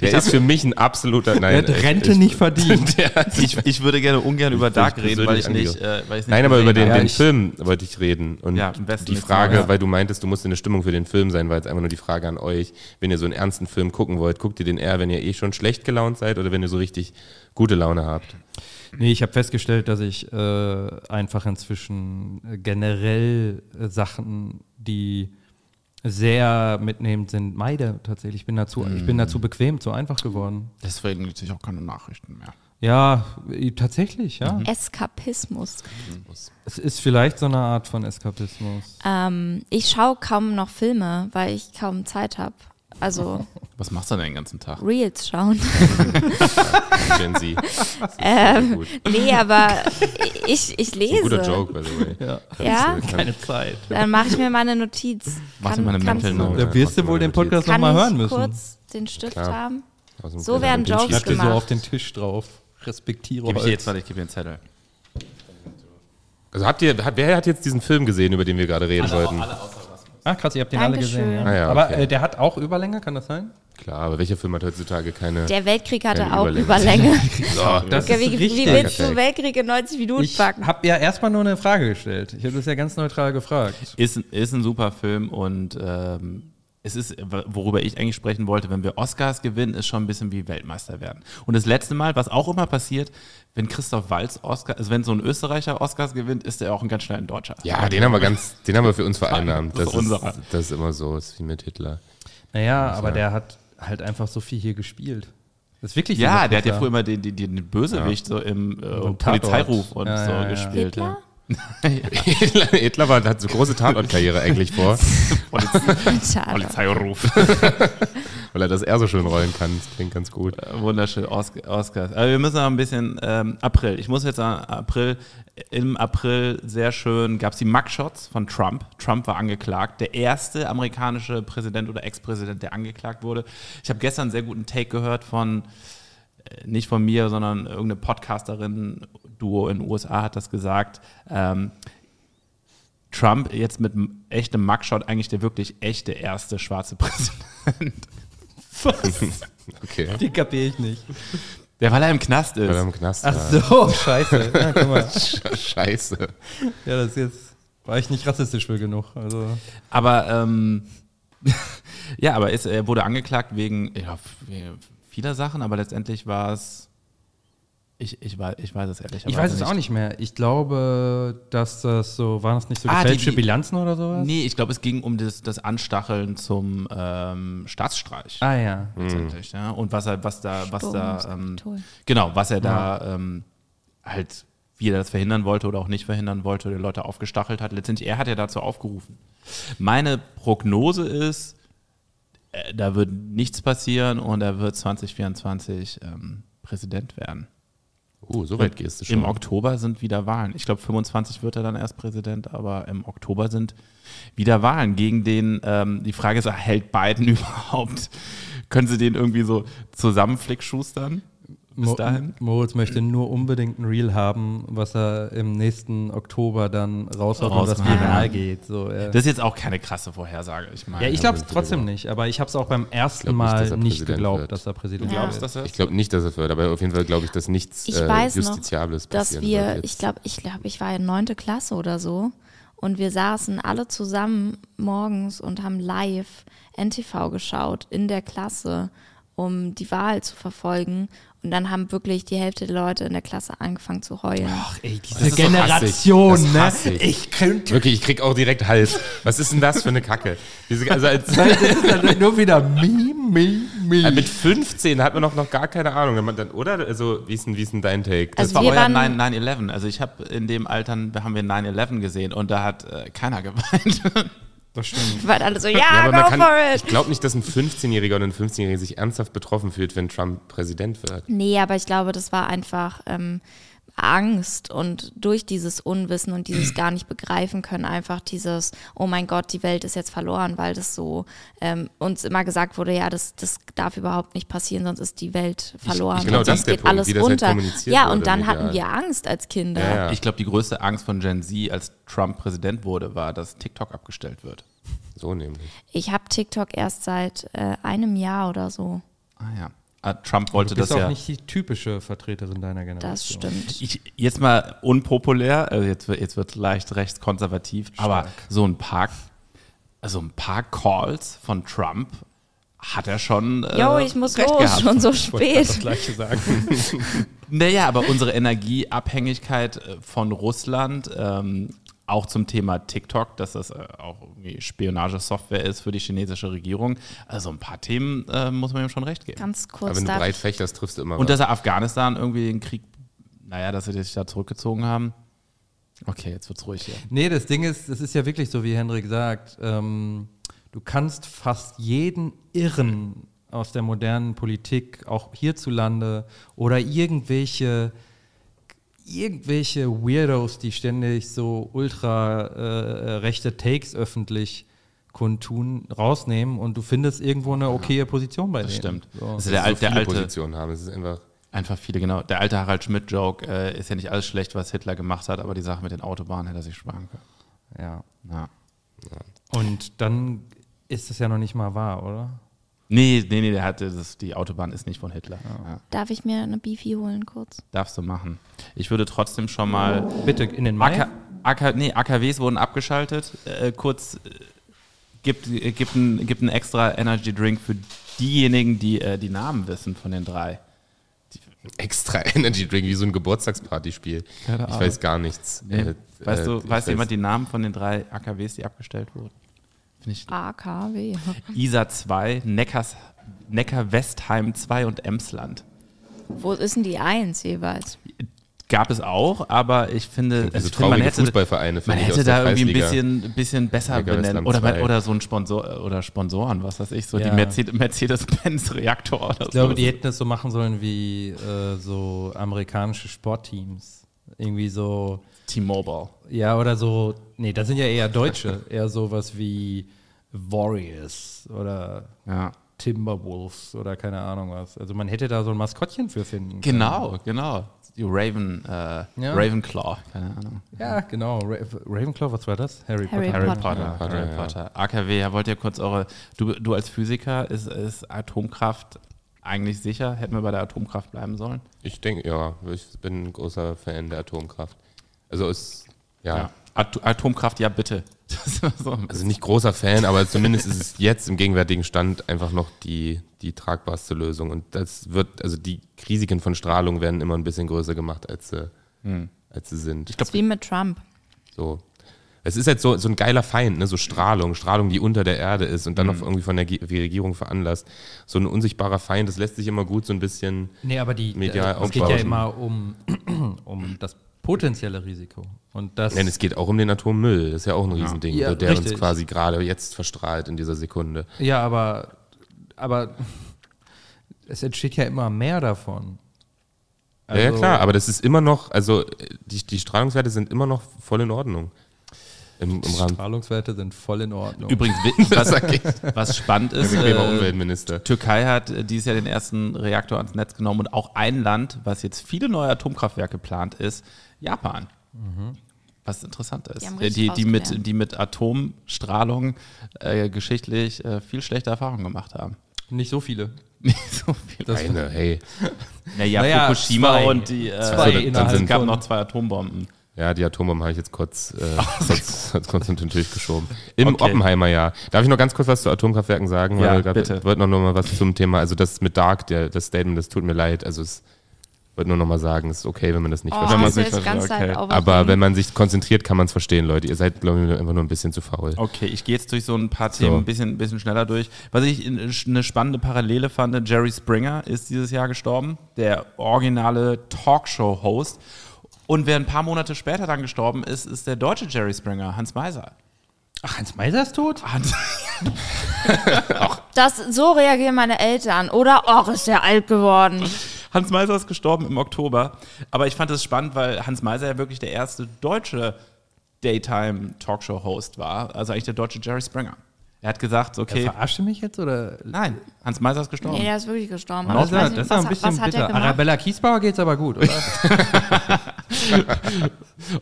Speaker 3: Der ist für mich ein absoluter.
Speaker 2: Er
Speaker 3: Nein,
Speaker 2: hat
Speaker 3: echt,
Speaker 2: Rente
Speaker 3: (laughs) ich,
Speaker 2: nicht verdient.
Speaker 1: ich, ich würde gerne ungern über Dark
Speaker 3: persönlich
Speaker 1: reden, weil ich nicht,
Speaker 3: angegriffen.
Speaker 1: äh, weil ich's nicht
Speaker 3: Nein, aber über den,
Speaker 1: gesehen
Speaker 2: Ja,
Speaker 3: den
Speaker 2: ich-
Speaker 3: Film wollte ich reden. Und
Speaker 1: Ja, am besten
Speaker 3: die
Speaker 1: jetzt
Speaker 3: Frage,
Speaker 1: mal, ja.
Speaker 3: weil du meintest, du musst in der Stimmung für den Film sein, war jetzt einfach nur die Frage an euch. Wenn ihr so einen ernsten Film gucken wollt, guckt ihr den eher, wenn ihr eh schon schlecht gelaunt seid oder wenn ihr so richtig gute Laune habt.
Speaker 2: (laughs) Nee, ich habe festgestellt, dass ich äh, einfach inzwischen äh, generell äh, Sachen, die sehr mitnehmend sind, meide tatsächlich. Ich bin dazu, ich bin dazu Mhm. bequem, zu einfach geworden.
Speaker 1: habe. Deswegen gibt es auch keine Nachrichten mehr.
Speaker 2: Ja, äh, tatsächlich, ja.
Speaker 4: Eskapismus.
Speaker 2: Es ist vielleicht so eine Art von Eskapismus.
Speaker 4: Ähm, ich schaue kaum noch Filme, weil ich kaum Zeit habe. (laughs) Also
Speaker 1: Was machst du denn den ganzen Tag?
Speaker 4: Reels schauen.
Speaker 3: Wenn sie. Das ist sehr gut.
Speaker 4: Ähm, Nee, aber (laughs) ich, ich
Speaker 3: Ein guter
Speaker 4: lese.
Speaker 3: Joke, by the way.
Speaker 2: Ja.
Speaker 4: Ja,
Speaker 3: Kannst du-
Speaker 2: Keine Zeit.
Speaker 4: dann mache ich mir meine Notiz.
Speaker 1: Mach dir
Speaker 4: Kann-
Speaker 1: meine
Speaker 4: kannst
Speaker 1: Mental
Speaker 4: du-
Speaker 1: Note.
Speaker 2: Da wirst du wohl den Podcast
Speaker 4: Kann
Speaker 2: nochmal hören
Speaker 4: ich
Speaker 2: müssen.
Speaker 4: kurz den Stift
Speaker 3: Klar.
Speaker 4: haben?
Speaker 3: aus dem
Speaker 4: So
Speaker 3: kleinen
Speaker 4: werden
Speaker 3: Bildschirm.
Speaker 4: Jokes
Speaker 2: Schreib dir so
Speaker 4: gemacht.
Speaker 2: auf den Tisch drauf. Respektiere
Speaker 1: Gib ich
Speaker 2: Holz.
Speaker 1: dir jetzt, warte, ich gebe dir einen Zettel.
Speaker 3: Also habt ihr, hat, wer hat jetzt diesen Film gesehen, über den wir gerade reden wollten?
Speaker 2: Ah, krass, ihr habt den
Speaker 4: Dankeschön.
Speaker 2: alle gesehen. Ja.
Speaker 3: Ah ja,
Speaker 2: Aber
Speaker 3: okay.
Speaker 2: äh, der hat auch Überlänge, kann das sein?
Speaker 3: Klar, aber welcher Film hat heutzutage keine.
Speaker 4: Der Weltkrieg hatte
Speaker 3: Keine
Speaker 4: auch
Speaker 3: Überlänge.
Speaker 4: Überlänge.
Speaker 3: So,
Speaker 2: Das ist
Speaker 4: wie, wie
Speaker 2: richtig.
Speaker 4: willst du
Speaker 3: Perfekt.
Speaker 4: Weltkriege 90 Minuten
Speaker 2: Ich
Speaker 4: packen?
Speaker 2: habe ja erstmal nur eine Frage gestellt. Ich habe das ja ganz neutral gefragt.
Speaker 1: Ist, ist ein super Film und ähm, es ist, worüber ich eigentlich sprechen wollte, wenn wir Oscars gewinnen, ist schon ein bisschen wie Weltmeister werden. Und das letzte Mal, was auch immer passiert, wenn Christoph Walz Oscar, also wenn so ein Österreicher Oscars gewinnt, ist er auch ein ganz schnell ein Deutscher.
Speaker 3: ja, den haben wir ganz, den haben wir für uns vereinnahmt.
Speaker 1: Das ist
Speaker 3: Das ist,
Speaker 1: unserer.
Speaker 3: das ist immer so, das ist wie mit Hitler. (laughs)
Speaker 2: Naja, aber der hat halt einfach so viel hier gespielt. Das ist wirklich
Speaker 1: Ja,
Speaker 2: so
Speaker 1: der hat ja
Speaker 2: Hitler.
Speaker 1: früher immer den, den, den Bösewicht so im äh,
Speaker 2: Und Tatort.
Speaker 1: Polizeiruf und
Speaker 2: Ja,
Speaker 1: so
Speaker 2: ja, ja.
Speaker 1: gespielt.
Speaker 4: Hitler?
Speaker 1: (laughs)
Speaker 3: Hitler, Hitler war, hat so große Tatortkarriere eigentlich vor,
Speaker 4: Schade.
Speaker 1: Polizeiruf.
Speaker 3: (laughs) weil er das eher so schön rollen kann. Das klingt ganz gut.
Speaker 1: Wunderschön, Osc- Oscars. Aber wir müssen noch ein bisschen ähm, April. Ich muss jetzt sagen, April, im April sehr schön gab es die Mugshots von Trump. Trump war angeklagt. Der erste amerikanische Präsident oder Ex-Präsident, der angeklagt wurde. Ich habe gestern einen sehr guten Take gehört von, äh, nicht von mir, sondern irgendeine Podcasterin-Duo in den USA hat das gesagt. Ähm, Trump jetzt mit m- echtem Mugshot eigentlich der wirklich echte erste schwarze (laughs) Präsident.
Speaker 3: Okay.
Speaker 2: Den kapier ich nicht.
Speaker 1: Der, weil er im Knast ist.
Speaker 3: Weil er im Knast
Speaker 2: Ach so, (laughs)
Speaker 3: war.
Speaker 2: scheiße. Ja, guck mal.
Speaker 3: (laughs) Scheiße.
Speaker 2: ja, das ist jetzt war ich nicht rassistisch für genug. Also
Speaker 1: Aber ähm, (laughs) ja, aber ist, er wurde angeklagt wegen ja, f- vieler Sachen, aber letztendlich war es. Ich, ich, weiß, ich weiß es ehrlich.
Speaker 2: ich weiß es auch nicht mehr. Ich glaube, dass das so waren das nicht so
Speaker 1: Ah, die-
Speaker 2: gefälschte
Speaker 1: die-
Speaker 2: Bilanzen oder sowas.
Speaker 1: Nee, ich glaube, es ging um das, das Anstacheln zum ähm, Staatsstreich.
Speaker 2: Ah ja.
Speaker 1: letztendlich, ja. Und was er, was da, was
Speaker 4: Sturm aufs
Speaker 1: da, ähm,
Speaker 4: Kapitol.
Speaker 1: genau, was er da ähm, halt, wie er das verhindern wollte oder auch nicht verhindern wollte, oder Leute aufgestachelt hat. Letztendlich, er hat ja dazu aufgerufen. Meine Prognose ist, äh, da wird nichts passieren und er wird 2024 ähm, Präsident werden.
Speaker 3: Oh, so weit gehst du schon.
Speaker 1: Im Oktober sind wieder Wahlen. Ich glaube, 25 wird er dann erst Präsident, aber im Oktober sind wieder Wahlen gegen den. Ähm, die Frage ist, hält Biden (laughs) überhaupt? Können sie den irgendwie so zusammenflickschustern? Bis
Speaker 2: Mo-
Speaker 1: dahin?
Speaker 2: Moritz möchte nur unbedingt ein Reel haben, was er im nächsten Oktober dann raushaut und was
Speaker 1: Rausmacht.
Speaker 2: viral geht. So, ja.
Speaker 1: Das ist jetzt auch keine krasse Vorhersage. Ich meine,
Speaker 2: Ja, ich glaube es trotzdem nicht, aber ich habe es auch beim ersten
Speaker 3: glaub nicht,
Speaker 2: Mal
Speaker 3: dass er
Speaker 2: nicht
Speaker 3: Präsident
Speaker 2: geglaubt,
Speaker 3: wird.
Speaker 2: dass er Präsident
Speaker 1: du
Speaker 4: Ja.
Speaker 1: glaubst, dass er.
Speaker 3: Ich glaube nicht, dass es wird, aber auf jeden Fall glaube ich, dass nichts
Speaker 4: Ich weiß noch,
Speaker 3: äh, Justiziables
Speaker 4: Dass
Speaker 3: passieren
Speaker 4: wir,
Speaker 3: wird.
Speaker 4: ich glaube, ich glaube, ich war in neunte Klasse oder so und wir saßen alle zusammen morgens und haben live NTV geschaut in der Klasse, um die Wahl zu verfolgen. Und dann haben wirklich die Hälfte der Leute in der Klasse angefangen zu heulen.
Speaker 2: Ey,
Speaker 3: Das
Speaker 2: diese
Speaker 3: ist so hassig. Das hasse ne? ich.
Speaker 2: könnte.
Speaker 3: Wirklich, ich krieg auch direkt Hals. Was ist denn das für eine Kacke? Diese, also (laughs) als,
Speaker 2: Das ist dann nur wieder mi, mi,
Speaker 3: Äh,
Speaker 2: mi.
Speaker 3: Mit 15 hat man noch, noch gar keine Ahnung. wenn man Dann, oder? Also, wie ist denn, wie ist denn dein Take?
Speaker 1: Das
Speaker 3: Das
Speaker 4: Also
Speaker 1: war
Speaker 4: wir
Speaker 1: euer 9
Speaker 4: waren-
Speaker 1: 9-11. Also ich habe in dem Alter, da haben wir 9-11 gesehen und da hat äh, keiner geweint.
Speaker 2: Das stimmt.
Speaker 4: Weil alle so, ja,
Speaker 3: aber man
Speaker 4: ah, go
Speaker 3: kann-
Speaker 4: for it!
Speaker 3: Ich glaube nicht, dass ein 15-Jähriger und ein 15-Jähriger sich ernsthaft betroffen fühlt, wenn Trump Präsident wird.
Speaker 4: Nee, aber ich glaube, das war einfach ähm, Angst und durch dieses Unwissen und
Speaker 3: (clears throat)
Speaker 4: dieses gar nicht begreifen können, einfach dieses, oh mein Gott, die Welt ist jetzt verloren, weil das so ähm, uns immer gesagt wurde, ja, das, das darf überhaupt nicht passieren, sonst ist die Welt verloren.
Speaker 3: ich- genau
Speaker 4: und
Speaker 3: das
Speaker 4: sonst
Speaker 3: der
Speaker 4: geht
Speaker 3: Punkt,
Speaker 4: alles
Speaker 3: wie das halt
Speaker 4: runter.
Speaker 3: kommuniziert
Speaker 4: ja,
Speaker 3: wurde
Speaker 4: und dann
Speaker 3: medial.
Speaker 4: hatten wir Angst als Kinder.
Speaker 3: Ja, ja.
Speaker 1: Ich glaube, die größte Angst von Gen Z, als Trump Präsident wurde, war, dass TikTok abgestellt wird.
Speaker 3: So nämlich.
Speaker 4: Ich habe TikTok erst seit äh, einem Jahr oder so.
Speaker 1: Ah ja. Ah, Trump wollte
Speaker 2: Du bist
Speaker 1: das
Speaker 2: auch
Speaker 1: ja.
Speaker 2: nicht die typische Vertreterin deiner Generation.
Speaker 3: Also,
Speaker 4: Das stimmt.
Speaker 1: Ich, jetzt mal unpopulär, also jetzt, wird- jetzt wird leicht rechtskonservativ, aber so ein paar, also ein paar Calls von Trump hat er schon. äh,
Speaker 4: Jo, ich muss
Speaker 1: recht
Speaker 4: los,
Speaker 1: gehabt.
Speaker 4: schon so
Speaker 2: Ich wollte gerade
Speaker 4: spät.
Speaker 2: das Gleiche sagen.
Speaker 1: Naja, aber unsere Energieabhängigkeit äh, von Russland, ähm, auch zum Thema TikTok, dass das äh, auch irgendwie Spionagesoftware ist für die chinesische Regierung. Also ein paar Themen äh, muss man ihm schon recht geben.
Speaker 4: Ganz
Speaker 3: Aber
Speaker 4: kurz
Speaker 3: wenn du
Speaker 4: darf
Speaker 3: breit
Speaker 4: ich
Speaker 3: fächerst, triffst du immer
Speaker 1: Und
Speaker 3: was.
Speaker 1: dass er Afghanistan irgendwie den Krieg, naja, dass sie sich da zurückgezogen haben. Okay, jetzt wird's ruhig hier.
Speaker 2: nee, das Ding ist, das ist ja wirklich so, wie Henrik sagt, ähm, du kannst fast jeden Irren aus der modernen Politik, auch hierzulande, oder irgendwelche irgendwelche Weirdos, die ständig so ultra äh, äh, rechte Takes öffentlich kundtun, rausnehmen und du findest irgendwo eine okaye Position bei
Speaker 1: Das
Speaker 2: denen.
Speaker 1: stimmt.
Speaker 2: So.
Speaker 1: Das ist der,
Speaker 3: so
Speaker 1: alte, der
Speaker 3: viele
Speaker 1: alte,
Speaker 3: Positionen haben. Es ist einfach.
Speaker 1: einfach viele, genau. Der alte Harald Schmidt-Joke äh, ist ja nicht alles schlecht, was Hitler gemacht hat, aber die Sache mit den Autobahnen hätte er sich sparen können.
Speaker 2: Ja.
Speaker 1: Ja.
Speaker 2: Und dann ist es ja noch nicht mal wahr, oder?
Speaker 1: Nee, nee, nee, der hatte das, die Autobahn ist nicht von Hitler. Ja.
Speaker 4: Darf ich mir eine Beefy holen kurz?
Speaker 1: Darfst du machen. Ich würde trotzdem schon mal.
Speaker 2: Bitte in den Mai.
Speaker 1: AK, AK, nee, AKWs wurden abgeschaltet. Äh, kurz, äh, gibt, äh, gibt, ein, gibt ein extra Energy Drink für diejenigen, die äh, die Namen wissen von den drei.
Speaker 3: Extra (laughs) Energy Drink, wie so ein Geburtstagspartyspiel. Ich weiß gar nichts. Äh,
Speaker 1: weißt du,
Speaker 3: äh,
Speaker 1: weiß
Speaker 3: ich
Speaker 1: jemand die Namen von den drei AKWs, die abgestellt wurden? Finde ich
Speaker 4: Ah. AKW.
Speaker 1: Isar 2, Neckars, Neckar Westheim 2 und Emsland.
Speaker 4: Wo ist denn die Eins jeweils?
Speaker 1: Gab es auch, aber ich finde, also
Speaker 3: Irgendwie so
Speaker 1: ich finde man
Speaker 3: traurige
Speaker 1: hätte,
Speaker 3: Fußballvereine, finde
Speaker 1: man
Speaker 3: ich,
Speaker 1: hätte
Speaker 3: aus der
Speaker 1: da irgendwie ein
Speaker 3: Kreisliga.
Speaker 1: bisschen, ein bisschen besser
Speaker 3: Neckar Westheim
Speaker 1: benennen. Oder, man,
Speaker 3: 2.
Speaker 1: oder so ein Sponsor oder Sponsoren, was weiß ich, so
Speaker 2: Ja.
Speaker 1: die Mercedes- Mercedes-Benz-Reaktor oder
Speaker 2: Ich glaube,
Speaker 1: so.
Speaker 2: die
Speaker 3: Also
Speaker 2: hätten es so machen sollen wie äh, so amerikanische Sportteams. Irgendwie so,
Speaker 1: T-Mobile.
Speaker 2: ja, oder so, nee, das sind ja eher
Speaker 3: (laughs)
Speaker 2: Deutsche. eher sowas wie Warriors oder
Speaker 1: Ja.
Speaker 2: Timberwolves oder keine Ahnung was. Also man hätte da so ein Maskottchen für finden können.
Speaker 1: Genau, genau. Die Raven, äh,
Speaker 2: Ja.
Speaker 1: Ravenclaw, keine Ahnung.
Speaker 2: Ja, genau. Ra Ravenclaw, was war das? Harry,
Speaker 4: Harry
Speaker 2: Potter.
Speaker 1: Harry
Speaker 4: Potter.
Speaker 1: Potter,
Speaker 3: Potter,
Speaker 1: Harry
Speaker 3: ja.
Speaker 1: Potter. AKW, ja, wollt ihr kurz eure. Du, du als Physiker, ist, ist Atomkraft eigentlich sicher? Hätten wir bei der Atomkraft bleiben sollen?
Speaker 3: Ich denke, ja, ich bin ein großer Fan der Atomkraft. Also ist, ja.
Speaker 1: At Atomkraft, ja, bitte. (laughs) Das war so.
Speaker 3: Also nicht großer Fan, aber zumindest ist es jetzt im gegenwärtigen Stand einfach noch die, die tragbarste Lösung. Und das wird, also die Risiken von Strahlung werden immer ein bisschen größer gemacht, als sie,
Speaker 1: Hm.
Speaker 3: als sie sind.
Speaker 4: Das ist wie mit Trump.
Speaker 3: So. Es ist halt so, so ein geiler Feind, ne? so Strahlung, Strahlung, die unter der Erde ist und dann noch irgendwie von der Ge- Regierung veranlasst. So ein unsichtbarer Feind, das lässt sich immer gut so ein bisschen.
Speaker 2: Nee, aber die,
Speaker 3: Medial
Speaker 2: äh, es geht ja
Speaker 3: aufbauschen.
Speaker 2: immer um, (clears throat) um das potenzielle Risiko. Und das,
Speaker 3: Nein, es geht auch um den Atommüll. Das ist ja auch ein Riesending,
Speaker 2: Ja,
Speaker 3: so, der
Speaker 2: richtig.
Speaker 3: uns quasi gerade jetzt verstrahlt in dieser Sekunde.
Speaker 2: ja, aber, aber (laughs) es entsteht ja immer mehr davon.
Speaker 3: ja, ja,
Speaker 2: Also-
Speaker 3: klar, aber das ist immer noch, also äh, die, die Strahlungswerte sind immer noch voll in Ordnung. Im, im Rahmen.
Speaker 2: Strahlungswerte sind voll in Ordnung.
Speaker 1: Übrigens,
Speaker 2: (laughs)
Speaker 1: wi-
Speaker 3: Das sag ich.
Speaker 1: was spannend ist,
Speaker 3: Henrik Weber,
Speaker 1: äh,
Speaker 3: Umweltminister.
Speaker 1: Türkei hat äh, dieses Jahr den ersten Reaktor ans Netz genommen und auch ein Land, was jetzt viele neue Atomkraftwerke plant, ist Japan.
Speaker 2: Mhm.
Speaker 1: Was interessant ist.
Speaker 4: Die haben
Speaker 1: Äh,
Speaker 4: richtig
Speaker 1: Die, die, mit,
Speaker 4: rausgelernt.
Speaker 1: die mit Atomstrahlung äh, geschichtlich äh, viel schlechte Erfahrungen gemacht haben. (laughs)
Speaker 2: Nicht so viele.
Speaker 1: Nicht so viel.
Speaker 2: Das
Speaker 3: Eine, hey.
Speaker 1: Naja,
Speaker 2: Naja,
Speaker 1: Fukushima
Speaker 2: zwei.
Speaker 1: und die. Äh,
Speaker 2: Zwei
Speaker 3: dann
Speaker 2: innerhalb
Speaker 1: es gab
Speaker 2: von-
Speaker 1: noch zwei Atombomben.
Speaker 3: Ja, die Atombomben habe ich jetzt kurz, äh, kurz, kurz, kurz unter den Tisch geschoben. Im
Speaker 1: Okay.
Speaker 3: Oppenheimer Jahr. Darf ich noch ganz kurz was zu Atomkraftwerken sagen?
Speaker 1: Ja,
Speaker 3: wir grad-
Speaker 1: bitte.
Speaker 3: Ich wollte noch, noch mal was zum Thema, also das mit Dark, der, das Statement, das tut mir leid. Also es wollte nur noch mal sagen, es ist okay, wenn man das nicht
Speaker 4: Oh,
Speaker 3: versteht.
Speaker 1: man
Speaker 4: hast du
Speaker 1: sich
Speaker 4: jetzt
Speaker 1: versteht,
Speaker 4: ganz
Speaker 1: okay.
Speaker 4: Zeit
Speaker 3: Aber wenn man sich konzentriert, kann man es verstehen, Leute. Ihr seid, glaube ich, einfach nur ein bisschen zu faul.
Speaker 2: Oh.
Speaker 1: Okay, ich gehe jetzt durch so ein paar Themen ein bisschen, ein bisschen schneller durch. Was ich in- eine spannende Parallele fand, ne, Jerry Springer ist dieses Jahr gestorben, der originale Talkshow-Host. Und wer ein paar Monate später dann gestorben ist, ist der deutsche Jerry Springer, Hans Meiser.
Speaker 2: Ach, Hans Meiser ist tot?
Speaker 1: Hans, (laughs)
Speaker 4: Das, so reagieren meine Eltern. Oder, och, ist der alt geworden.
Speaker 1: Hans Meiser ist gestorben im Oktober. Aber ich fand es spannend, weil Hans Meiser ja wirklich der erste deutsche Daytime-Talkshow-Host war. Also eigentlich der deutsche Jerry Springer. Er hat gesagt, okay,
Speaker 2: Verarsche mich jetzt oder?
Speaker 1: nein, Hans Meiser ist gestorben.
Speaker 4: Nee, der ist wirklich gestorben.
Speaker 1: Mauser,
Speaker 4: Aber ich weiß nicht,
Speaker 2: das ist
Speaker 4: was,
Speaker 2: ein bisschen
Speaker 4: was hat er
Speaker 2: bitter.
Speaker 4: gemacht?
Speaker 2: Arabella Kiesbauer geht's aber gut, oder?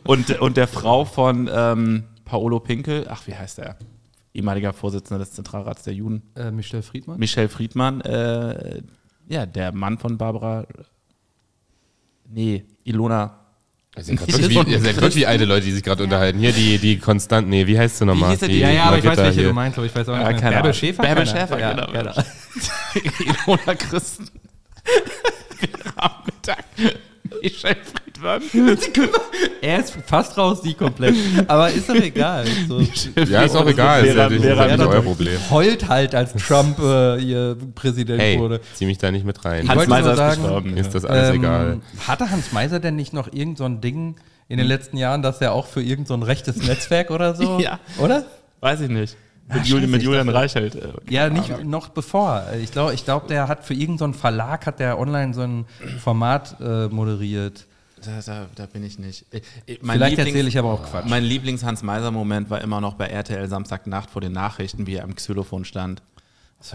Speaker 1: Und, und der Frau von ähm, Paolo Pinkel, ach, wie heißt er? Ehemaliger Vorsitzender des Zentralrats der Juden,
Speaker 2: äh, Michel Friedmann.
Speaker 1: Michel Friedmann, äh, Ja, der Mann von Barbara. Nee, Ilona.
Speaker 3: Ihr seid grad wirklich, wie- ihr seid wirklich alte Leute, die sich gerade unterhalten. Hier die, die Konstant, nee, wie heißt sie
Speaker 2: Wie
Speaker 3: nochmal?
Speaker 2: hieß er die? Ja, ja, aber ich weiß,
Speaker 3: Margitta
Speaker 2: welche
Speaker 3: hier.
Speaker 2: du meinst, aber ich weiß auch
Speaker 1: Ja,
Speaker 2: nicht.
Speaker 1: Ah, äh, keine
Speaker 2: mehr. Äh, Bärbel
Speaker 1: Ahnung.
Speaker 2: Schäfer?
Speaker 1: Bärbel
Speaker 2: Keine Ahnung. Genau.
Speaker 1: Schäfer, genau. (laughs) Ilona Christen. Wir haben Mittag. Michelle Friedmann.
Speaker 2: Er ist fast raus, die komplett. (laughs) Aber ist doch egal. So,
Speaker 3: Ja, ist auch egal. ist ja
Speaker 1: Vera-
Speaker 3: nicht- ist
Speaker 1: Vera-
Speaker 3: ja nicht
Speaker 2: Vera-
Speaker 3: euer Problem.
Speaker 2: heult halt, als Trump äh, ihr Präsident (laughs)
Speaker 3: Hey,
Speaker 2: wurde.
Speaker 3: zieh mich da nicht mit rein.
Speaker 2: Hans-
Speaker 1: Hans
Speaker 2: wollte nur
Speaker 1: Meiser ist
Speaker 2: sagen,
Speaker 1: gestorben.
Speaker 3: Ist das alles
Speaker 2: Ähm,
Speaker 3: egal.
Speaker 2: Hatte Hans Meiser denn nicht noch irgend so ein Ding in den letzten Jahren, dass er auch für irgend so ein rechtes Netzwerk oder (laughs) so?
Speaker 1: Ja.
Speaker 2: Oder?
Speaker 1: Weiß ich nicht. Mit,
Speaker 2: scheiße,
Speaker 1: Juli, mit
Speaker 2: ich
Speaker 1: Julian Reichelt. äh,
Speaker 2: Ja, nicht noch bevor. Äh, Ich glaube, ich glaub, der hat für irgendeinen so einen Verlag, hat der online so ein Format äh, moderiert.
Speaker 1: Da, da, da bin ich nicht. Ich- ich- mein
Speaker 2: Vielleicht
Speaker 1: Lieblings-
Speaker 2: erzähle ich aber auch Quatsch.
Speaker 1: Mein Lieblings-Hans-Meiser-Moment war immer noch bei RTL Samstagnacht vor den Nachrichten, wie er am Xylophon stand.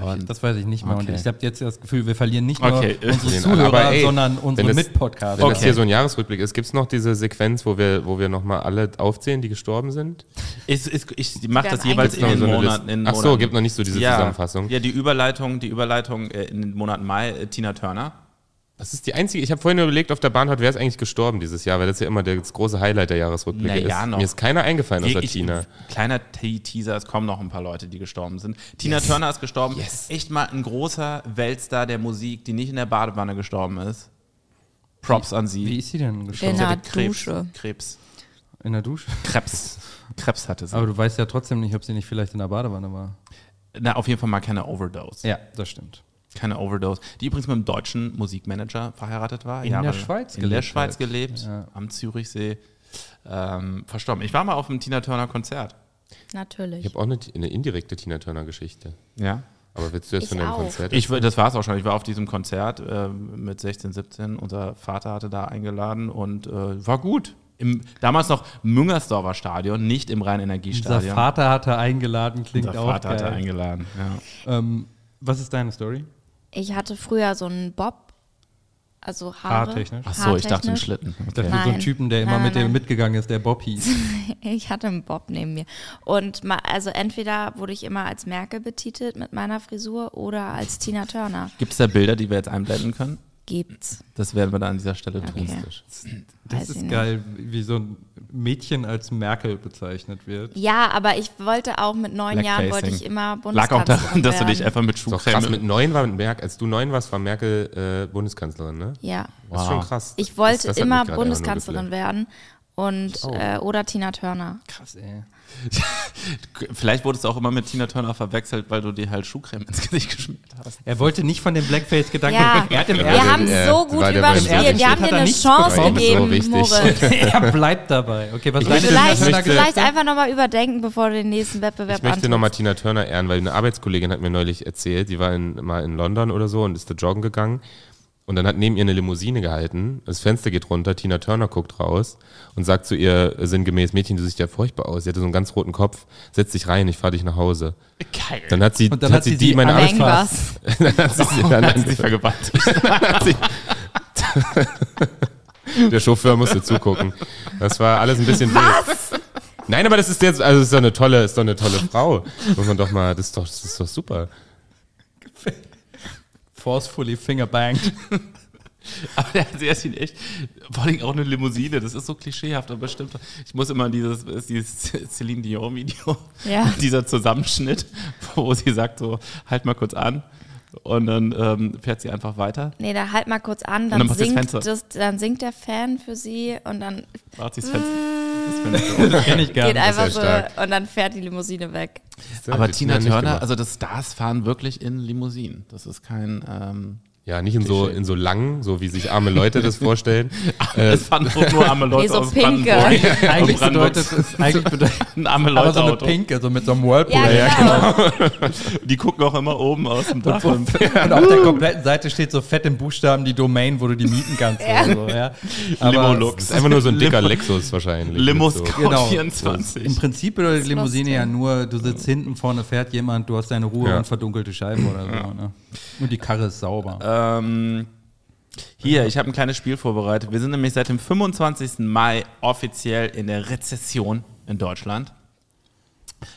Speaker 1: Und-
Speaker 2: Das weiß ich nicht mehr. Und
Speaker 1: Okay.
Speaker 2: ich habe jetzt das Gefühl, wir verlieren nicht
Speaker 1: Okay, (laughs)
Speaker 2: nur unsere
Speaker 3: Den-
Speaker 2: Zuhörer,
Speaker 3: aber ey,
Speaker 2: sondern
Speaker 3: wenn
Speaker 2: unsere
Speaker 3: das-
Speaker 2: Mitpodcaster.
Speaker 3: Wenn das
Speaker 1: Okay.
Speaker 3: hier so ein Jahresrückblick ist, gibt es noch diese Sequenz, wo wir, wo wir nochmal alle aufzählen, die gestorben sind?
Speaker 1: Ist, ist, ich mache
Speaker 4: werden
Speaker 1: das jeweils in
Speaker 3: Noch
Speaker 1: den
Speaker 3: so eine
Speaker 1: Monaten.
Speaker 3: Liste.
Speaker 1: In den
Speaker 3: Ach so,
Speaker 1: Monaten.
Speaker 3: gibt noch nicht so diese
Speaker 1: ja,
Speaker 3: Zusammenfassung.
Speaker 1: Ja, die Überleitung, die Überleitung äh, in den Monaten Mai, äh, Tina Turner.
Speaker 3: Das ist die einzige, ich habe vorhin überlegt, auf der Bahnfahrt, wer ist eigentlich gestorben dieses Jahr, weil das ja immer das große Highlight der Jahresrückblicke
Speaker 1: Na ja,
Speaker 3: ist.
Speaker 1: noch.
Speaker 3: Mir ist keiner eingefallen außer
Speaker 1: Ich-
Speaker 3: Tina.
Speaker 1: Kleiner Te- Teaser, es kommen noch ein paar Leute, die gestorben sind. Tina Turner ist gestorben.
Speaker 3: Yes.
Speaker 1: Echt mal ein großer Weltstar der Musik, die nicht in der Badewanne gestorben ist. Props an sie.
Speaker 2: Wie ist sie denn gestorben?
Speaker 4: Genau.
Speaker 1: Sie
Speaker 4: Na,
Speaker 1: hatte Krebs.
Speaker 4: Dusche.
Speaker 1: Krebs.
Speaker 2: In der Dusche?
Speaker 1: Krebs. Krebs hatte sie.
Speaker 2: Aber du weißt ja trotzdem nicht, ob sie nicht vielleicht in der Badewanne war.
Speaker 1: Na, auf jeden Fall mal keine Overdose.
Speaker 2: Ja, das stimmt.
Speaker 1: Keine Overdose. Die übrigens mit einem deutschen Musikmanager verheiratet war.
Speaker 2: In der Schweiz
Speaker 1: In
Speaker 2: gelebt
Speaker 1: der Schweiz
Speaker 2: hat.
Speaker 1: gelebt,
Speaker 2: Ja.
Speaker 1: am Zürichsee. Ähm, verstorben. Ich war mal auf einem Tina Turner Konzert.
Speaker 4: Natürlich.
Speaker 3: Ich habe auch eine, eine indirekte Tina Turner Geschichte.
Speaker 1: Ja.
Speaker 3: Aber willst du jetzt
Speaker 4: Ich
Speaker 3: von deinem
Speaker 4: auch.
Speaker 3: Konzert?
Speaker 1: Ich, will- das war es auch schon. Ich war auf diesem Konzert ähm, mit 16, 17. Unser Vater hatte da eingeladen und äh, war gut. Im, damals noch Müngersdorfer Stadion, nicht im
Speaker 2: Unser
Speaker 1: Rhein-Energiestadion.
Speaker 2: Vater hatte eingeladen, klingt
Speaker 1: Unser
Speaker 2: auch
Speaker 1: Vater
Speaker 2: geil.
Speaker 1: hatte eingeladen. Ja.
Speaker 2: ähm, was ist deine Story?
Speaker 4: Ich hatte früher so einen Bob, also Haare.
Speaker 2: Haartechnisch?
Speaker 1: Ach so, ich dachte einen
Speaker 4: Haartechnisch.
Speaker 1: Schlitten. Okay.
Speaker 2: Das ist so ein
Speaker 4: Nein.
Speaker 2: Typen, der immer
Speaker 4: Nein,
Speaker 2: mit
Speaker 4: nein,
Speaker 2: dem
Speaker 4: nein.
Speaker 2: mitgegangen ist, der Bob hieß.
Speaker 4: (laughs) Ich hatte einen Bob neben mir. Und ma- also entweder wurde ich immer als Merkel betitelt mit meiner Frisur oder als Tina Turner.
Speaker 1: Gibt es da Bilder, die wir jetzt einblenden können?
Speaker 4: Gibt's.
Speaker 1: Das werden wir da an dieser Stelle tun.
Speaker 4: Okay.
Speaker 2: Das
Speaker 4: Weiß ich
Speaker 2: ist
Speaker 4: nicht.
Speaker 2: geil, wie so ein Mädchen als Merkel bezeichnet wird.
Speaker 4: Ja, aber ich wollte auch mit neun Jahren wollte ich
Speaker 1: Blackfacing.
Speaker 4: immer
Speaker 1: Lag auch daran,
Speaker 4: Bundeskanzlerin
Speaker 1: dass du dich
Speaker 4: werden.
Speaker 1: einfach mit
Speaker 3: Doch krass, mit
Speaker 1: Schuhcreme...
Speaker 3: neun war Merkel, als du neun warst, war Merkel äh, Bundeskanzlerin, ne?
Speaker 4: Ja.
Speaker 3: Das ist
Speaker 1: Wow.
Speaker 3: schon krass.
Speaker 4: Ich
Speaker 3: Das-
Speaker 4: wollte
Speaker 3: das hat mich
Speaker 4: immer
Speaker 3: gerade einfach
Speaker 4: Bundeskanzlerin
Speaker 3: nur Oh.
Speaker 4: werden und äh, oder Tina Turner.
Speaker 2: Krass, ey.
Speaker 1: Vielleicht wurdest du auch immer mit Tina Turner verwechselt, weil du dir halt Schuhcreme ins Gesicht geschmiert hast.
Speaker 2: Er wollte nicht von dem Blackface-Gedanken.
Speaker 4: Ja,
Speaker 2: Er hat im
Speaker 4: wir
Speaker 3: Ersten-
Speaker 2: (laughs)
Speaker 4: haben
Speaker 3: äh,
Speaker 4: so
Speaker 3: war
Speaker 4: gut
Speaker 3: der beim
Speaker 4: überspielt.
Speaker 3: ersten
Speaker 4: Wir haben
Speaker 2: Schritt hat
Speaker 4: dir
Speaker 2: er
Speaker 4: eine
Speaker 2: nichts
Speaker 4: Chance
Speaker 3: befunden.
Speaker 4: gegeben,
Speaker 3: So wichtig.
Speaker 4: Moritz.
Speaker 2: er bleibt dabei. Okay, was
Speaker 3: Ich
Speaker 2: deine
Speaker 3: möchte-
Speaker 2: Tina
Speaker 4: Vielleicht,
Speaker 3: ich
Speaker 2: Turner
Speaker 3: möchte-
Speaker 2: gesagt
Speaker 4: vielleicht einfach nochmal überdenken, bevor du den nächsten Wettbewerb
Speaker 3: Ich möchte nochmal
Speaker 4: antrittst.
Speaker 3: Tina Turner ehren, weil eine Arbeitskollegin hat mir neulich erzählt, die war in, mal in London oder so und ist da joggen gegangen. Und dann hat neben ihr eine Limousine gehalten, das Fenster geht runter, Tina Turner guckt raus und sagt zu ihr äh, sinngemäß, Mädchen, du siehst ja furchtbar aus, sie hatte so einen ganz roten Kopf, setz dich rein, ich fahre dich nach Hause.
Speaker 1: Geil.
Speaker 3: Dann hat sie,
Speaker 2: Und dann
Speaker 3: hat
Speaker 2: hat
Speaker 3: sie
Speaker 2: sie
Speaker 3: die,
Speaker 2: sie
Speaker 3: meine
Speaker 2: angefasst.
Speaker 3: Arbeitskollegin,
Speaker 4: Irgendwas.
Speaker 3: (laughs) dann hat sie, dann hat
Speaker 1: (laughs)
Speaker 3: sie
Speaker 1: vergewaltigt.
Speaker 3: Der Chauffeur musste zugucken. Das war alles ein bisschen Was? wild. Nein, aber das ist jetzt, also das ist doch eine tolle, ist doch eine tolle Frau. Muss man doch mal, das ist doch, das ist doch super.
Speaker 2: Forcefully fingerbanked. (laughs)
Speaker 1: Aber der hat erst ihn echt, vor allem auch eine Limousine, das ist so klischeehaft, aber stimmt. Ich muss immer an dieses, ist dieses Celine Dion-Video,
Speaker 4: Ja.
Speaker 1: (laughs) dieser Zusammenschnitt, wo sie sagt so, halt mal kurz an und dann ähm, fährt sie einfach weiter.
Speaker 4: Nee, da halt mal kurz an,
Speaker 1: dann
Speaker 4: dann,
Speaker 1: passt das
Speaker 4: singt,
Speaker 1: Fenster.
Speaker 4: das, dann singt der Fan für sie und dann
Speaker 1: Macht sie das Fenster. Das Fenster.
Speaker 2: Das kenne ich gar
Speaker 4: geht
Speaker 2: nicht.
Speaker 4: einfach
Speaker 3: ist
Speaker 4: so
Speaker 3: ja stark.
Speaker 4: und dann fährt die Limousine weg.
Speaker 3: Ja,
Speaker 1: Aber
Speaker 3: die
Speaker 1: Tina
Speaker 3: hat nicht
Speaker 1: Turner,
Speaker 3: gemacht.
Speaker 1: also das Stars fahren wirklich in Limousinen. Das ist kein. Ähm, (laughs)
Speaker 3: ja, nicht in so, in so lang, so wie sich arme Leute das vorstellen. äh,
Speaker 1: das fahren auch nur arme Leute
Speaker 4: Nee, so
Speaker 1: aus
Speaker 2: (laughs)
Speaker 4: pinke.
Speaker 1: Brandenburg.
Speaker 2: Eigentlich
Speaker 1: Aus Brandenburg.
Speaker 2: bedeutet
Speaker 1: (laughs)
Speaker 2: es, eigentlich bedeutet
Speaker 1: ein arme
Speaker 2: aber so
Speaker 1: Leute
Speaker 2: eine
Speaker 1: Auto.
Speaker 2: pinke, so mit so einem Whirlpool.
Speaker 4: Ja, genau.
Speaker 1: Die gucken auch immer oben aus dem Dach. Und
Speaker 2: (laughs) Und auf der kompletten Seite steht so fett in Buchstaben die Domain, wo du die mieten kannst.
Speaker 4: Ja.
Speaker 2: Oder so, ja. Aber
Speaker 1: Limo-Looks.
Speaker 3: das ist einfach nur so ein dicker Lexus wahrscheinlich.
Speaker 1: Oh, Limos
Speaker 3: So.
Speaker 1: Scout
Speaker 2: Genau. Im
Speaker 1: 24.
Speaker 2: Prinzip bedeutet Limousine
Speaker 4: lustig.
Speaker 2: ja nur, du sitzt hinten, vorne fährt jemand, du hast deine Ruhe
Speaker 3: Ja.
Speaker 2: und verdunkelte Scheiben oder so. Ne? Und die Karre ist sauber.
Speaker 1: (laughs) Ähm, hier, ich habe ein kleines Spiel vorbereitet. Wir sind nämlich seit dem 25. Mai offiziell in der Rezession in Deutschland.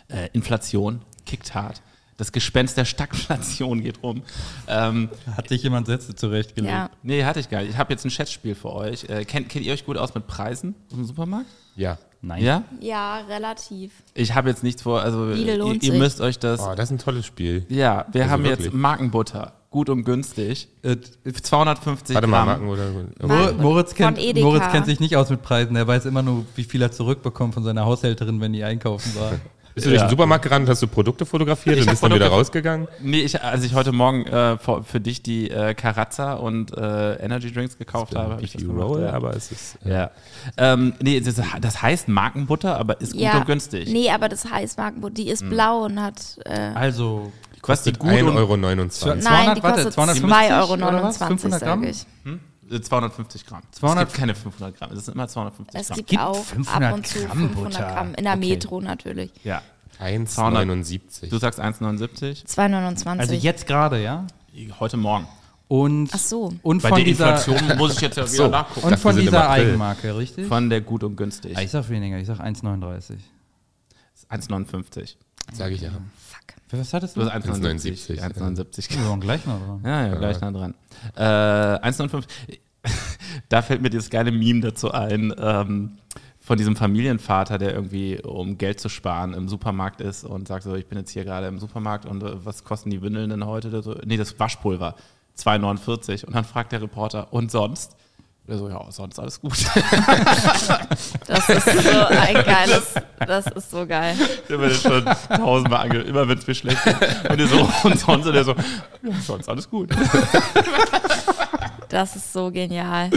Speaker 1: Äh, Inflation kickt hart. Das Gespenst der Stagflation geht rum. Ähm,
Speaker 2: Hat sich jemand Sätze
Speaker 3: genau.
Speaker 2: zurechtgelegt?
Speaker 4: Ja.
Speaker 1: nee, hatte ich gar nicht. Ich habe jetzt ein Schätzspiel für euch. Äh, kennt, kennt ihr euch gut aus mit Preisen im Supermarkt?
Speaker 3: Ja.
Speaker 2: Nein.
Speaker 1: Ja?
Speaker 4: Ja, relativ.
Speaker 1: Ich habe jetzt nichts vor. Also,
Speaker 4: Lidl
Speaker 1: ihr,
Speaker 4: lohnt
Speaker 1: ihr
Speaker 4: sich.
Speaker 1: müsst euch das.
Speaker 3: Oh, das ist ein tolles Spiel.
Speaker 1: Ja, wir
Speaker 3: Also
Speaker 1: haben jetzt
Speaker 3: wirklich.
Speaker 1: Markenbutter. Gut und günstig.
Speaker 2: Äh,
Speaker 1: 250
Speaker 3: Warte mal,
Speaker 1: Gramm.
Speaker 3: Marken oder.
Speaker 4: Mar-
Speaker 2: Mor- Moritz kennt,
Speaker 4: Von Edeka.
Speaker 2: Moritz kennt sich nicht aus mit Preisen. Er weiß immer nur, wie viel er zurückbekommt von seiner Haushälterin, wenn die einkaufen war.
Speaker 3: Bist du durch den Supermarkt gerannt, hast du Produkte fotografiert
Speaker 1: Ich
Speaker 3: und
Speaker 1: hab
Speaker 3: bist dann wieder
Speaker 1: Produkte-
Speaker 3: rausgegangen?
Speaker 1: Nee, ich, als ich heute Morgen äh, vor- für dich die äh, Karazza und äh, Energy Drinks gekauft habe, habe ich das
Speaker 3: die
Speaker 1: gemacht.
Speaker 3: Roll,
Speaker 1: ja.
Speaker 3: aber es ist. äh,
Speaker 1: ja. Ähm, nee, das, das heißt Markenbutter, aber ist gut
Speaker 4: ja.
Speaker 1: und günstig.
Speaker 4: Nee, aber das heißt Markenbutter. Die ist
Speaker 2: Hm.
Speaker 4: blau und hat. Äh,
Speaker 2: Also,
Speaker 1: Was die
Speaker 3: Kostet
Speaker 1: gut und
Speaker 3: 1,29 Euro.
Speaker 4: nein,
Speaker 2: 200,
Speaker 4: die
Speaker 2: warte,
Speaker 4: kostet
Speaker 2: 250
Speaker 4: 2,29
Speaker 2: oder
Speaker 4: Euro,
Speaker 2: was? 500 Gramm?
Speaker 4: sage ich.
Speaker 1: äh, 250 Gramm.
Speaker 2: 200
Speaker 1: es gibt keine 500 Gramm, es sind immer 250
Speaker 4: Es
Speaker 1: Gramm.
Speaker 4: gibt,
Speaker 2: gibt
Speaker 4: auch
Speaker 2: 500
Speaker 4: ab und zu
Speaker 2: Gramm
Speaker 4: 500
Speaker 2: Butter.
Speaker 4: Gramm. In der
Speaker 1: Okay.
Speaker 4: Metro natürlich.
Speaker 1: ja.
Speaker 3: 1,79.
Speaker 1: Du sagst 1,79.
Speaker 4: 2,29.
Speaker 2: Also jetzt gerade, ja?
Speaker 1: Heute Morgen.
Speaker 2: Und,
Speaker 4: Ach so.
Speaker 2: und
Speaker 1: Bei
Speaker 2: von
Speaker 1: der
Speaker 2: dieser, (laughs)
Speaker 1: Inflation muss ich jetzt ja wieder
Speaker 3: So.
Speaker 1: nachgucken.
Speaker 2: und
Speaker 3: dachte, wir
Speaker 2: von
Speaker 3: sind im
Speaker 2: dieser
Speaker 3: April.
Speaker 2: Eigenmarke, richtig?
Speaker 1: Von der gut und günstig.
Speaker 2: Ah, ich sag weniger, ich sag 1,39.
Speaker 1: 1,59.
Speaker 3: Sag ich ja.
Speaker 4: Fuck.
Speaker 2: Für was hattest
Speaker 1: Du
Speaker 2: du?
Speaker 1: hast 1,79.
Speaker 3: 1,79,
Speaker 1: 1,79.
Speaker 2: Wir waren gleich noch dran.
Speaker 1: (laughs) Ja, ja, gleich nah dran. Äh, 1,05. (laughs) da fällt mir dieses geile Meme dazu ein, ähm, von diesem Familienvater, der irgendwie, um Geld zu sparen, im Supermarkt ist und sagt so, ich bin jetzt hier gerade im Supermarkt und äh, was kosten die Windeln denn heute? So, nee, das Waschpulver, 2,49. Und dann fragt der Reporter, und sonst? Der so, ja, sonst alles gut.
Speaker 4: Das ist so
Speaker 2: (laughs)
Speaker 4: ein geiles. Das ist so geil.
Speaker 1: der wird schon tausendmal angehört, immer wenn es mir schlecht geht. Und der so, (laughs) und sonst? Und der so, ja, sonst alles gut.
Speaker 4: Das ist so genial.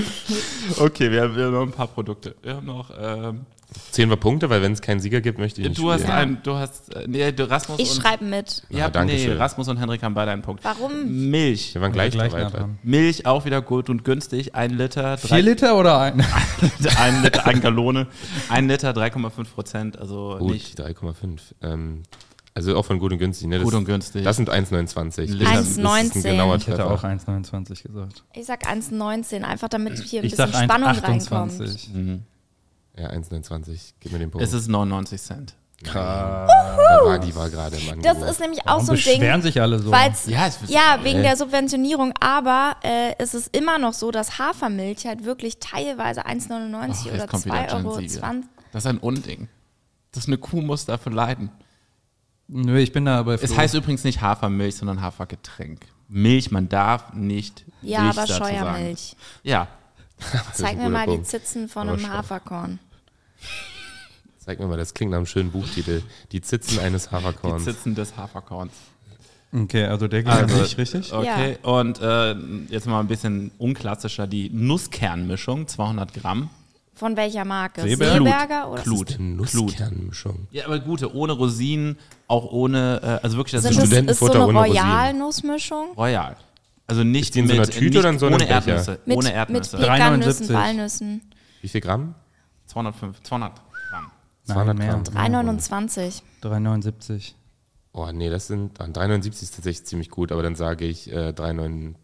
Speaker 1: Okay, wir haben, wir haben noch ein paar Produkte. Wir haben noch... Ähm,
Speaker 3: Zählen wir Punkte, weil wenn es keinen Sieger gibt, möchte ich nicht
Speaker 1: Du hast
Speaker 3: spielen.
Speaker 1: einen, du hast, äh, nee, du, Rasmus
Speaker 4: Ich
Speaker 1: und,
Speaker 4: schreibe mit.
Speaker 1: ja,
Speaker 3: Ah, danke
Speaker 1: nee,
Speaker 3: schön.
Speaker 1: Rasmus und Henrik haben beide einen Punkt.
Speaker 4: Warum?
Speaker 1: Milch.
Speaker 3: Wir waren gleich,
Speaker 2: Gleich nah
Speaker 3: dabei.
Speaker 2: dran.
Speaker 1: Milch auch wieder gut und günstig. Ein Liter,
Speaker 2: Vier Liter oder ein?
Speaker 1: (laughs) ein Liter, ein Gallone. Ein Liter, 3,5 Prozent, also
Speaker 3: Gut,
Speaker 1: nicht.
Speaker 3: 3,5. Ähm, also auch von gut und günstig. Ne? Das,
Speaker 1: Gut und günstig.
Speaker 3: Das sind 1,29.
Speaker 1: Liter.
Speaker 3: Das ist ein
Speaker 4: 1,19.
Speaker 3: genauer
Speaker 2: Ich hätte
Speaker 3: Treffer.
Speaker 2: auch 1,29 gesagt.
Speaker 4: Ich sag 1,19, einfach damit hier ein
Speaker 2: Ich
Speaker 4: bisschen
Speaker 2: sag
Speaker 4: Spannung reinkommt.
Speaker 2: 1,28.
Speaker 3: Ja, 1,29. Gib mir den Punkt.
Speaker 1: Es ist 99 Cent.
Speaker 3: da war, die war gerade im
Speaker 4: Das
Speaker 3: Angebot.
Speaker 4: ist nämlich auch
Speaker 2: Warum
Speaker 4: so ein Ding.
Speaker 2: beschweren sich alle so?
Speaker 4: Weil's,
Speaker 1: Ja,
Speaker 4: ja,
Speaker 1: es ist- Äh.
Speaker 4: wegen der Subventionierung, aber äh, es ist immer noch so, dass Hafermilch halt wirklich teilweise 1,99
Speaker 1: Ach,
Speaker 4: oder
Speaker 1: jetzt kommt wieder
Speaker 4: 2,20
Speaker 1: Gen
Speaker 4: Euro.
Speaker 1: Siegel. Das ist ein Unding. Das ist eine Kuh muss dafür leiden.
Speaker 2: Nö, ich bin da aber.
Speaker 1: Es heißt übrigens nicht Hafermilch, sondern Hafergetränk. Milch, man darf nicht.
Speaker 4: Ja,
Speaker 1: Milch
Speaker 4: aber
Speaker 1: dazu sagen.
Speaker 4: Scheuermilch.
Speaker 1: Ja,
Speaker 3: Das ist ein
Speaker 4: Zeig mir
Speaker 3: guter
Speaker 4: mal
Speaker 3: Punkt.
Speaker 4: die Zitzen von
Speaker 3: Aber
Speaker 4: einem
Speaker 3: schwach.
Speaker 4: Haferkorn.
Speaker 3: Zeig mir mal, das klingt nach einem schönen Buchtitel. Die Zitzen eines
Speaker 1: die
Speaker 3: Haferkorns.
Speaker 1: Zitzen des Haferkorns.
Speaker 2: Okay, also der geht
Speaker 1: Also-
Speaker 2: an sich, richtig?
Speaker 1: Okay, und äh, jetzt mal ein bisschen unklassischer, die Nusskernmischung, 200 Gramm.
Speaker 4: Von welcher Marke?
Speaker 1: Seeberger?
Speaker 4: Seeberger oder?
Speaker 1: Glut. Glut.
Speaker 3: Nusskernmischung.
Speaker 1: Ja, aber gute, ohne Rosinen, auch ohne, äh, also wirklich, das
Speaker 4: Sind
Speaker 1: ist
Speaker 4: das, ist so
Speaker 3: Studentenfutter
Speaker 4: eine
Speaker 3: ohne Rosinen.
Speaker 4: Royal-Nussmischung?
Speaker 1: royal. Also nicht
Speaker 3: die in so
Speaker 1: mit,
Speaker 3: einer Tüte
Speaker 1: nicht
Speaker 3: oder in so einem
Speaker 1: ohne
Speaker 3: Becher?
Speaker 1: Erdnüsse.
Speaker 4: Mit,
Speaker 1: ohne
Speaker 4: mit
Speaker 1: Erdnüsse.
Speaker 4: Pekannüssen,
Speaker 2: 3,79.
Speaker 4: Walnüssen.
Speaker 3: Wie viel Gramm?
Speaker 1: 205, 200 Gramm.
Speaker 3: 200
Speaker 2: mehr.
Speaker 3: Gramm.
Speaker 4: 3,29.
Speaker 2: 3,79.
Speaker 3: Oh nee, das sind dann 379 ist tatsächlich ziemlich gut, aber dann sage ich äh, 39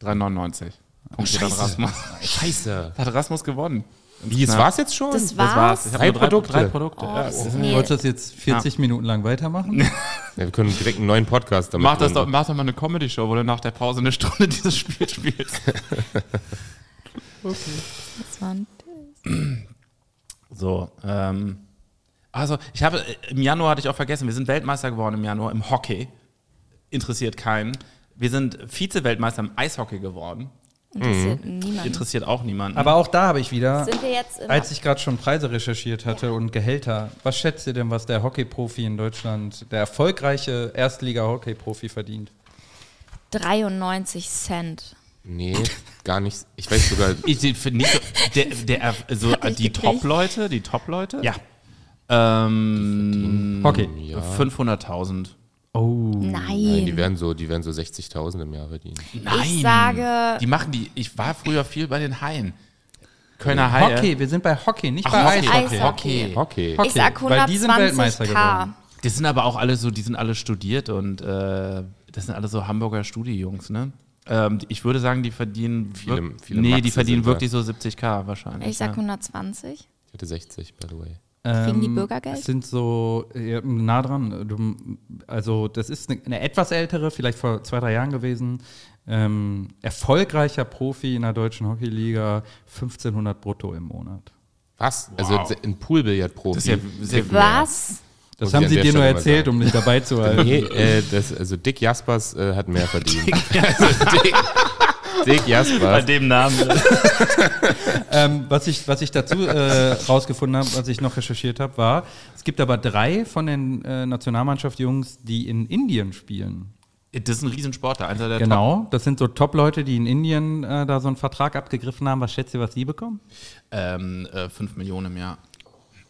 Speaker 3: 349.
Speaker 1: 3,99. Punkt hat Rasmus. (laughs)
Speaker 3: Scheiße.
Speaker 1: Hat Rasmus gewonnen.
Speaker 3: Wie, es
Speaker 1: Na.
Speaker 3: war's jetzt schon?
Speaker 4: Das
Speaker 1: Das war's.
Speaker 4: war's.
Speaker 1: Ich hab
Speaker 3: Drei
Speaker 1: nur drei
Speaker 3: Produkte.
Speaker 1: Drei Produkte.
Speaker 4: Oh,
Speaker 1: ja.
Speaker 4: das ist nee.
Speaker 2: Wolltest du das jetzt 40 Minuten lang weitermachen?
Speaker 3: ja, wir können direkt einen neuen Podcast damit
Speaker 1: Mach, das doch,
Speaker 3: gründen.
Speaker 1: mach doch mal eine Comedy-Show, wo du nach der Pause eine Stunde (laughs) dieses Spiel spielst.
Speaker 4: Das waren-
Speaker 1: So, ähm, also ich habe, im Januar hatte ich auch vergessen, wir sind Weltmeister geworden im Januar im Hockey. Interessiert keinen. Wir sind Vize-Weltmeister im Eishockey geworden.
Speaker 4: Interessiert
Speaker 1: Mhm.
Speaker 4: niemanden.
Speaker 1: Interessiert auch niemanden.
Speaker 2: Aber auch da habe ich wieder,
Speaker 4: Sind wir jetzt im
Speaker 2: als ich gerade schon Preise recherchiert hatte und Gehälter, was schätzt ihr denn, was der Hockeyprofi in Deutschland, der erfolgreiche Erstliga-Hockeyprofi verdient?
Speaker 4: 93 Cent.
Speaker 3: Nee, gar nicht. Ich
Speaker 4: (laughs)
Speaker 3: weiß sogar,
Speaker 1: ich finde nicht, so- der, der, also
Speaker 4: Hab ich
Speaker 1: die
Speaker 4: gekriegt.
Speaker 1: Top-Leute, die Top-Leute? Ähm,
Speaker 2: Hockey.
Speaker 3: ja.
Speaker 1: 500.000.
Speaker 2: Oh.
Speaker 3: Nein, die
Speaker 4: Nein.
Speaker 3: werden so, die werden so 60.000 im Jahr verdienen.
Speaker 1: Nein.
Speaker 4: Ich sage-
Speaker 1: Die machen die, ich war früher viel bei den Haien. Kölner Haie.
Speaker 2: Hockey, wir sind bei Hockey, nicht
Speaker 1: Ach,
Speaker 2: bei
Speaker 1: Hockey.
Speaker 2: Eishockey.
Speaker 1: Okay.
Speaker 4: Eishockey.
Speaker 3: Okay.
Speaker 2: Hockey.
Speaker 4: Ich sag
Speaker 2: Weil die sind Weltmeister
Speaker 4: 120k.
Speaker 2: geworden.
Speaker 1: Das sind aber auch alle so, die sind alle studiert und äh, das sind alle so Hamburger Studiojungs, ne? Ähm, ich würde sagen, die verdienen
Speaker 3: Viele-
Speaker 1: wirk-
Speaker 3: viele
Speaker 1: Nee, die
Speaker 3: Maxe
Speaker 1: verdienen
Speaker 3: sind da.
Speaker 1: wirklich so 70k wahrscheinlich.
Speaker 4: Ich sag
Speaker 1: ja.
Speaker 4: 120.
Speaker 3: Ich hatte 60, by the way.
Speaker 4: Kriegen die
Speaker 2: Ähm,
Speaker 4: Bürgergeld?
Speaker 2: Es sind so äh, ja, nah dran. Du, also das ist eine, eine etwas ältere, vielleicht vor zwei, drei Jahren gewesen. Ähm, erfolgreicher Profi in der deutschen Hockeyliga, 1500 brutto im Monat.
Speaker 3: Was?
Speaker 1: Wow.
Speaker 3: Also ein Poolbillard-Profi.
Speaker 1: Das ist ja sehr-
Speaker 4: Was?
Speaker 2: Das
Speaker 3: Muss ich
Speaker 2: haben
Speaker 3: an
Speaker 2: sie
Speaker 3: der
Speaker 2: dir nur
Speaker 3: Stelle mal
Speaker 2: erzählt,
Speaker 3: sagen.
Speaker 2: um dich dabei
Speaker 3: (laughs)
Speaker 2: zu halten.
Speaker 3: Nee, äh, das, also Dick Jaspers äh, hat mehr verdient. (laughs) also Dick, Dick
Speaker 1: Bei
Speaker 3: Jaspers.
Speaker 1: dem (laughs) Namen.
Speaker 2: ähm, was, ich, was ich dazu äh, rausgefunden habe, was ich noch recherchiert habe, war, es gibt aber drei von den äh, Nationalmannschaft-Jungs, die in Indien spielen.
Speaker 1: Das ist ein Riesensportler, einer der Top.
Speaker 2: Genau, das sind so Top-Leute, die in Indien äh, da so einen Vertrag abgegriffen haben. Was schätzt ihr, was die bekommen?
Speaker 1: Ähm, äh, 5 Millionen im Jahr.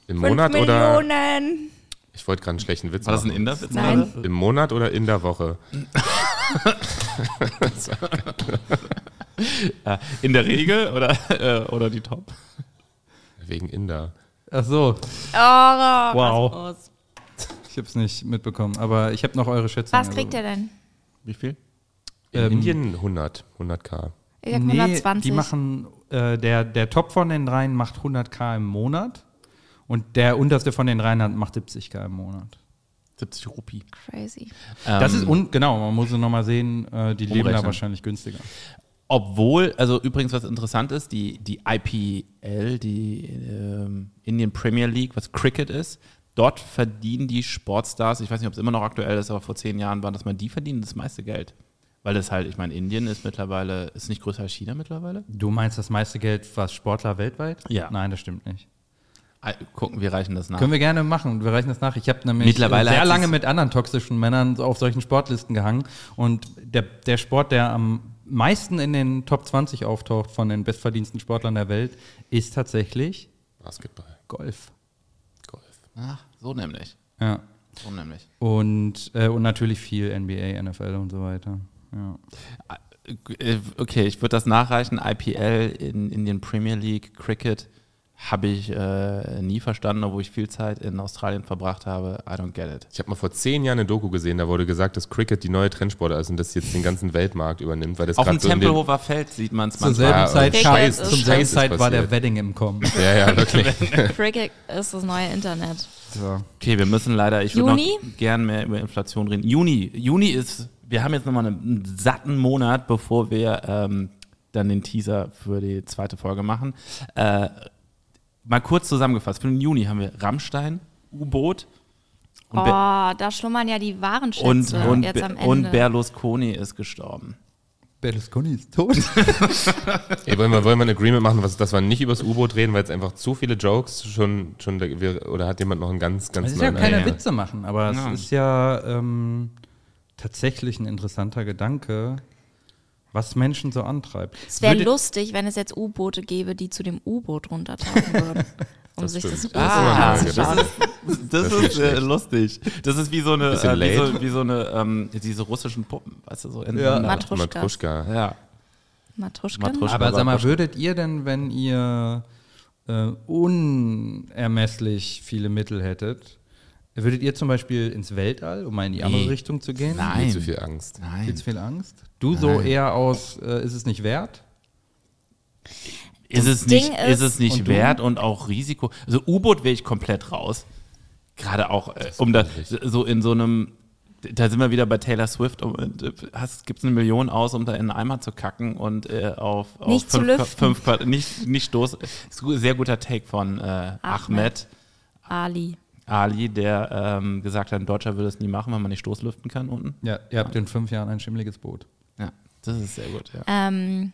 Speaker 3: Im
Speaker 4: Fünf
Speaker 3: Monat oder?
Speaker 4: Millionen.
Speaker 3: Ich wollte gerade einen schlechten Witz
Speaker 1: War das ein
Speaker 3: machen.
Speaker 1: Inder?
Speaker 4: Nein.
Speaker 3: Im Monat oder in der Woche?
Speaker 1: In der Regel oder, (laughs) äh, oder die Top?
Speaker 3: Wegen Inder.
Speaker 2: Ach so,
Speaker 4: Oh, wow.
Speaker 2: Wow.
Speaker 4: Kosmos.
Speaker 2: Ich habe es nicht mitbekommen, aber ich habe noch eure Schätzung. also
Speaker 4: Was kriegt er denn?
Speaker 1: Wie viel?
Speaker 3: In
Speaker 2: Ähm,
Speaker 3: Indien 100, 100k.
Speaker 4: Ich sag
Speaker 2: Nee,
Speaker 4: 120.
Speaker 2: die machen, äh, der, der Top von den dreien macht 100k im Monat und der unterste von den dreien hat- macht 70k im Monat.
Speaker 1: 70 Rupi.
Speaker 4: Crazy.
Speaker 2: Das
Speaker 1: Ähm,
Speaker 2: ist, un genau, man muss nochmal sehen, äh, die leben
Speaker 1: Umrechnen.
Speaker 2: da wahrscheinlich günstiger.
Speaker 1: Obwohl, also übrigens, was interessant ist, die, die IPL, die ähm, Indian Premier League, was Cricket ist, dort verdienen die Sportstars, ich weiß nicht, ob es immer noch aktuell ist, aber vor zehn Jahren waren das mal, die verdienen das meiste Geld. Weil das halt, ich meine, Indien ist mittlerweile, ist nicht größer als China mittlerweile.
Speaker 2: Du meinst das meiste Geld, was Sportler weltweit?
Speaker 1: Ja.
Speaker 2: Nein, das stimmt nicht.
Speaker 1: Ah, Gucken, wir reichen das nach.
Speaker 2: Können wir gerne machen. Wir reichen das nach. Ich habe nämlich
Speaker 1: Mittlerweile
Speaker 2: sehr
Speaker 1: hat
Speaker 2: lange
Speaker 1: es-
Speaker 2: mit anderen toxischen Männern auf solchen Sportlisten gehangen. Und der, der Sport, der am meisten in den Top 20 auftaucht von den bestverdiensten Sportlern der Welt, ist tatsächlich
Speaker 3: Basketball,
Speaker 2: Golf.
Speaker 3: Golf.
Speaker 1: Ach, so nämlich.
Speaker 2: Ja.
Speaker 1: So nämlich.
Speaker 2: Und, äh, und natürlich viel NBA, NFL und so weiter. Ja.
Speaker 1: Äh, Okay, ich würde das nachreichen. IPL in Indian Premier League, Cricket habe ich äh, nie verstanden, obwohl ich viel Zeit in Australien verbracht habe. I don't get it.
Speaker 3: Ich habe mal vor zehn Jahren eine Doku gesehen, da wurde gesagt, dass Cricket die neue Trendsportart ist und das jetzt den ganzen Weltmarkt übernimmt, weil das
Speaker 1: Auf dem
Speaker 3: gerade so in den,
Speaker 1: Tempelhofer Feld sieht man es
Speaker 2: Zur
Speaker 1: manchmal.
Speaker 2: selben
Speaker 3: Ja,
Speaker 2: Zeit,
Speaker 4: Cricket
Speaker 2: kam,
Speaker 4: ist-
Speaker 2: zum selben
Speaker 3: äh, Scheiß ist
Speaker 2: Zeit war der
Speaker 3: passiert.
Speaker 2: Wedding im Kommen.
Speaker 3: Ja, ja, wirklich.
Speaker 4: (laughs) Cricket ist das neue Internet.
Speaker 2: So.
Speaker 1: Okay, wir müssen leider, ich würde
Speaker 4: Juni?
Speaker 1: noch gern mehr über Inflation reden. Juni, Juni ist, wir haben jetzt nochmal einen, einen satten Monat, bevor wir ähm, dann den Teaser für die zweite Folge machen. Äh, mal kurz zusammengefasst, für den Juni haben wir Rammstein, U-Boot
Speaker 4: Oh,
Speaker 1: und, Be-
Speaker 4: da schlummern ja die wahren Schätze
Speaker 1: und, und,
Speaker 4: jetzt am
Speaker 1: Be-
Speaker 4: Ende.
Speaker 1: und Berlusconi ist gestorben.
Speaker 2: Berlusconi ist tot.
Speaker 3: Ey, wollen wir, wollen wir ein Agreement machen, was, dass wir nicht über das U-Boot reden, weil es einfach zu viele Jokes schon, schon da, wir, oder hat jemand noch einen ganz, ganz
Speaker 2: Es ist ja
Speaker 3: neuen
Speaker 2: keine
Speaker 3: Einwand?
Speaker 2: Witze machen, aber
Speaker 1: Ja.
Speaker 2: es ist ja ähm, tatsächlich ein interessanter Gedanke, was Menschen so antreibt.
Speaker 4: es wäre
Speaker 2: Würdet-
Speaker 4: lustig, wenn es jetzt U-Boote gäbe, die zu dem U-Boot runtertauchen würden. Um sich
Speaker 3: stimmt.
Speaker 4: das
Speaker 3: Das ist immer
Speaker 1: Ah,
Speaker 3: eine Frage.
Speaker 4: anzuschauen.
Speaker 1: Das,
Speaker 3: ist
Speaker 1: ist äh,
Speaker 3: schlecht.
Speaker 1: lustig. Das ist wie so eine,
Speaker 3: Bisschen
Speaker 1: äh, wie so,
Speaker 3: late.
Speaker 1: wie so eine ähm, diese russischen Puppen, weißt du, so in
Speaker 4: Matruschka.
Speaker 3: Matruschka.
Speaker 1: Ja.
Speaker 4: Matruschka.
Speaker 1: Matruschka.
Speaker 2: aber sag mal,
Speaker 1: Waschmaschine.
Speaker 2: würdet ihr denn, wenn ihr äh, unermesslich viele Mittel hättet, würdet ihr zum Beispiel ins Weltall, um mal in die andere
Speaker 1: Nee.
Speaker 2: Richtung zu gehen?
Speaker 1: Nein.
Speaker 3: Viel zu viel Angst.
Speaker 2: Viel
Speaker 1: Nein.
Speaker 2: zu viel Angst? Du so
Speaker 1: Nein.
Speaker 2: eher aus, äh, ist es nicht wert?
Speaker 1: Ist es
Speaker 4: Ding
Speaker 1: nicht, ist
Speaker 4: ist-
Speaker 1: es nicht
Speaker 2: Und du?
Speaker 1: wert und auch Risiko. Also U-Boot wäre ich komplett raus. Gerade auch, äh, um da so in so einem, da sind wir wieder bei Taylor Swift, um, gibt es eine Million aus, um da in einen Eimer zu kacken und äh, auf, auf
Speaker 4: Nicht zu
Speaker 1: fünf,
Speaker 4: lüften.
Speaker 1: fünf Quad- nicht, nicht Stoß. Ist gu- Sehr guter Take von äh, Ahmed
Speaker 4: Ali.
Speaker 1: Ali, der ähm, gesagt hat, ein Deutscher würde es nie machen, weil man nicht Stoßlüften kann unten.
Speaker 2: Ja, ihr habt in fünf Jahren ein schimmeliges Boot.
Speaker 1: Ja, das ist sehr gut, ja.
Speaker 4: Ähm,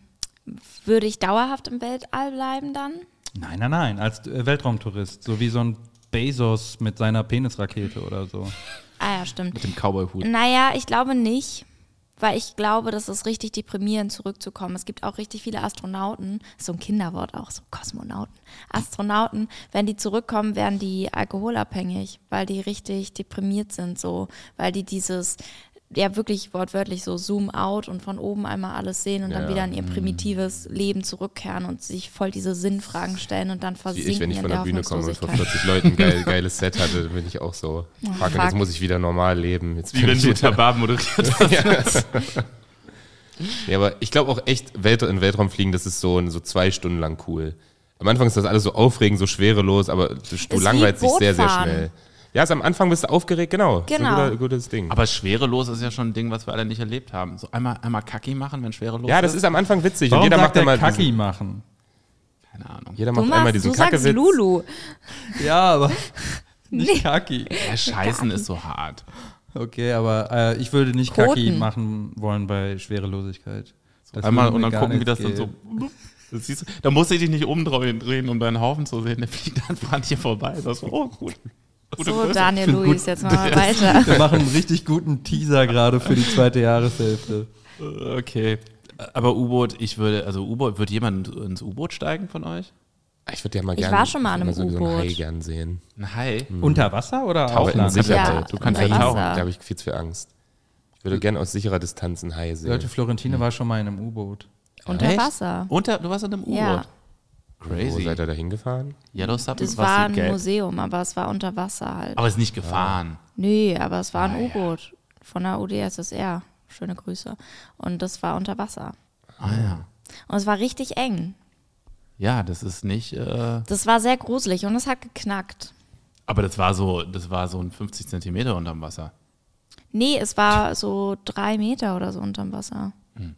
Speaker 4: würde ich dauerhaft im Weltall bleiben dann?
Speaker 2: Nein, nein, nein, als äh, Weltraumtourist, so wie so ein Bezos mit seiner Penisrakete oder so.
Speaker 4: Ah ja, stimmt.
Speaker 1: Mit dem Cowboy-Hut.
Speaker 4: Naja, ich glaube nicht, weil ich glaube, das ist richtig deprimierend, zurückzukommen. Es gibt auch richtig viele Astronauten, ist so ein Kinderwort auch, so Kosmonauten. Astronauten, wenn die zurückkommen, werden die alkoholabhängig, weil die richtig deprimiert sind, so, weil die dieses ja wirklich wortwörtlich so zoom out und von oben einmal alles sehen und dann
Speaker 3: Ja. Mhm.
Speaker 4: wieder in ihr primitives Leben zurückkehren und sich voll diese Sinnfragen stellen und dann
Speaker 3: Wie
Speaker 4: versinken
Speaker 3: ich, wenn ich
Speaker 4: in
Speaker 3: von
Speaker 4: der
Speaker 3: der Bühne komme und vor
Speaker 4: Hoffnungslosigkeit.
Speaker 3: 40 Leuten ein geil, geiles Set hatte, dann bin ich auch so. Fuck, und
Speaker 4: fuck.
Speaker 3: jetzt muss ich wieder normal leben. Jetzt
Speaker 1: Wie
Speaker 3: bin
Speaker 1: wenn (laughs)
Speaker 3: ich
Speaker 1: du Tabar moderiert
Speaker 3: Ja, aber ich glaube auch echt, Welt in Weltraum fliegen, das ist so, so zwei Stunden lang cool. Am Anfang ist das alles so aufregend, so schwerelos, aber du,
Speaker 4: wie
Speaker 3: du langweilst dich sehr, sehr
Speaker 4: Bootfahren.
Speaker 3: schnell. Ja, also am Anfang bist du aufgeregt, genau. Das ist ein
Speaker 4: Genau.
Speaker 3: guter, gutes Ding.
Speaker 1: Aber schwerelos ist ja schon ein Ding, was wir alle nicht erlebt haben. So einmal, einmal Kacki machen, wenn schwerelos
Speaker 3: ja, das ist am Anfang witzig
Speaker 2: Warum
Speaker 3: und jeder
Speaker 2: sagt
Speaker 3: macht
Speaker 2: der
Speaker 3: einmal
Speaker 2: Kacki
Speaker 3: diesen,
Speaker 2: machen?
Speaker 1: Keine Ahnung.
Speaker 3: jeder
Speaker 4: Du,
Speaker 3: macht einmal
Speaker 4: machst,
Speaker 3: diesen
Speaker 4: du sagst
Speaker 3: Kackewitz.
Speaker 4: Lulu.
Speaker 2: Ja, (laughs) aber nicht
Speaker 4: Nee.
Speaker 2: Kacki.
Speaker 1: Ja, Scheißen ist so hart.
Speaker 2: Okay, aber äh, ich würde nicht
Speaker 4: Koten.
Speaker 2: Kacki machen wollen bei Schwerelosigkeit. Das
Speaker 1: Einmal
Speaker 2: würde
Speaker 1: und
Speaker 2: mir
Speaker 1: dann
Speaker 2: gar
Speaker 1: gucken, wie
Speaker 2: nichts
Speaker 1: das dann so.
Speaker 2: geben.
Speaker 1: Das siehst du, da musst du dich nicht umdrehen, drehen, um deinen Haufen zu sehen. Der fliegt einfach (laughs) an dir vorbei. Das war, oh, gut. Gute
Speaker 4: So,
Speaker 1: Größe.
Speaker 4: Daniel
Speaker 1: Find
Speaker 4: Luis,
Speaker 1: gut.
Speaker 4: jetzt machen
Speaker 3: (laughs)
Speaker 1: (laughs)
Speaker 4: wir weiter.
Speaker 2: Wir machen einen richtig guten Teaser gerade für die zweite Jahreshälfte.
Speaker 1: Äh, Okay. Aber U-Boot, ich würde, also U-Boot, wird jemand ins U-Boot steigen von euch?
Speaker 3: Ich würde ja mal
Speaker 4: Ich
Speaker 3: gerne
Speaker 4: war schon mal an einem
Speaker 3: so, so einen
Speaker 4: U-Boot.
Speaker 3: Hai gern sehen.
Speaker 1: Ein Hai?
Speaker 2: Unter Wasser oder auf
Speaker 3: Tauchen
Speaker 2: Land?
Speaker 3: sicher.
Speaker 4: Ja,
Speaker 3: du kannst
Speaker 1: im
Speaker 3: ja tauchen.
Speaker 4: Wasser.
Speaker 3: Da habe ich viel zu viel Angst. Ich würde gern aus sicherer Distanz einen Hai sehen.
Speaker 2: Leute, Florentine war schon mal in einem U-Boot.
Speaker 4: Unter
Speaker 1: Echt?
Speaker 4: Wasser.
Speaker 1: Unter, du warst in einem U-Boot.
Speaker 4: Ja.
Speaker 3: Wo
Speaker 1: Crazy.
Speaker 3: seid ihr da hingefahren?
Speaker 1: Yellow Submarine
Speaker 4: Das
Speaker 1: warst
Speaker 4: war
Speaker 1: du
Speaker 4: ein
Speaker 1: gelb.
Speaker 4: Museum, aber es war unter Wasser halt.
Speaker 1: Aber ist nicht gefahren.
Speaker 4: Nee, aber es
Speaker 3: Ah,
Speaker 4: war ein U-Boot von der UdSSR. Schöne Grüße. Und das war unter Wasser.
Speaker 1: Ah ja.
Speaker 4: Und es war richtig eng.
Speaker 1: Ja, das ist nicht. Äh,
Speaker 4: Das war sehr gruselig und es hat geknackt.
Speaker 1: aber das war so, das war so ein 50 Zentimeter unterm Wasser.
Speaker 4: Nee, es war so drei Meter oder so unterm Wasser.
Speaker 3: Hm.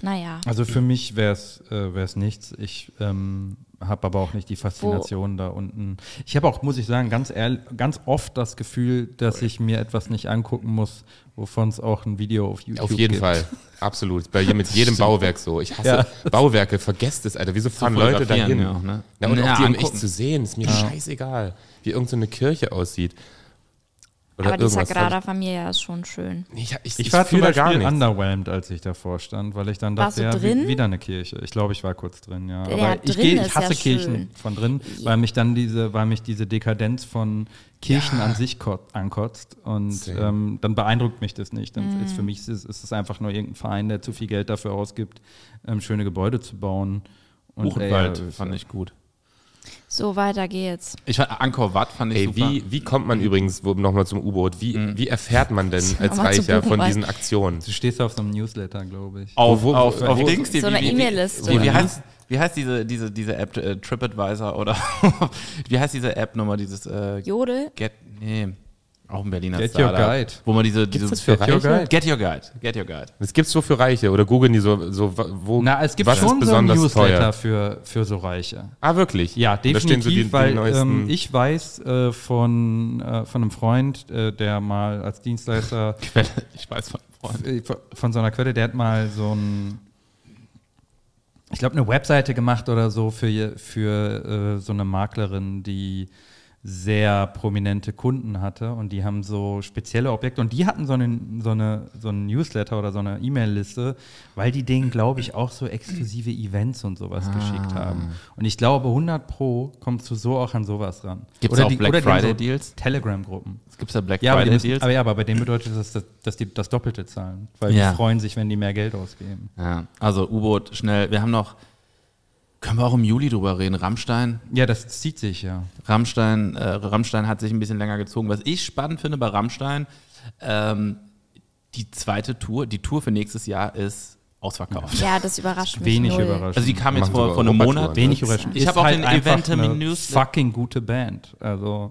Speaker 4: Naja.
Speaker 2: Also für mich wäre es äh, wär's nichts. Ich ähm, habe aber auch nicht die Faszination da unten. Ich habe auch, muss ich sagen, ganz, ehrlich, ganz oft das Gefühl, dass ich mir etwas nicht angucken muss, wovon es auch ein Video auf YouTube gibt.
Speaker 3: Auf jeden Fall. Absolut. Bei
Speaker 2: (laughs)
Speaker 3: mit jedem Bauwerk so. Ich hasse Bauwerke. Vergesst es, Alter. Wieso fahren Leute
Speaker 1: fotografieren,
Speaker 3: dahin?
Speaker 1: ja auch, ne?
Speaker 3: Na, und
Speaker 1: Ja,
Speaker 3: auch die um echt
Speaker 1: angucken.
Speaker 3: zu sehen, ist mir scheißegal, wie irgendeine so eine Kirche aussieht. Oder
Speaker 4: Aber die
Speaker 3: irgendwas.
Speaker 4: Sagrada Familia ist schon schön.
Speaker 3: Nee, Ich, ich,
Speaker 2: Ich war zum
Speaker 3: fühle da gar
Speaker 2: Beispiel
Speaker 3: nichts.
Speaker 2: underwhelmed, als ich davor stand, weil ich dann
Speaker 4: Warst
Speaker 2: dachte, ja,
Speaker 4: du
Speaker 2: wie,
Speaker 4: drin?
Speaker 2: wieder eine Kirche. Ich glaube, ich war kurz drin, ja.
Speaker 4: Ja,
Speaker 2: Aber ich,
Speaker 4: drin
Speaker 2: gehe, ich
Speaker 4: ist
Speaker 2: hasse
Speaker 4: ja
Speaker 2: Kirchen
Speaker 4: schön.
Speaker 2: von drin, weil mich dann diese, weil mich diese Dekadenz von Kirchen an sich kot- ankotzt. Und
Speaker 3: Same.
Speaker 2: ähm, dann beeindruckt mich das nicht. Dann
Speaker 4: Mm.
Speaker 2: ist für mich ist, es- ist es einfach nur irgendein Verein, der zu viel Geld dafür ausgibt, ähm, schöne Gebäude zu bauen. Und,
Speaker 1: Buchenwald
Speaker 2: äh,
Speaker 1: fand ich gut.
Speaker 4: So, weiter geht's.
Speaker 1: Ich fand Angkor Wat fand ich
Speaker 3: Ey,
Speaker 1: super.
Speaker 3: wie, wie kommt
Speaker 2: Mhm.
Speaker 3: man übrigens nochmal zum U-Boot? Wie, wie erfährt
Speaker 2: (laughs)
Speaker 3: man denn als
Speaker 4: Nochmal zu
Speaker 3: Reicher von
Speaker 4: Buchenwald.
Speaker 3: diesen Aktionen?
Speaker 2: Du stehst auf so einem Newsletter, glaube ich.
Speaker 1: auf,
Speaker 3: Wo- wo-
Speaker 1: auf,
Speaker 3: wo-
Speaker 1: auf
Speaker 3: wo-
Speaker 1: Dings, die,
Speaker 4: So eine
Speaker 1: wie- wie-
Speaker 4: E-Mail-Liste.
Speaker 1: Wie, wie,
Speaker 4: Ja.
Speaker 1: heißt, wie heißt diese, diese, diese App, äh, TripAdvisor oder (laughs) wie heißt diese App nochmal, dieses äh,
Speaker 4: Jodel?
Speaker 1: Get, nee, auch ein Berliner
Speaker 2: Get
Speaker 1: Startup.
Speaker 2: Your Guide.
Speaker 1: Wo man diese, diese
Speaker 3: das für
Speaker 1: Get Your
Speaker 3: Reiche?
Speaker 1: Guide? Get Your Guide, Get Your Guide.
Speaker 3: Es gibt so für Reiche oder googeln die so, so wa- wo
Speaker 2: Na, es gibt
Speaker 3: was
Speaker 2: schon
Speaker 3: ist
Speaker 2: so einen
Speaker 3: besonders
Speaker 2: Newsletter
Speaker 3: teuer.
Speaker 2: für, für so Reiche.
Speaker 3: Ah, wirklich?
Speaker 2: Ja,
Speaker 3: Da stehen
Speaker 2: definitiv,
Speaker 3: so die, die
Speaker 2: weil
Speaker 3: neuesten-
Speaker 2: ähm, ich weiß äh, von, äh, von einem Freund, äh, der mal als Dienstleister
Speaker 1: Ich weiß von vorhin.
Speaker 2: äh, von so einer Quelle, der hat mal so ein, ich glaube, eine Webseite gemacht oder so für, je- für äh, so eine Maklerin, die sehr prominente Kunden hatte und die haben so spezielle Objekte und die hatten so einen so eine so einen Newsletter oder so eine E-Mail-Liste, weil die denen glaube ich auch so exklusive Events und sowas
Speaker 1: Ah.
Speaker 2: geschickt haben und ich glaube 100 pro kommst du so auch an sowas ran.
Speaker 1: Gibt's auch Black
Speaker 2: denen
Speaker 1: Friday Deals?
Speaker 2: Telegram-Gruppen.
Speaker 1: Gibt es da Black
Speaker 2: Ja, aber, die
Speaker 1: Friday
Speaker 2: müssen,
Speaker 1: Deals?
Speaker 2: aber ja, aber bei dem bedeutet das, dass, dass die das Doppelte zahlen, weil
Speaker 1: Ja.
Speaker 2: die freuen sich, wenn die mehr Geld ausgeben.
Speaker 1: Ja, also U-Boot, schnell. Wir haben noch, können wir auch im Juli drüber reden, Rammstein.
Speaker 2: Ja, das zieht sich ja.
Speaker 1: Rammstein, äh, Rammstein hat sich ein bisschen länger gezogen. Was ich spannend finde bei Rammstein, ähm, die zweite Tour, die Tour für nächstes Jahr ist ausverkauft.
Speaker 4: Ja, das überrascht mich.
Speaker 2: Wenig
Speaker 4: null.
Speaker 2: überraschend.
Speaker 1: Also die kam jetzt
Speaker 3: Machen
Speaker 1: vor,
Speaker 3: sogar
Speaker 1: vor einem
Speaker 3: Europatouren,
Speaker 1: Monat.
Speaker 3: ne?
Speaker 2: Wenig überraschend.
Speaker 1: Ich
Speaker 2: Ist halt
Speaker 1: habe auch den
Speaker 2: einfach
Speaker 1: Eventem
Speaker 2: eine
Speaker 1: News-
Speaker 2: Fucking gute Band. Also,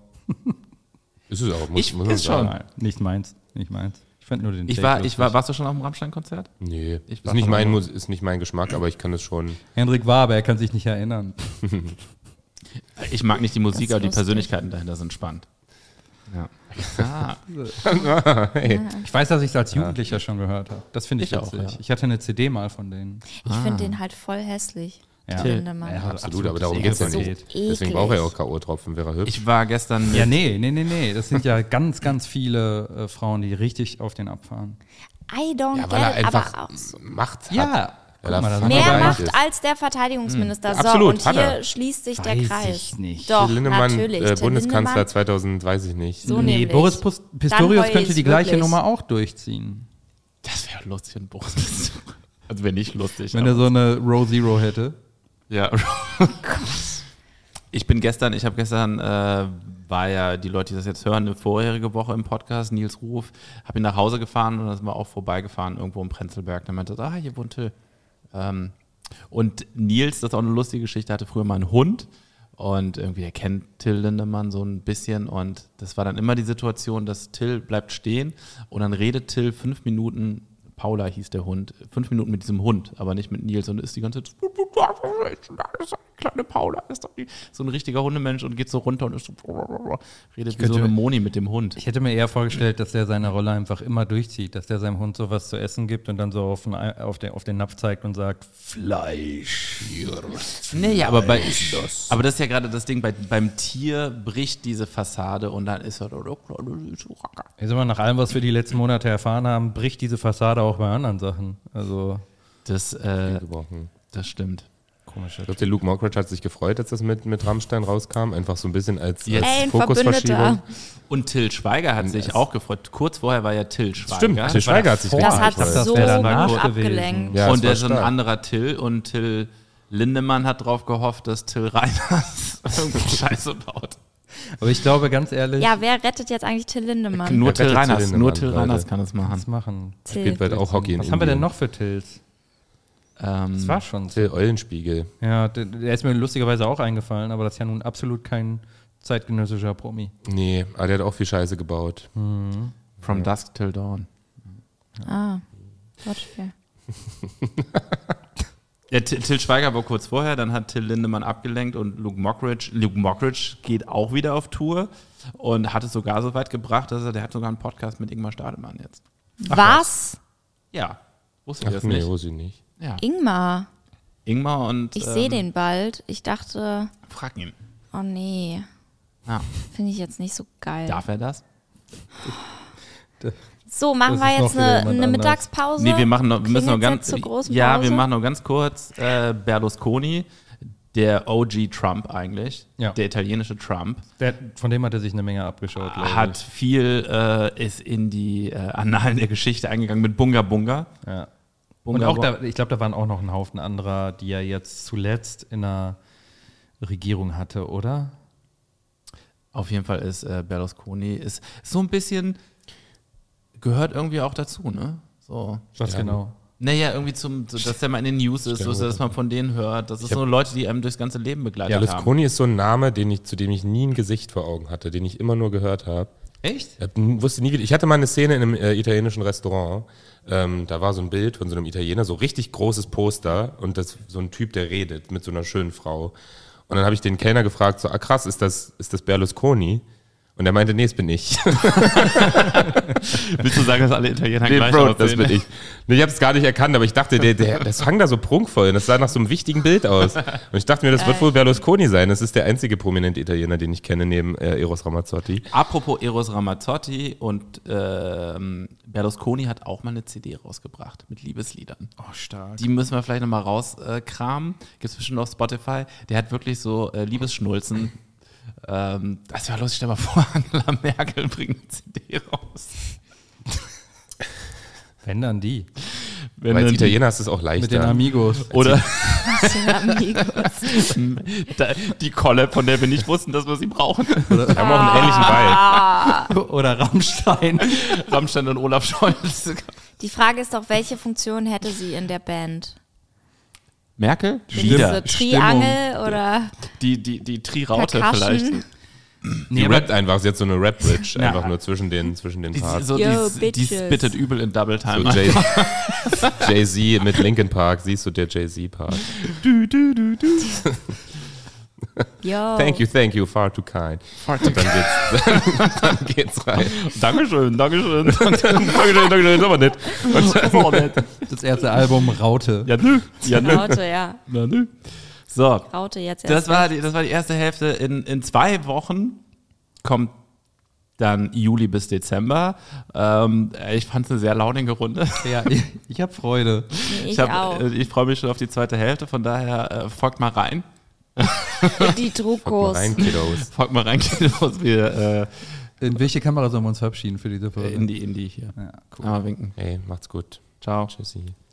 Speaker 3: Ist es auch, muss,
Speaker 1: Ich-
Speaker 3: muss man
Speaker 1: ist
Speaker 3: sagen.
Speaker 1: schon.
Speaker 2: nein, nicht meins. Nicht meins. Ich fand nur den
Speaker 1: Ich
Speaker 2: Take
Speaker 1: war, ich war,
Speaker 2: lustig.
Speaker 1: warst du schon auf dem Rammstein-Konzert?
Speaker 3: Nee,
Speaker 1: Ich
Speaker 3: ist
Speaker 1: war
Speaker 3: nicht,
Speaker 1: von
Speaker 3: mein,
Speaker 1: Hamburg.
Speaker 3: Mus- ist nicht mein Geschmack, aber ich kann es schon.
Speaker 2: Hendrik war, aber er kann sich nicht erinnern.
Speaker 1: Ich mag nicht die Musik,
Speaker 4: Das ist
Speaker 1: aber die
Speaker 4: lustig.
Speaker 1: Persönlichkeiten dahinter sind spannend. Ja. Ah,
Speaker 2: Ich weiß, dass ich es als Jugendlicher schon gehört habe. Das finde ich,
Speaker 1: Ich auch,
Speaker 2: witzig.
Speaker 1: ja.
Speaker 2: Ich hatte eine CD mal von denen.
Speaker 4: Ich finde den halt voll hässlich.
Speaker 2: Ja.
Speaker 4: Den Lindemann.
Speaker 2: Ja,
Speaker 3: Absolut, Ah. aber
Speaker 2: absolutes
Speaker 3: darum geht es ja
Speaker 2: Ekelpaket.
Speaker 3: nicht.
Speaker 4: So
Speaker 3: Deswegen
Speaker 4: eklig.
Speaker 3: braucht er ja auch K.O.-Tropfen, wäre hübsch.
Speaker 1: ich war gestern mit,
Speaker 2: Ja, nee, nee, nee, nee. Das
Speaker 1: (laughs)
Speaker 2: sind ja ganz, ganz viele äh, Frauen, die richtig auf den abfahren.
Speaker 4: I don't
Speaker 3: ja,
Speaker 4: get
Speaker 3: weil er
Speaker 4: it,
Speaker 3: einfach
Speaker 4: aber auch so.
Speaker 3: Macht hat.
Speaker 2: Ja, guck
Speaker 3: Weil er
Speaker 2: mal, da sind
Speaker 3: fucking
Speaker 2: wir
Speaker 4: Mehr
Speaker 2: dabei.
Speaker 3: reich ist.
Speaker 4: Macht als der Verteidigungsminister. So,
Speaker 3: Hm, Absolut,
Speaker 4: und
Speaker 3: hat
Speaker 4: hier
Speaker 3: er.
Speaker 4: schließt sich der
Speaker 2: Weiß
Speaker 4: Kreis.
Speaker 2: ich nicht.
Speaker 4: Doch,
Speaker 3: Till Lindemann,
Speaker 4: natürlich.
Speaker 3: äh,
Speaker 4: Till
Speaker 3: Bundeskanzler
Speaker 4: Lindemann,
Speaker 3: 2000, weiß ich nicht.
Speaker 4: so
Speaker 2: Nee,
Speaker 4: nämlich.
Speaker 2: Boris Pus- Pistorius
Speaker 4: heul
Speaker 2: könnte die
Speaker 4: ich's
Speaker 2: gleiche
Speaker 4: wirklich.
Speaker 2: Nummer auch durchziehen.
Speaker 1: das wäre lustig in Boris. Besuch. (laughs) Also wäre nicht lustig.
Speaker 2: Wenn er so eine Row Zero hätte.
Speaker 1: Ja. Ich bin gestern, ich habe gestern, äh, war ja die Leute, die das jetzt hören, eine vorherige Woche im Podcast, Nils Ruf, habe ihn nach Hause gefahren und dann sind wir auch vorbeigefahren irgendwo im Prenzlberg. Dann meinte er, ah, hier wohnt Till. Ähm, Und Nils, das ist auch eine lustige Geschichte, hatte früher mal einen Hund. Und irgendwie, der kennt Till Lindemann so ein bisschen. Und das war dann immer die Situation, dass Till bleibt stehen und dann redet Till fünf Minuten, Paula hieß der Hund, fünf Minuten mit diesem Hund, aber nicht mit Nils. Und ist die ganze Zeit, so, das ist doch die kleine Paula, das ist doch die, so ein richtiger Hundemensch und geht so runter und ist so, redet wie so
Speaker 2: könnte-
Speaker 1: eine Moni mit dem Hund.
Speaker 2: Ich hätte mir eher vorgestellt, dass der seine Rolle einfach immer durchzieht, dass der seinem Hund sowas zu essen gibt und dann so auf den, Ei- auf den, auf den Napf zeigt und sagt, Fleisch.
Speaker 1: Nee, aber, bei, aber das ist ja gerade das Ding, bei, beim Tier bricht diese Fassade und dann ist er, oh, kleine süße Racker.
Speaker 2: Jetzt immer nach allem, was wir die letzten Monate erfahren haben, bricht diese Fassade auch bei anderen Sachen. Also
Speaker 1: Das, äh,
Speaker 3: gebrochen.
Speaker 1: das stimmt.
Speaker 2: komische.
Speaker 3: Ich glaube, der Luke Mockridge hat sich gefreut, als das mit, mit Rammstein rauskam. Einfach so ein bisschen als,
Speaker 1: Yes.
Speaker 4: Ey,
Speaker 3: als
Speaker 4: ein Verbündeter.
Speaker 3: Fokusverschiebung.
Speaker 1: Und Till Schweiger hat sich auch gefreut. Kurz vorher war ja Till Schweiger.
Speaker 3: Stimmt, Til Schweiger hat sich
Speaker 2: Das
Speaker 4: Das
Speaker 3: richtig
Speaker 4: hat
Speaker 2: dachte,
Speaker 3: gefreut.
Speaker 2: das
Speaker 4: so
Speaker 2: wär dann
Speaker 4: gut
Speaker 2: danach gewesen.
Speaker 4: abgelenkt.
Speaker 3: Ja,
Speaker 1: und der
Speaker 3: das
Speaker 1: ist
Speaker 3: war
Speaker 1: ein
Speaker 3: stark.
Speaker 1: anderer Till und Till Lindemann hat drauf gehofft, dass Till Reiners (laughs) irgendwie Scheiße baut.
Speaker 2: Aber ich glaube, ganz ehrlich,
Speaker 4: Ja, wer rettet jetzt eigentlich Till Lindemann?
Speaker 1: Nur
Speaker 3: Wer
Speaker 1: Till
Speaker 3: rettet
Speaker 1: Reiners,
Speaker 3: Till Lindemann,
Speaker 1: nur Till
Speaker 3: Leute?
Speaker 1: Reiners kann das machen.
Speaker 2: das machen.
Speaker 4: Till.
Speaker 2: Halt
Speaker 3: Spielt bald auch Hockey in
Speaker 2: Was haben wir denn
Speaker 3: Indien.
Speaker 2: noch für Tills? Das
Speaker 1: Ähm,
Speaker 2: war schon so.
Speaker 3: Till Eulenspiegel.
Speaker 2: Ja, der, der ist mir lustigerweise auch eingefallen, aber das ist ja nun absolut kein zeitgenössischer Promi.
Speaker 3: Nee, aber der hat auch viel Scheiße gebaut.
Speaker 1: From Dusk Till Dawn.
Speaker 4: Ah, Wortspiel.
Speaker 1: Ja, Till- Till Schweiger war kurz vorher, dann hat Till Lindemann abgelenkt und Luke Mockridge. Luke Mockridge geht auch wieder auf Tour und hat es sogar so weit gebracht, dass er, der hat sogar einen Podcast mit Ingmar Stadelmann jetzt.
Speaker 4: Was?
Speaker 1: Ja, wusste ich
Speaker 3: Ach
Speaker 1: das
Speaker 3: nee,
Speaker 1: nicht.
Speaker 3: wusste ich nicht.
Speaker 1: Ja.
Speaker 4: Ingmar,
Speaker 1: Ingmar und
Speaker 4: ich
Speaker 1: ähm,
Speaker 4: sehe den bald. Ich dachte,
Speaker 1: Frag ihn.
Speaker 4: oh nee,
Speaker 1: Ja.
Speaker 4: finde ich jetzt nicht so geil.
Speaker 1: Darf er das?
Speaker 4: So, machen
Speaker 2: Das
Speaker 4: wir
Speaker 2: ist noch
Speaker 4: jetzt
Speaker 2: wieder
Speaker 4: eine,
Speaker 2: jemand
Speaker 4: eine
Speaker 2: anders.
Speaker 4: Mittagspause?
Speaker 1: nee, wir machen noch, wir müssen noch ganz.
Speaker 4: Klingelt's jetzt zur großen
Speaker 1: ja,
Speaker 4: Pause?
Speaker 1: wir machen noch ganz kurz äh, Berlusconi, der OG Trump eigentlich,
Speaker 2: Ja.
Speaker 1: der italienische Trump,
Speaker 2: Der, von dem hat er sich eine Menge abgeschaut. glaub ich.
Speaker 1: Ah, Äh, hat viel äh, ist in die äh, Annalen der Geschichte eingegangen mit Bunga Bunga.
Speaker 2: Ja. Und
Speaker 1: Bunga
Speaker 2: auch
Speaker 1: Bunga.
Speaker 2: da, ich glaube, da waren auch noch ein Haufen anderer, die er jetzt zuletzt in der Regierung hatte, oder?
Speaker 1: Auf jeden Fall ist äh, Berlusconi ist so ein bisschen gehört irgendwie auch dazu, ne? So.
Speaker 2: Was genau?
Speaker 1: Naja, irgendwie zum, so, dass der mal in den News ist, so, dass man von denen hört. Das ist
Speaker 3: hab-
Speaker 1: so Leute, die einem durchs ganze Leben begleitet haben.
Speaker 3: Berlusconi ist so ein Name, den ich, zu dem ich nie ein Gesicht vor Augen hatte, den ich immer nur gehört habe.
Speaker 1: Echt?
Speaker 3: Ich hab- wusste nie, wie- ich hatte mal eine Szene in einem äh, italienischen Restaurant. Ähm, da war so ein Bild von so einem Italiener, so richtig großes Poster und das, so ein Typ, der redet mit so einer schönen Frau. Und dann habe ich den Kellner gefragt, so, ah krass, ist das, ist das Berlusconi? Und er meinte, nee, das bin ich. (laughs)
Speaker 1: Willst du sagen, dass alle Italiener
Speaker 3: nee,
Speaker 1: gleich
Speaker 3: Bro,
Speaker 1: aussehen?
Speaker 3: das bin ich. Nee, ich habe es gar nicht erkannt, aber ich dachte, der, der, das hang da so prunkvoll und das sah nach so einem wichtigen Bild aus. Und ich dachte mir, das wird wohl Berlusconi sein. Das ist der einzige prominente Italiener, den ich kenne, neben äh, Eros Ramazzotti.
Speaker 1: Apropos Eros Ramazzotti und ähm, Berlusconi hat auch mal eine CD rausgebracht mit Liebesliedern.
Speaker 2: Oh, stark.
Speaker 1: Die müssen wir vielleicht nochmal rauskramen. Gibt es bestimmt auf Spotify. Der hat wirklich so äh, Liebesschnulzen. Ähm, das war lustig, stell mal vor, (laughs) Angela Merkel bringt eine CD raus.
Speaker 2: Wenn dann die.
Speaker 1: Wenn
Speaker 3: Weil als
Speaker 1: dann-
Speaker 3: Italiener hast du es auch leichter.
Speaker 2: Mit den Amigos.
Speaker 1: Oder (laughs)
Speaker 4: Amigos.
Speaker 1: da- die Collab, von der wir nicht wussten, dass wir sie brauchen.
Speaker 3: Wir haben auch einen ähnlichen Vibe.
Speaker 1: Oh.
Speaker 2: (laughs) Oder Rammstein.
Speaker 1: Rammstein und Olaf Scholz.
Speaker 4: Die Frage ist doch, welche Funktion hätte sie in der Band?
Speaker 1: Merkel?
Speaker 4: Bin ich so
Speaker 1: Lieder.
Speaker 4: Triangel oder
Speaker 1: Die, die, die Tri-Raute vielleicht.
Speaker 4: Percussion?
Speaker 3: Die rappt einfach, sie hat so eine Rap-Bridge,
Speaker 2: Na.
Speaker 3: einfach nur zwischen den, zwischen den
Speaker 1: Die,
Speaker 3: Parts.
Speaker 1: so,
Speaker 4: Yo,
Speaker 1: die, die
Speaker 4: bitches.
Speaker 1: spittet übel in Double Time.
Speaker 3: So Jay- Jay-Z mit Linkin Park, siehst du der Jay-Z-Part.
Speaker 1: du, du, du, du.
Speaker 4: Yo.
Speaker 3: Thank you, thank you, far too kind. Und dann geht's, (laughs) dann, dann geht's rein.
Speaker 1: Dankeschön, (laughs) Dankeschön.
Speaker 3: Dankeschön, Dankeschön, ist aber nett.
Speaker 2: Das erste Album Raute.
Speaker 1: ja, nö. Ja, nö.
Speaker 4: Raute, ja.
Speaker 1: Na, nö. So,
Speaker 4: Raute jetzt erst.
Speaker 1: das war, die, das war die erste Hälfte. In, in zwei Wochen kommt dann Juli bis Dezember. Ähm, ich fand es eine sehr launige Runde.
Speaker 2: Ja, ich, ich habe Freude.
Speaker 4: Nee, ich
Speaker 1: hab-
Speaker 4: auch.
Speaker 1: äh, (laughs) ich freue mich schon auf die zweite Hälfte, von daher äh, folgt mal rein.
Speaker 4: die Druckos.
Speaker 3: Rein, Kiddos.
Speaker 1: Folgt mal rein, (laughs) was wir
Speaker 2: In welche Kamera sollen wir uns verabschieden für diese
Speaker 1: äh,
Speaker 2: Folge?
Speaker 1: in die Indie hier.
Speaker 2: ja, cool.
Speaker 1: Einmal winken.
Speaker 3: Hey, macht's gut.
Speaker 1: Ciao.
Speaker 3: Tschüssi.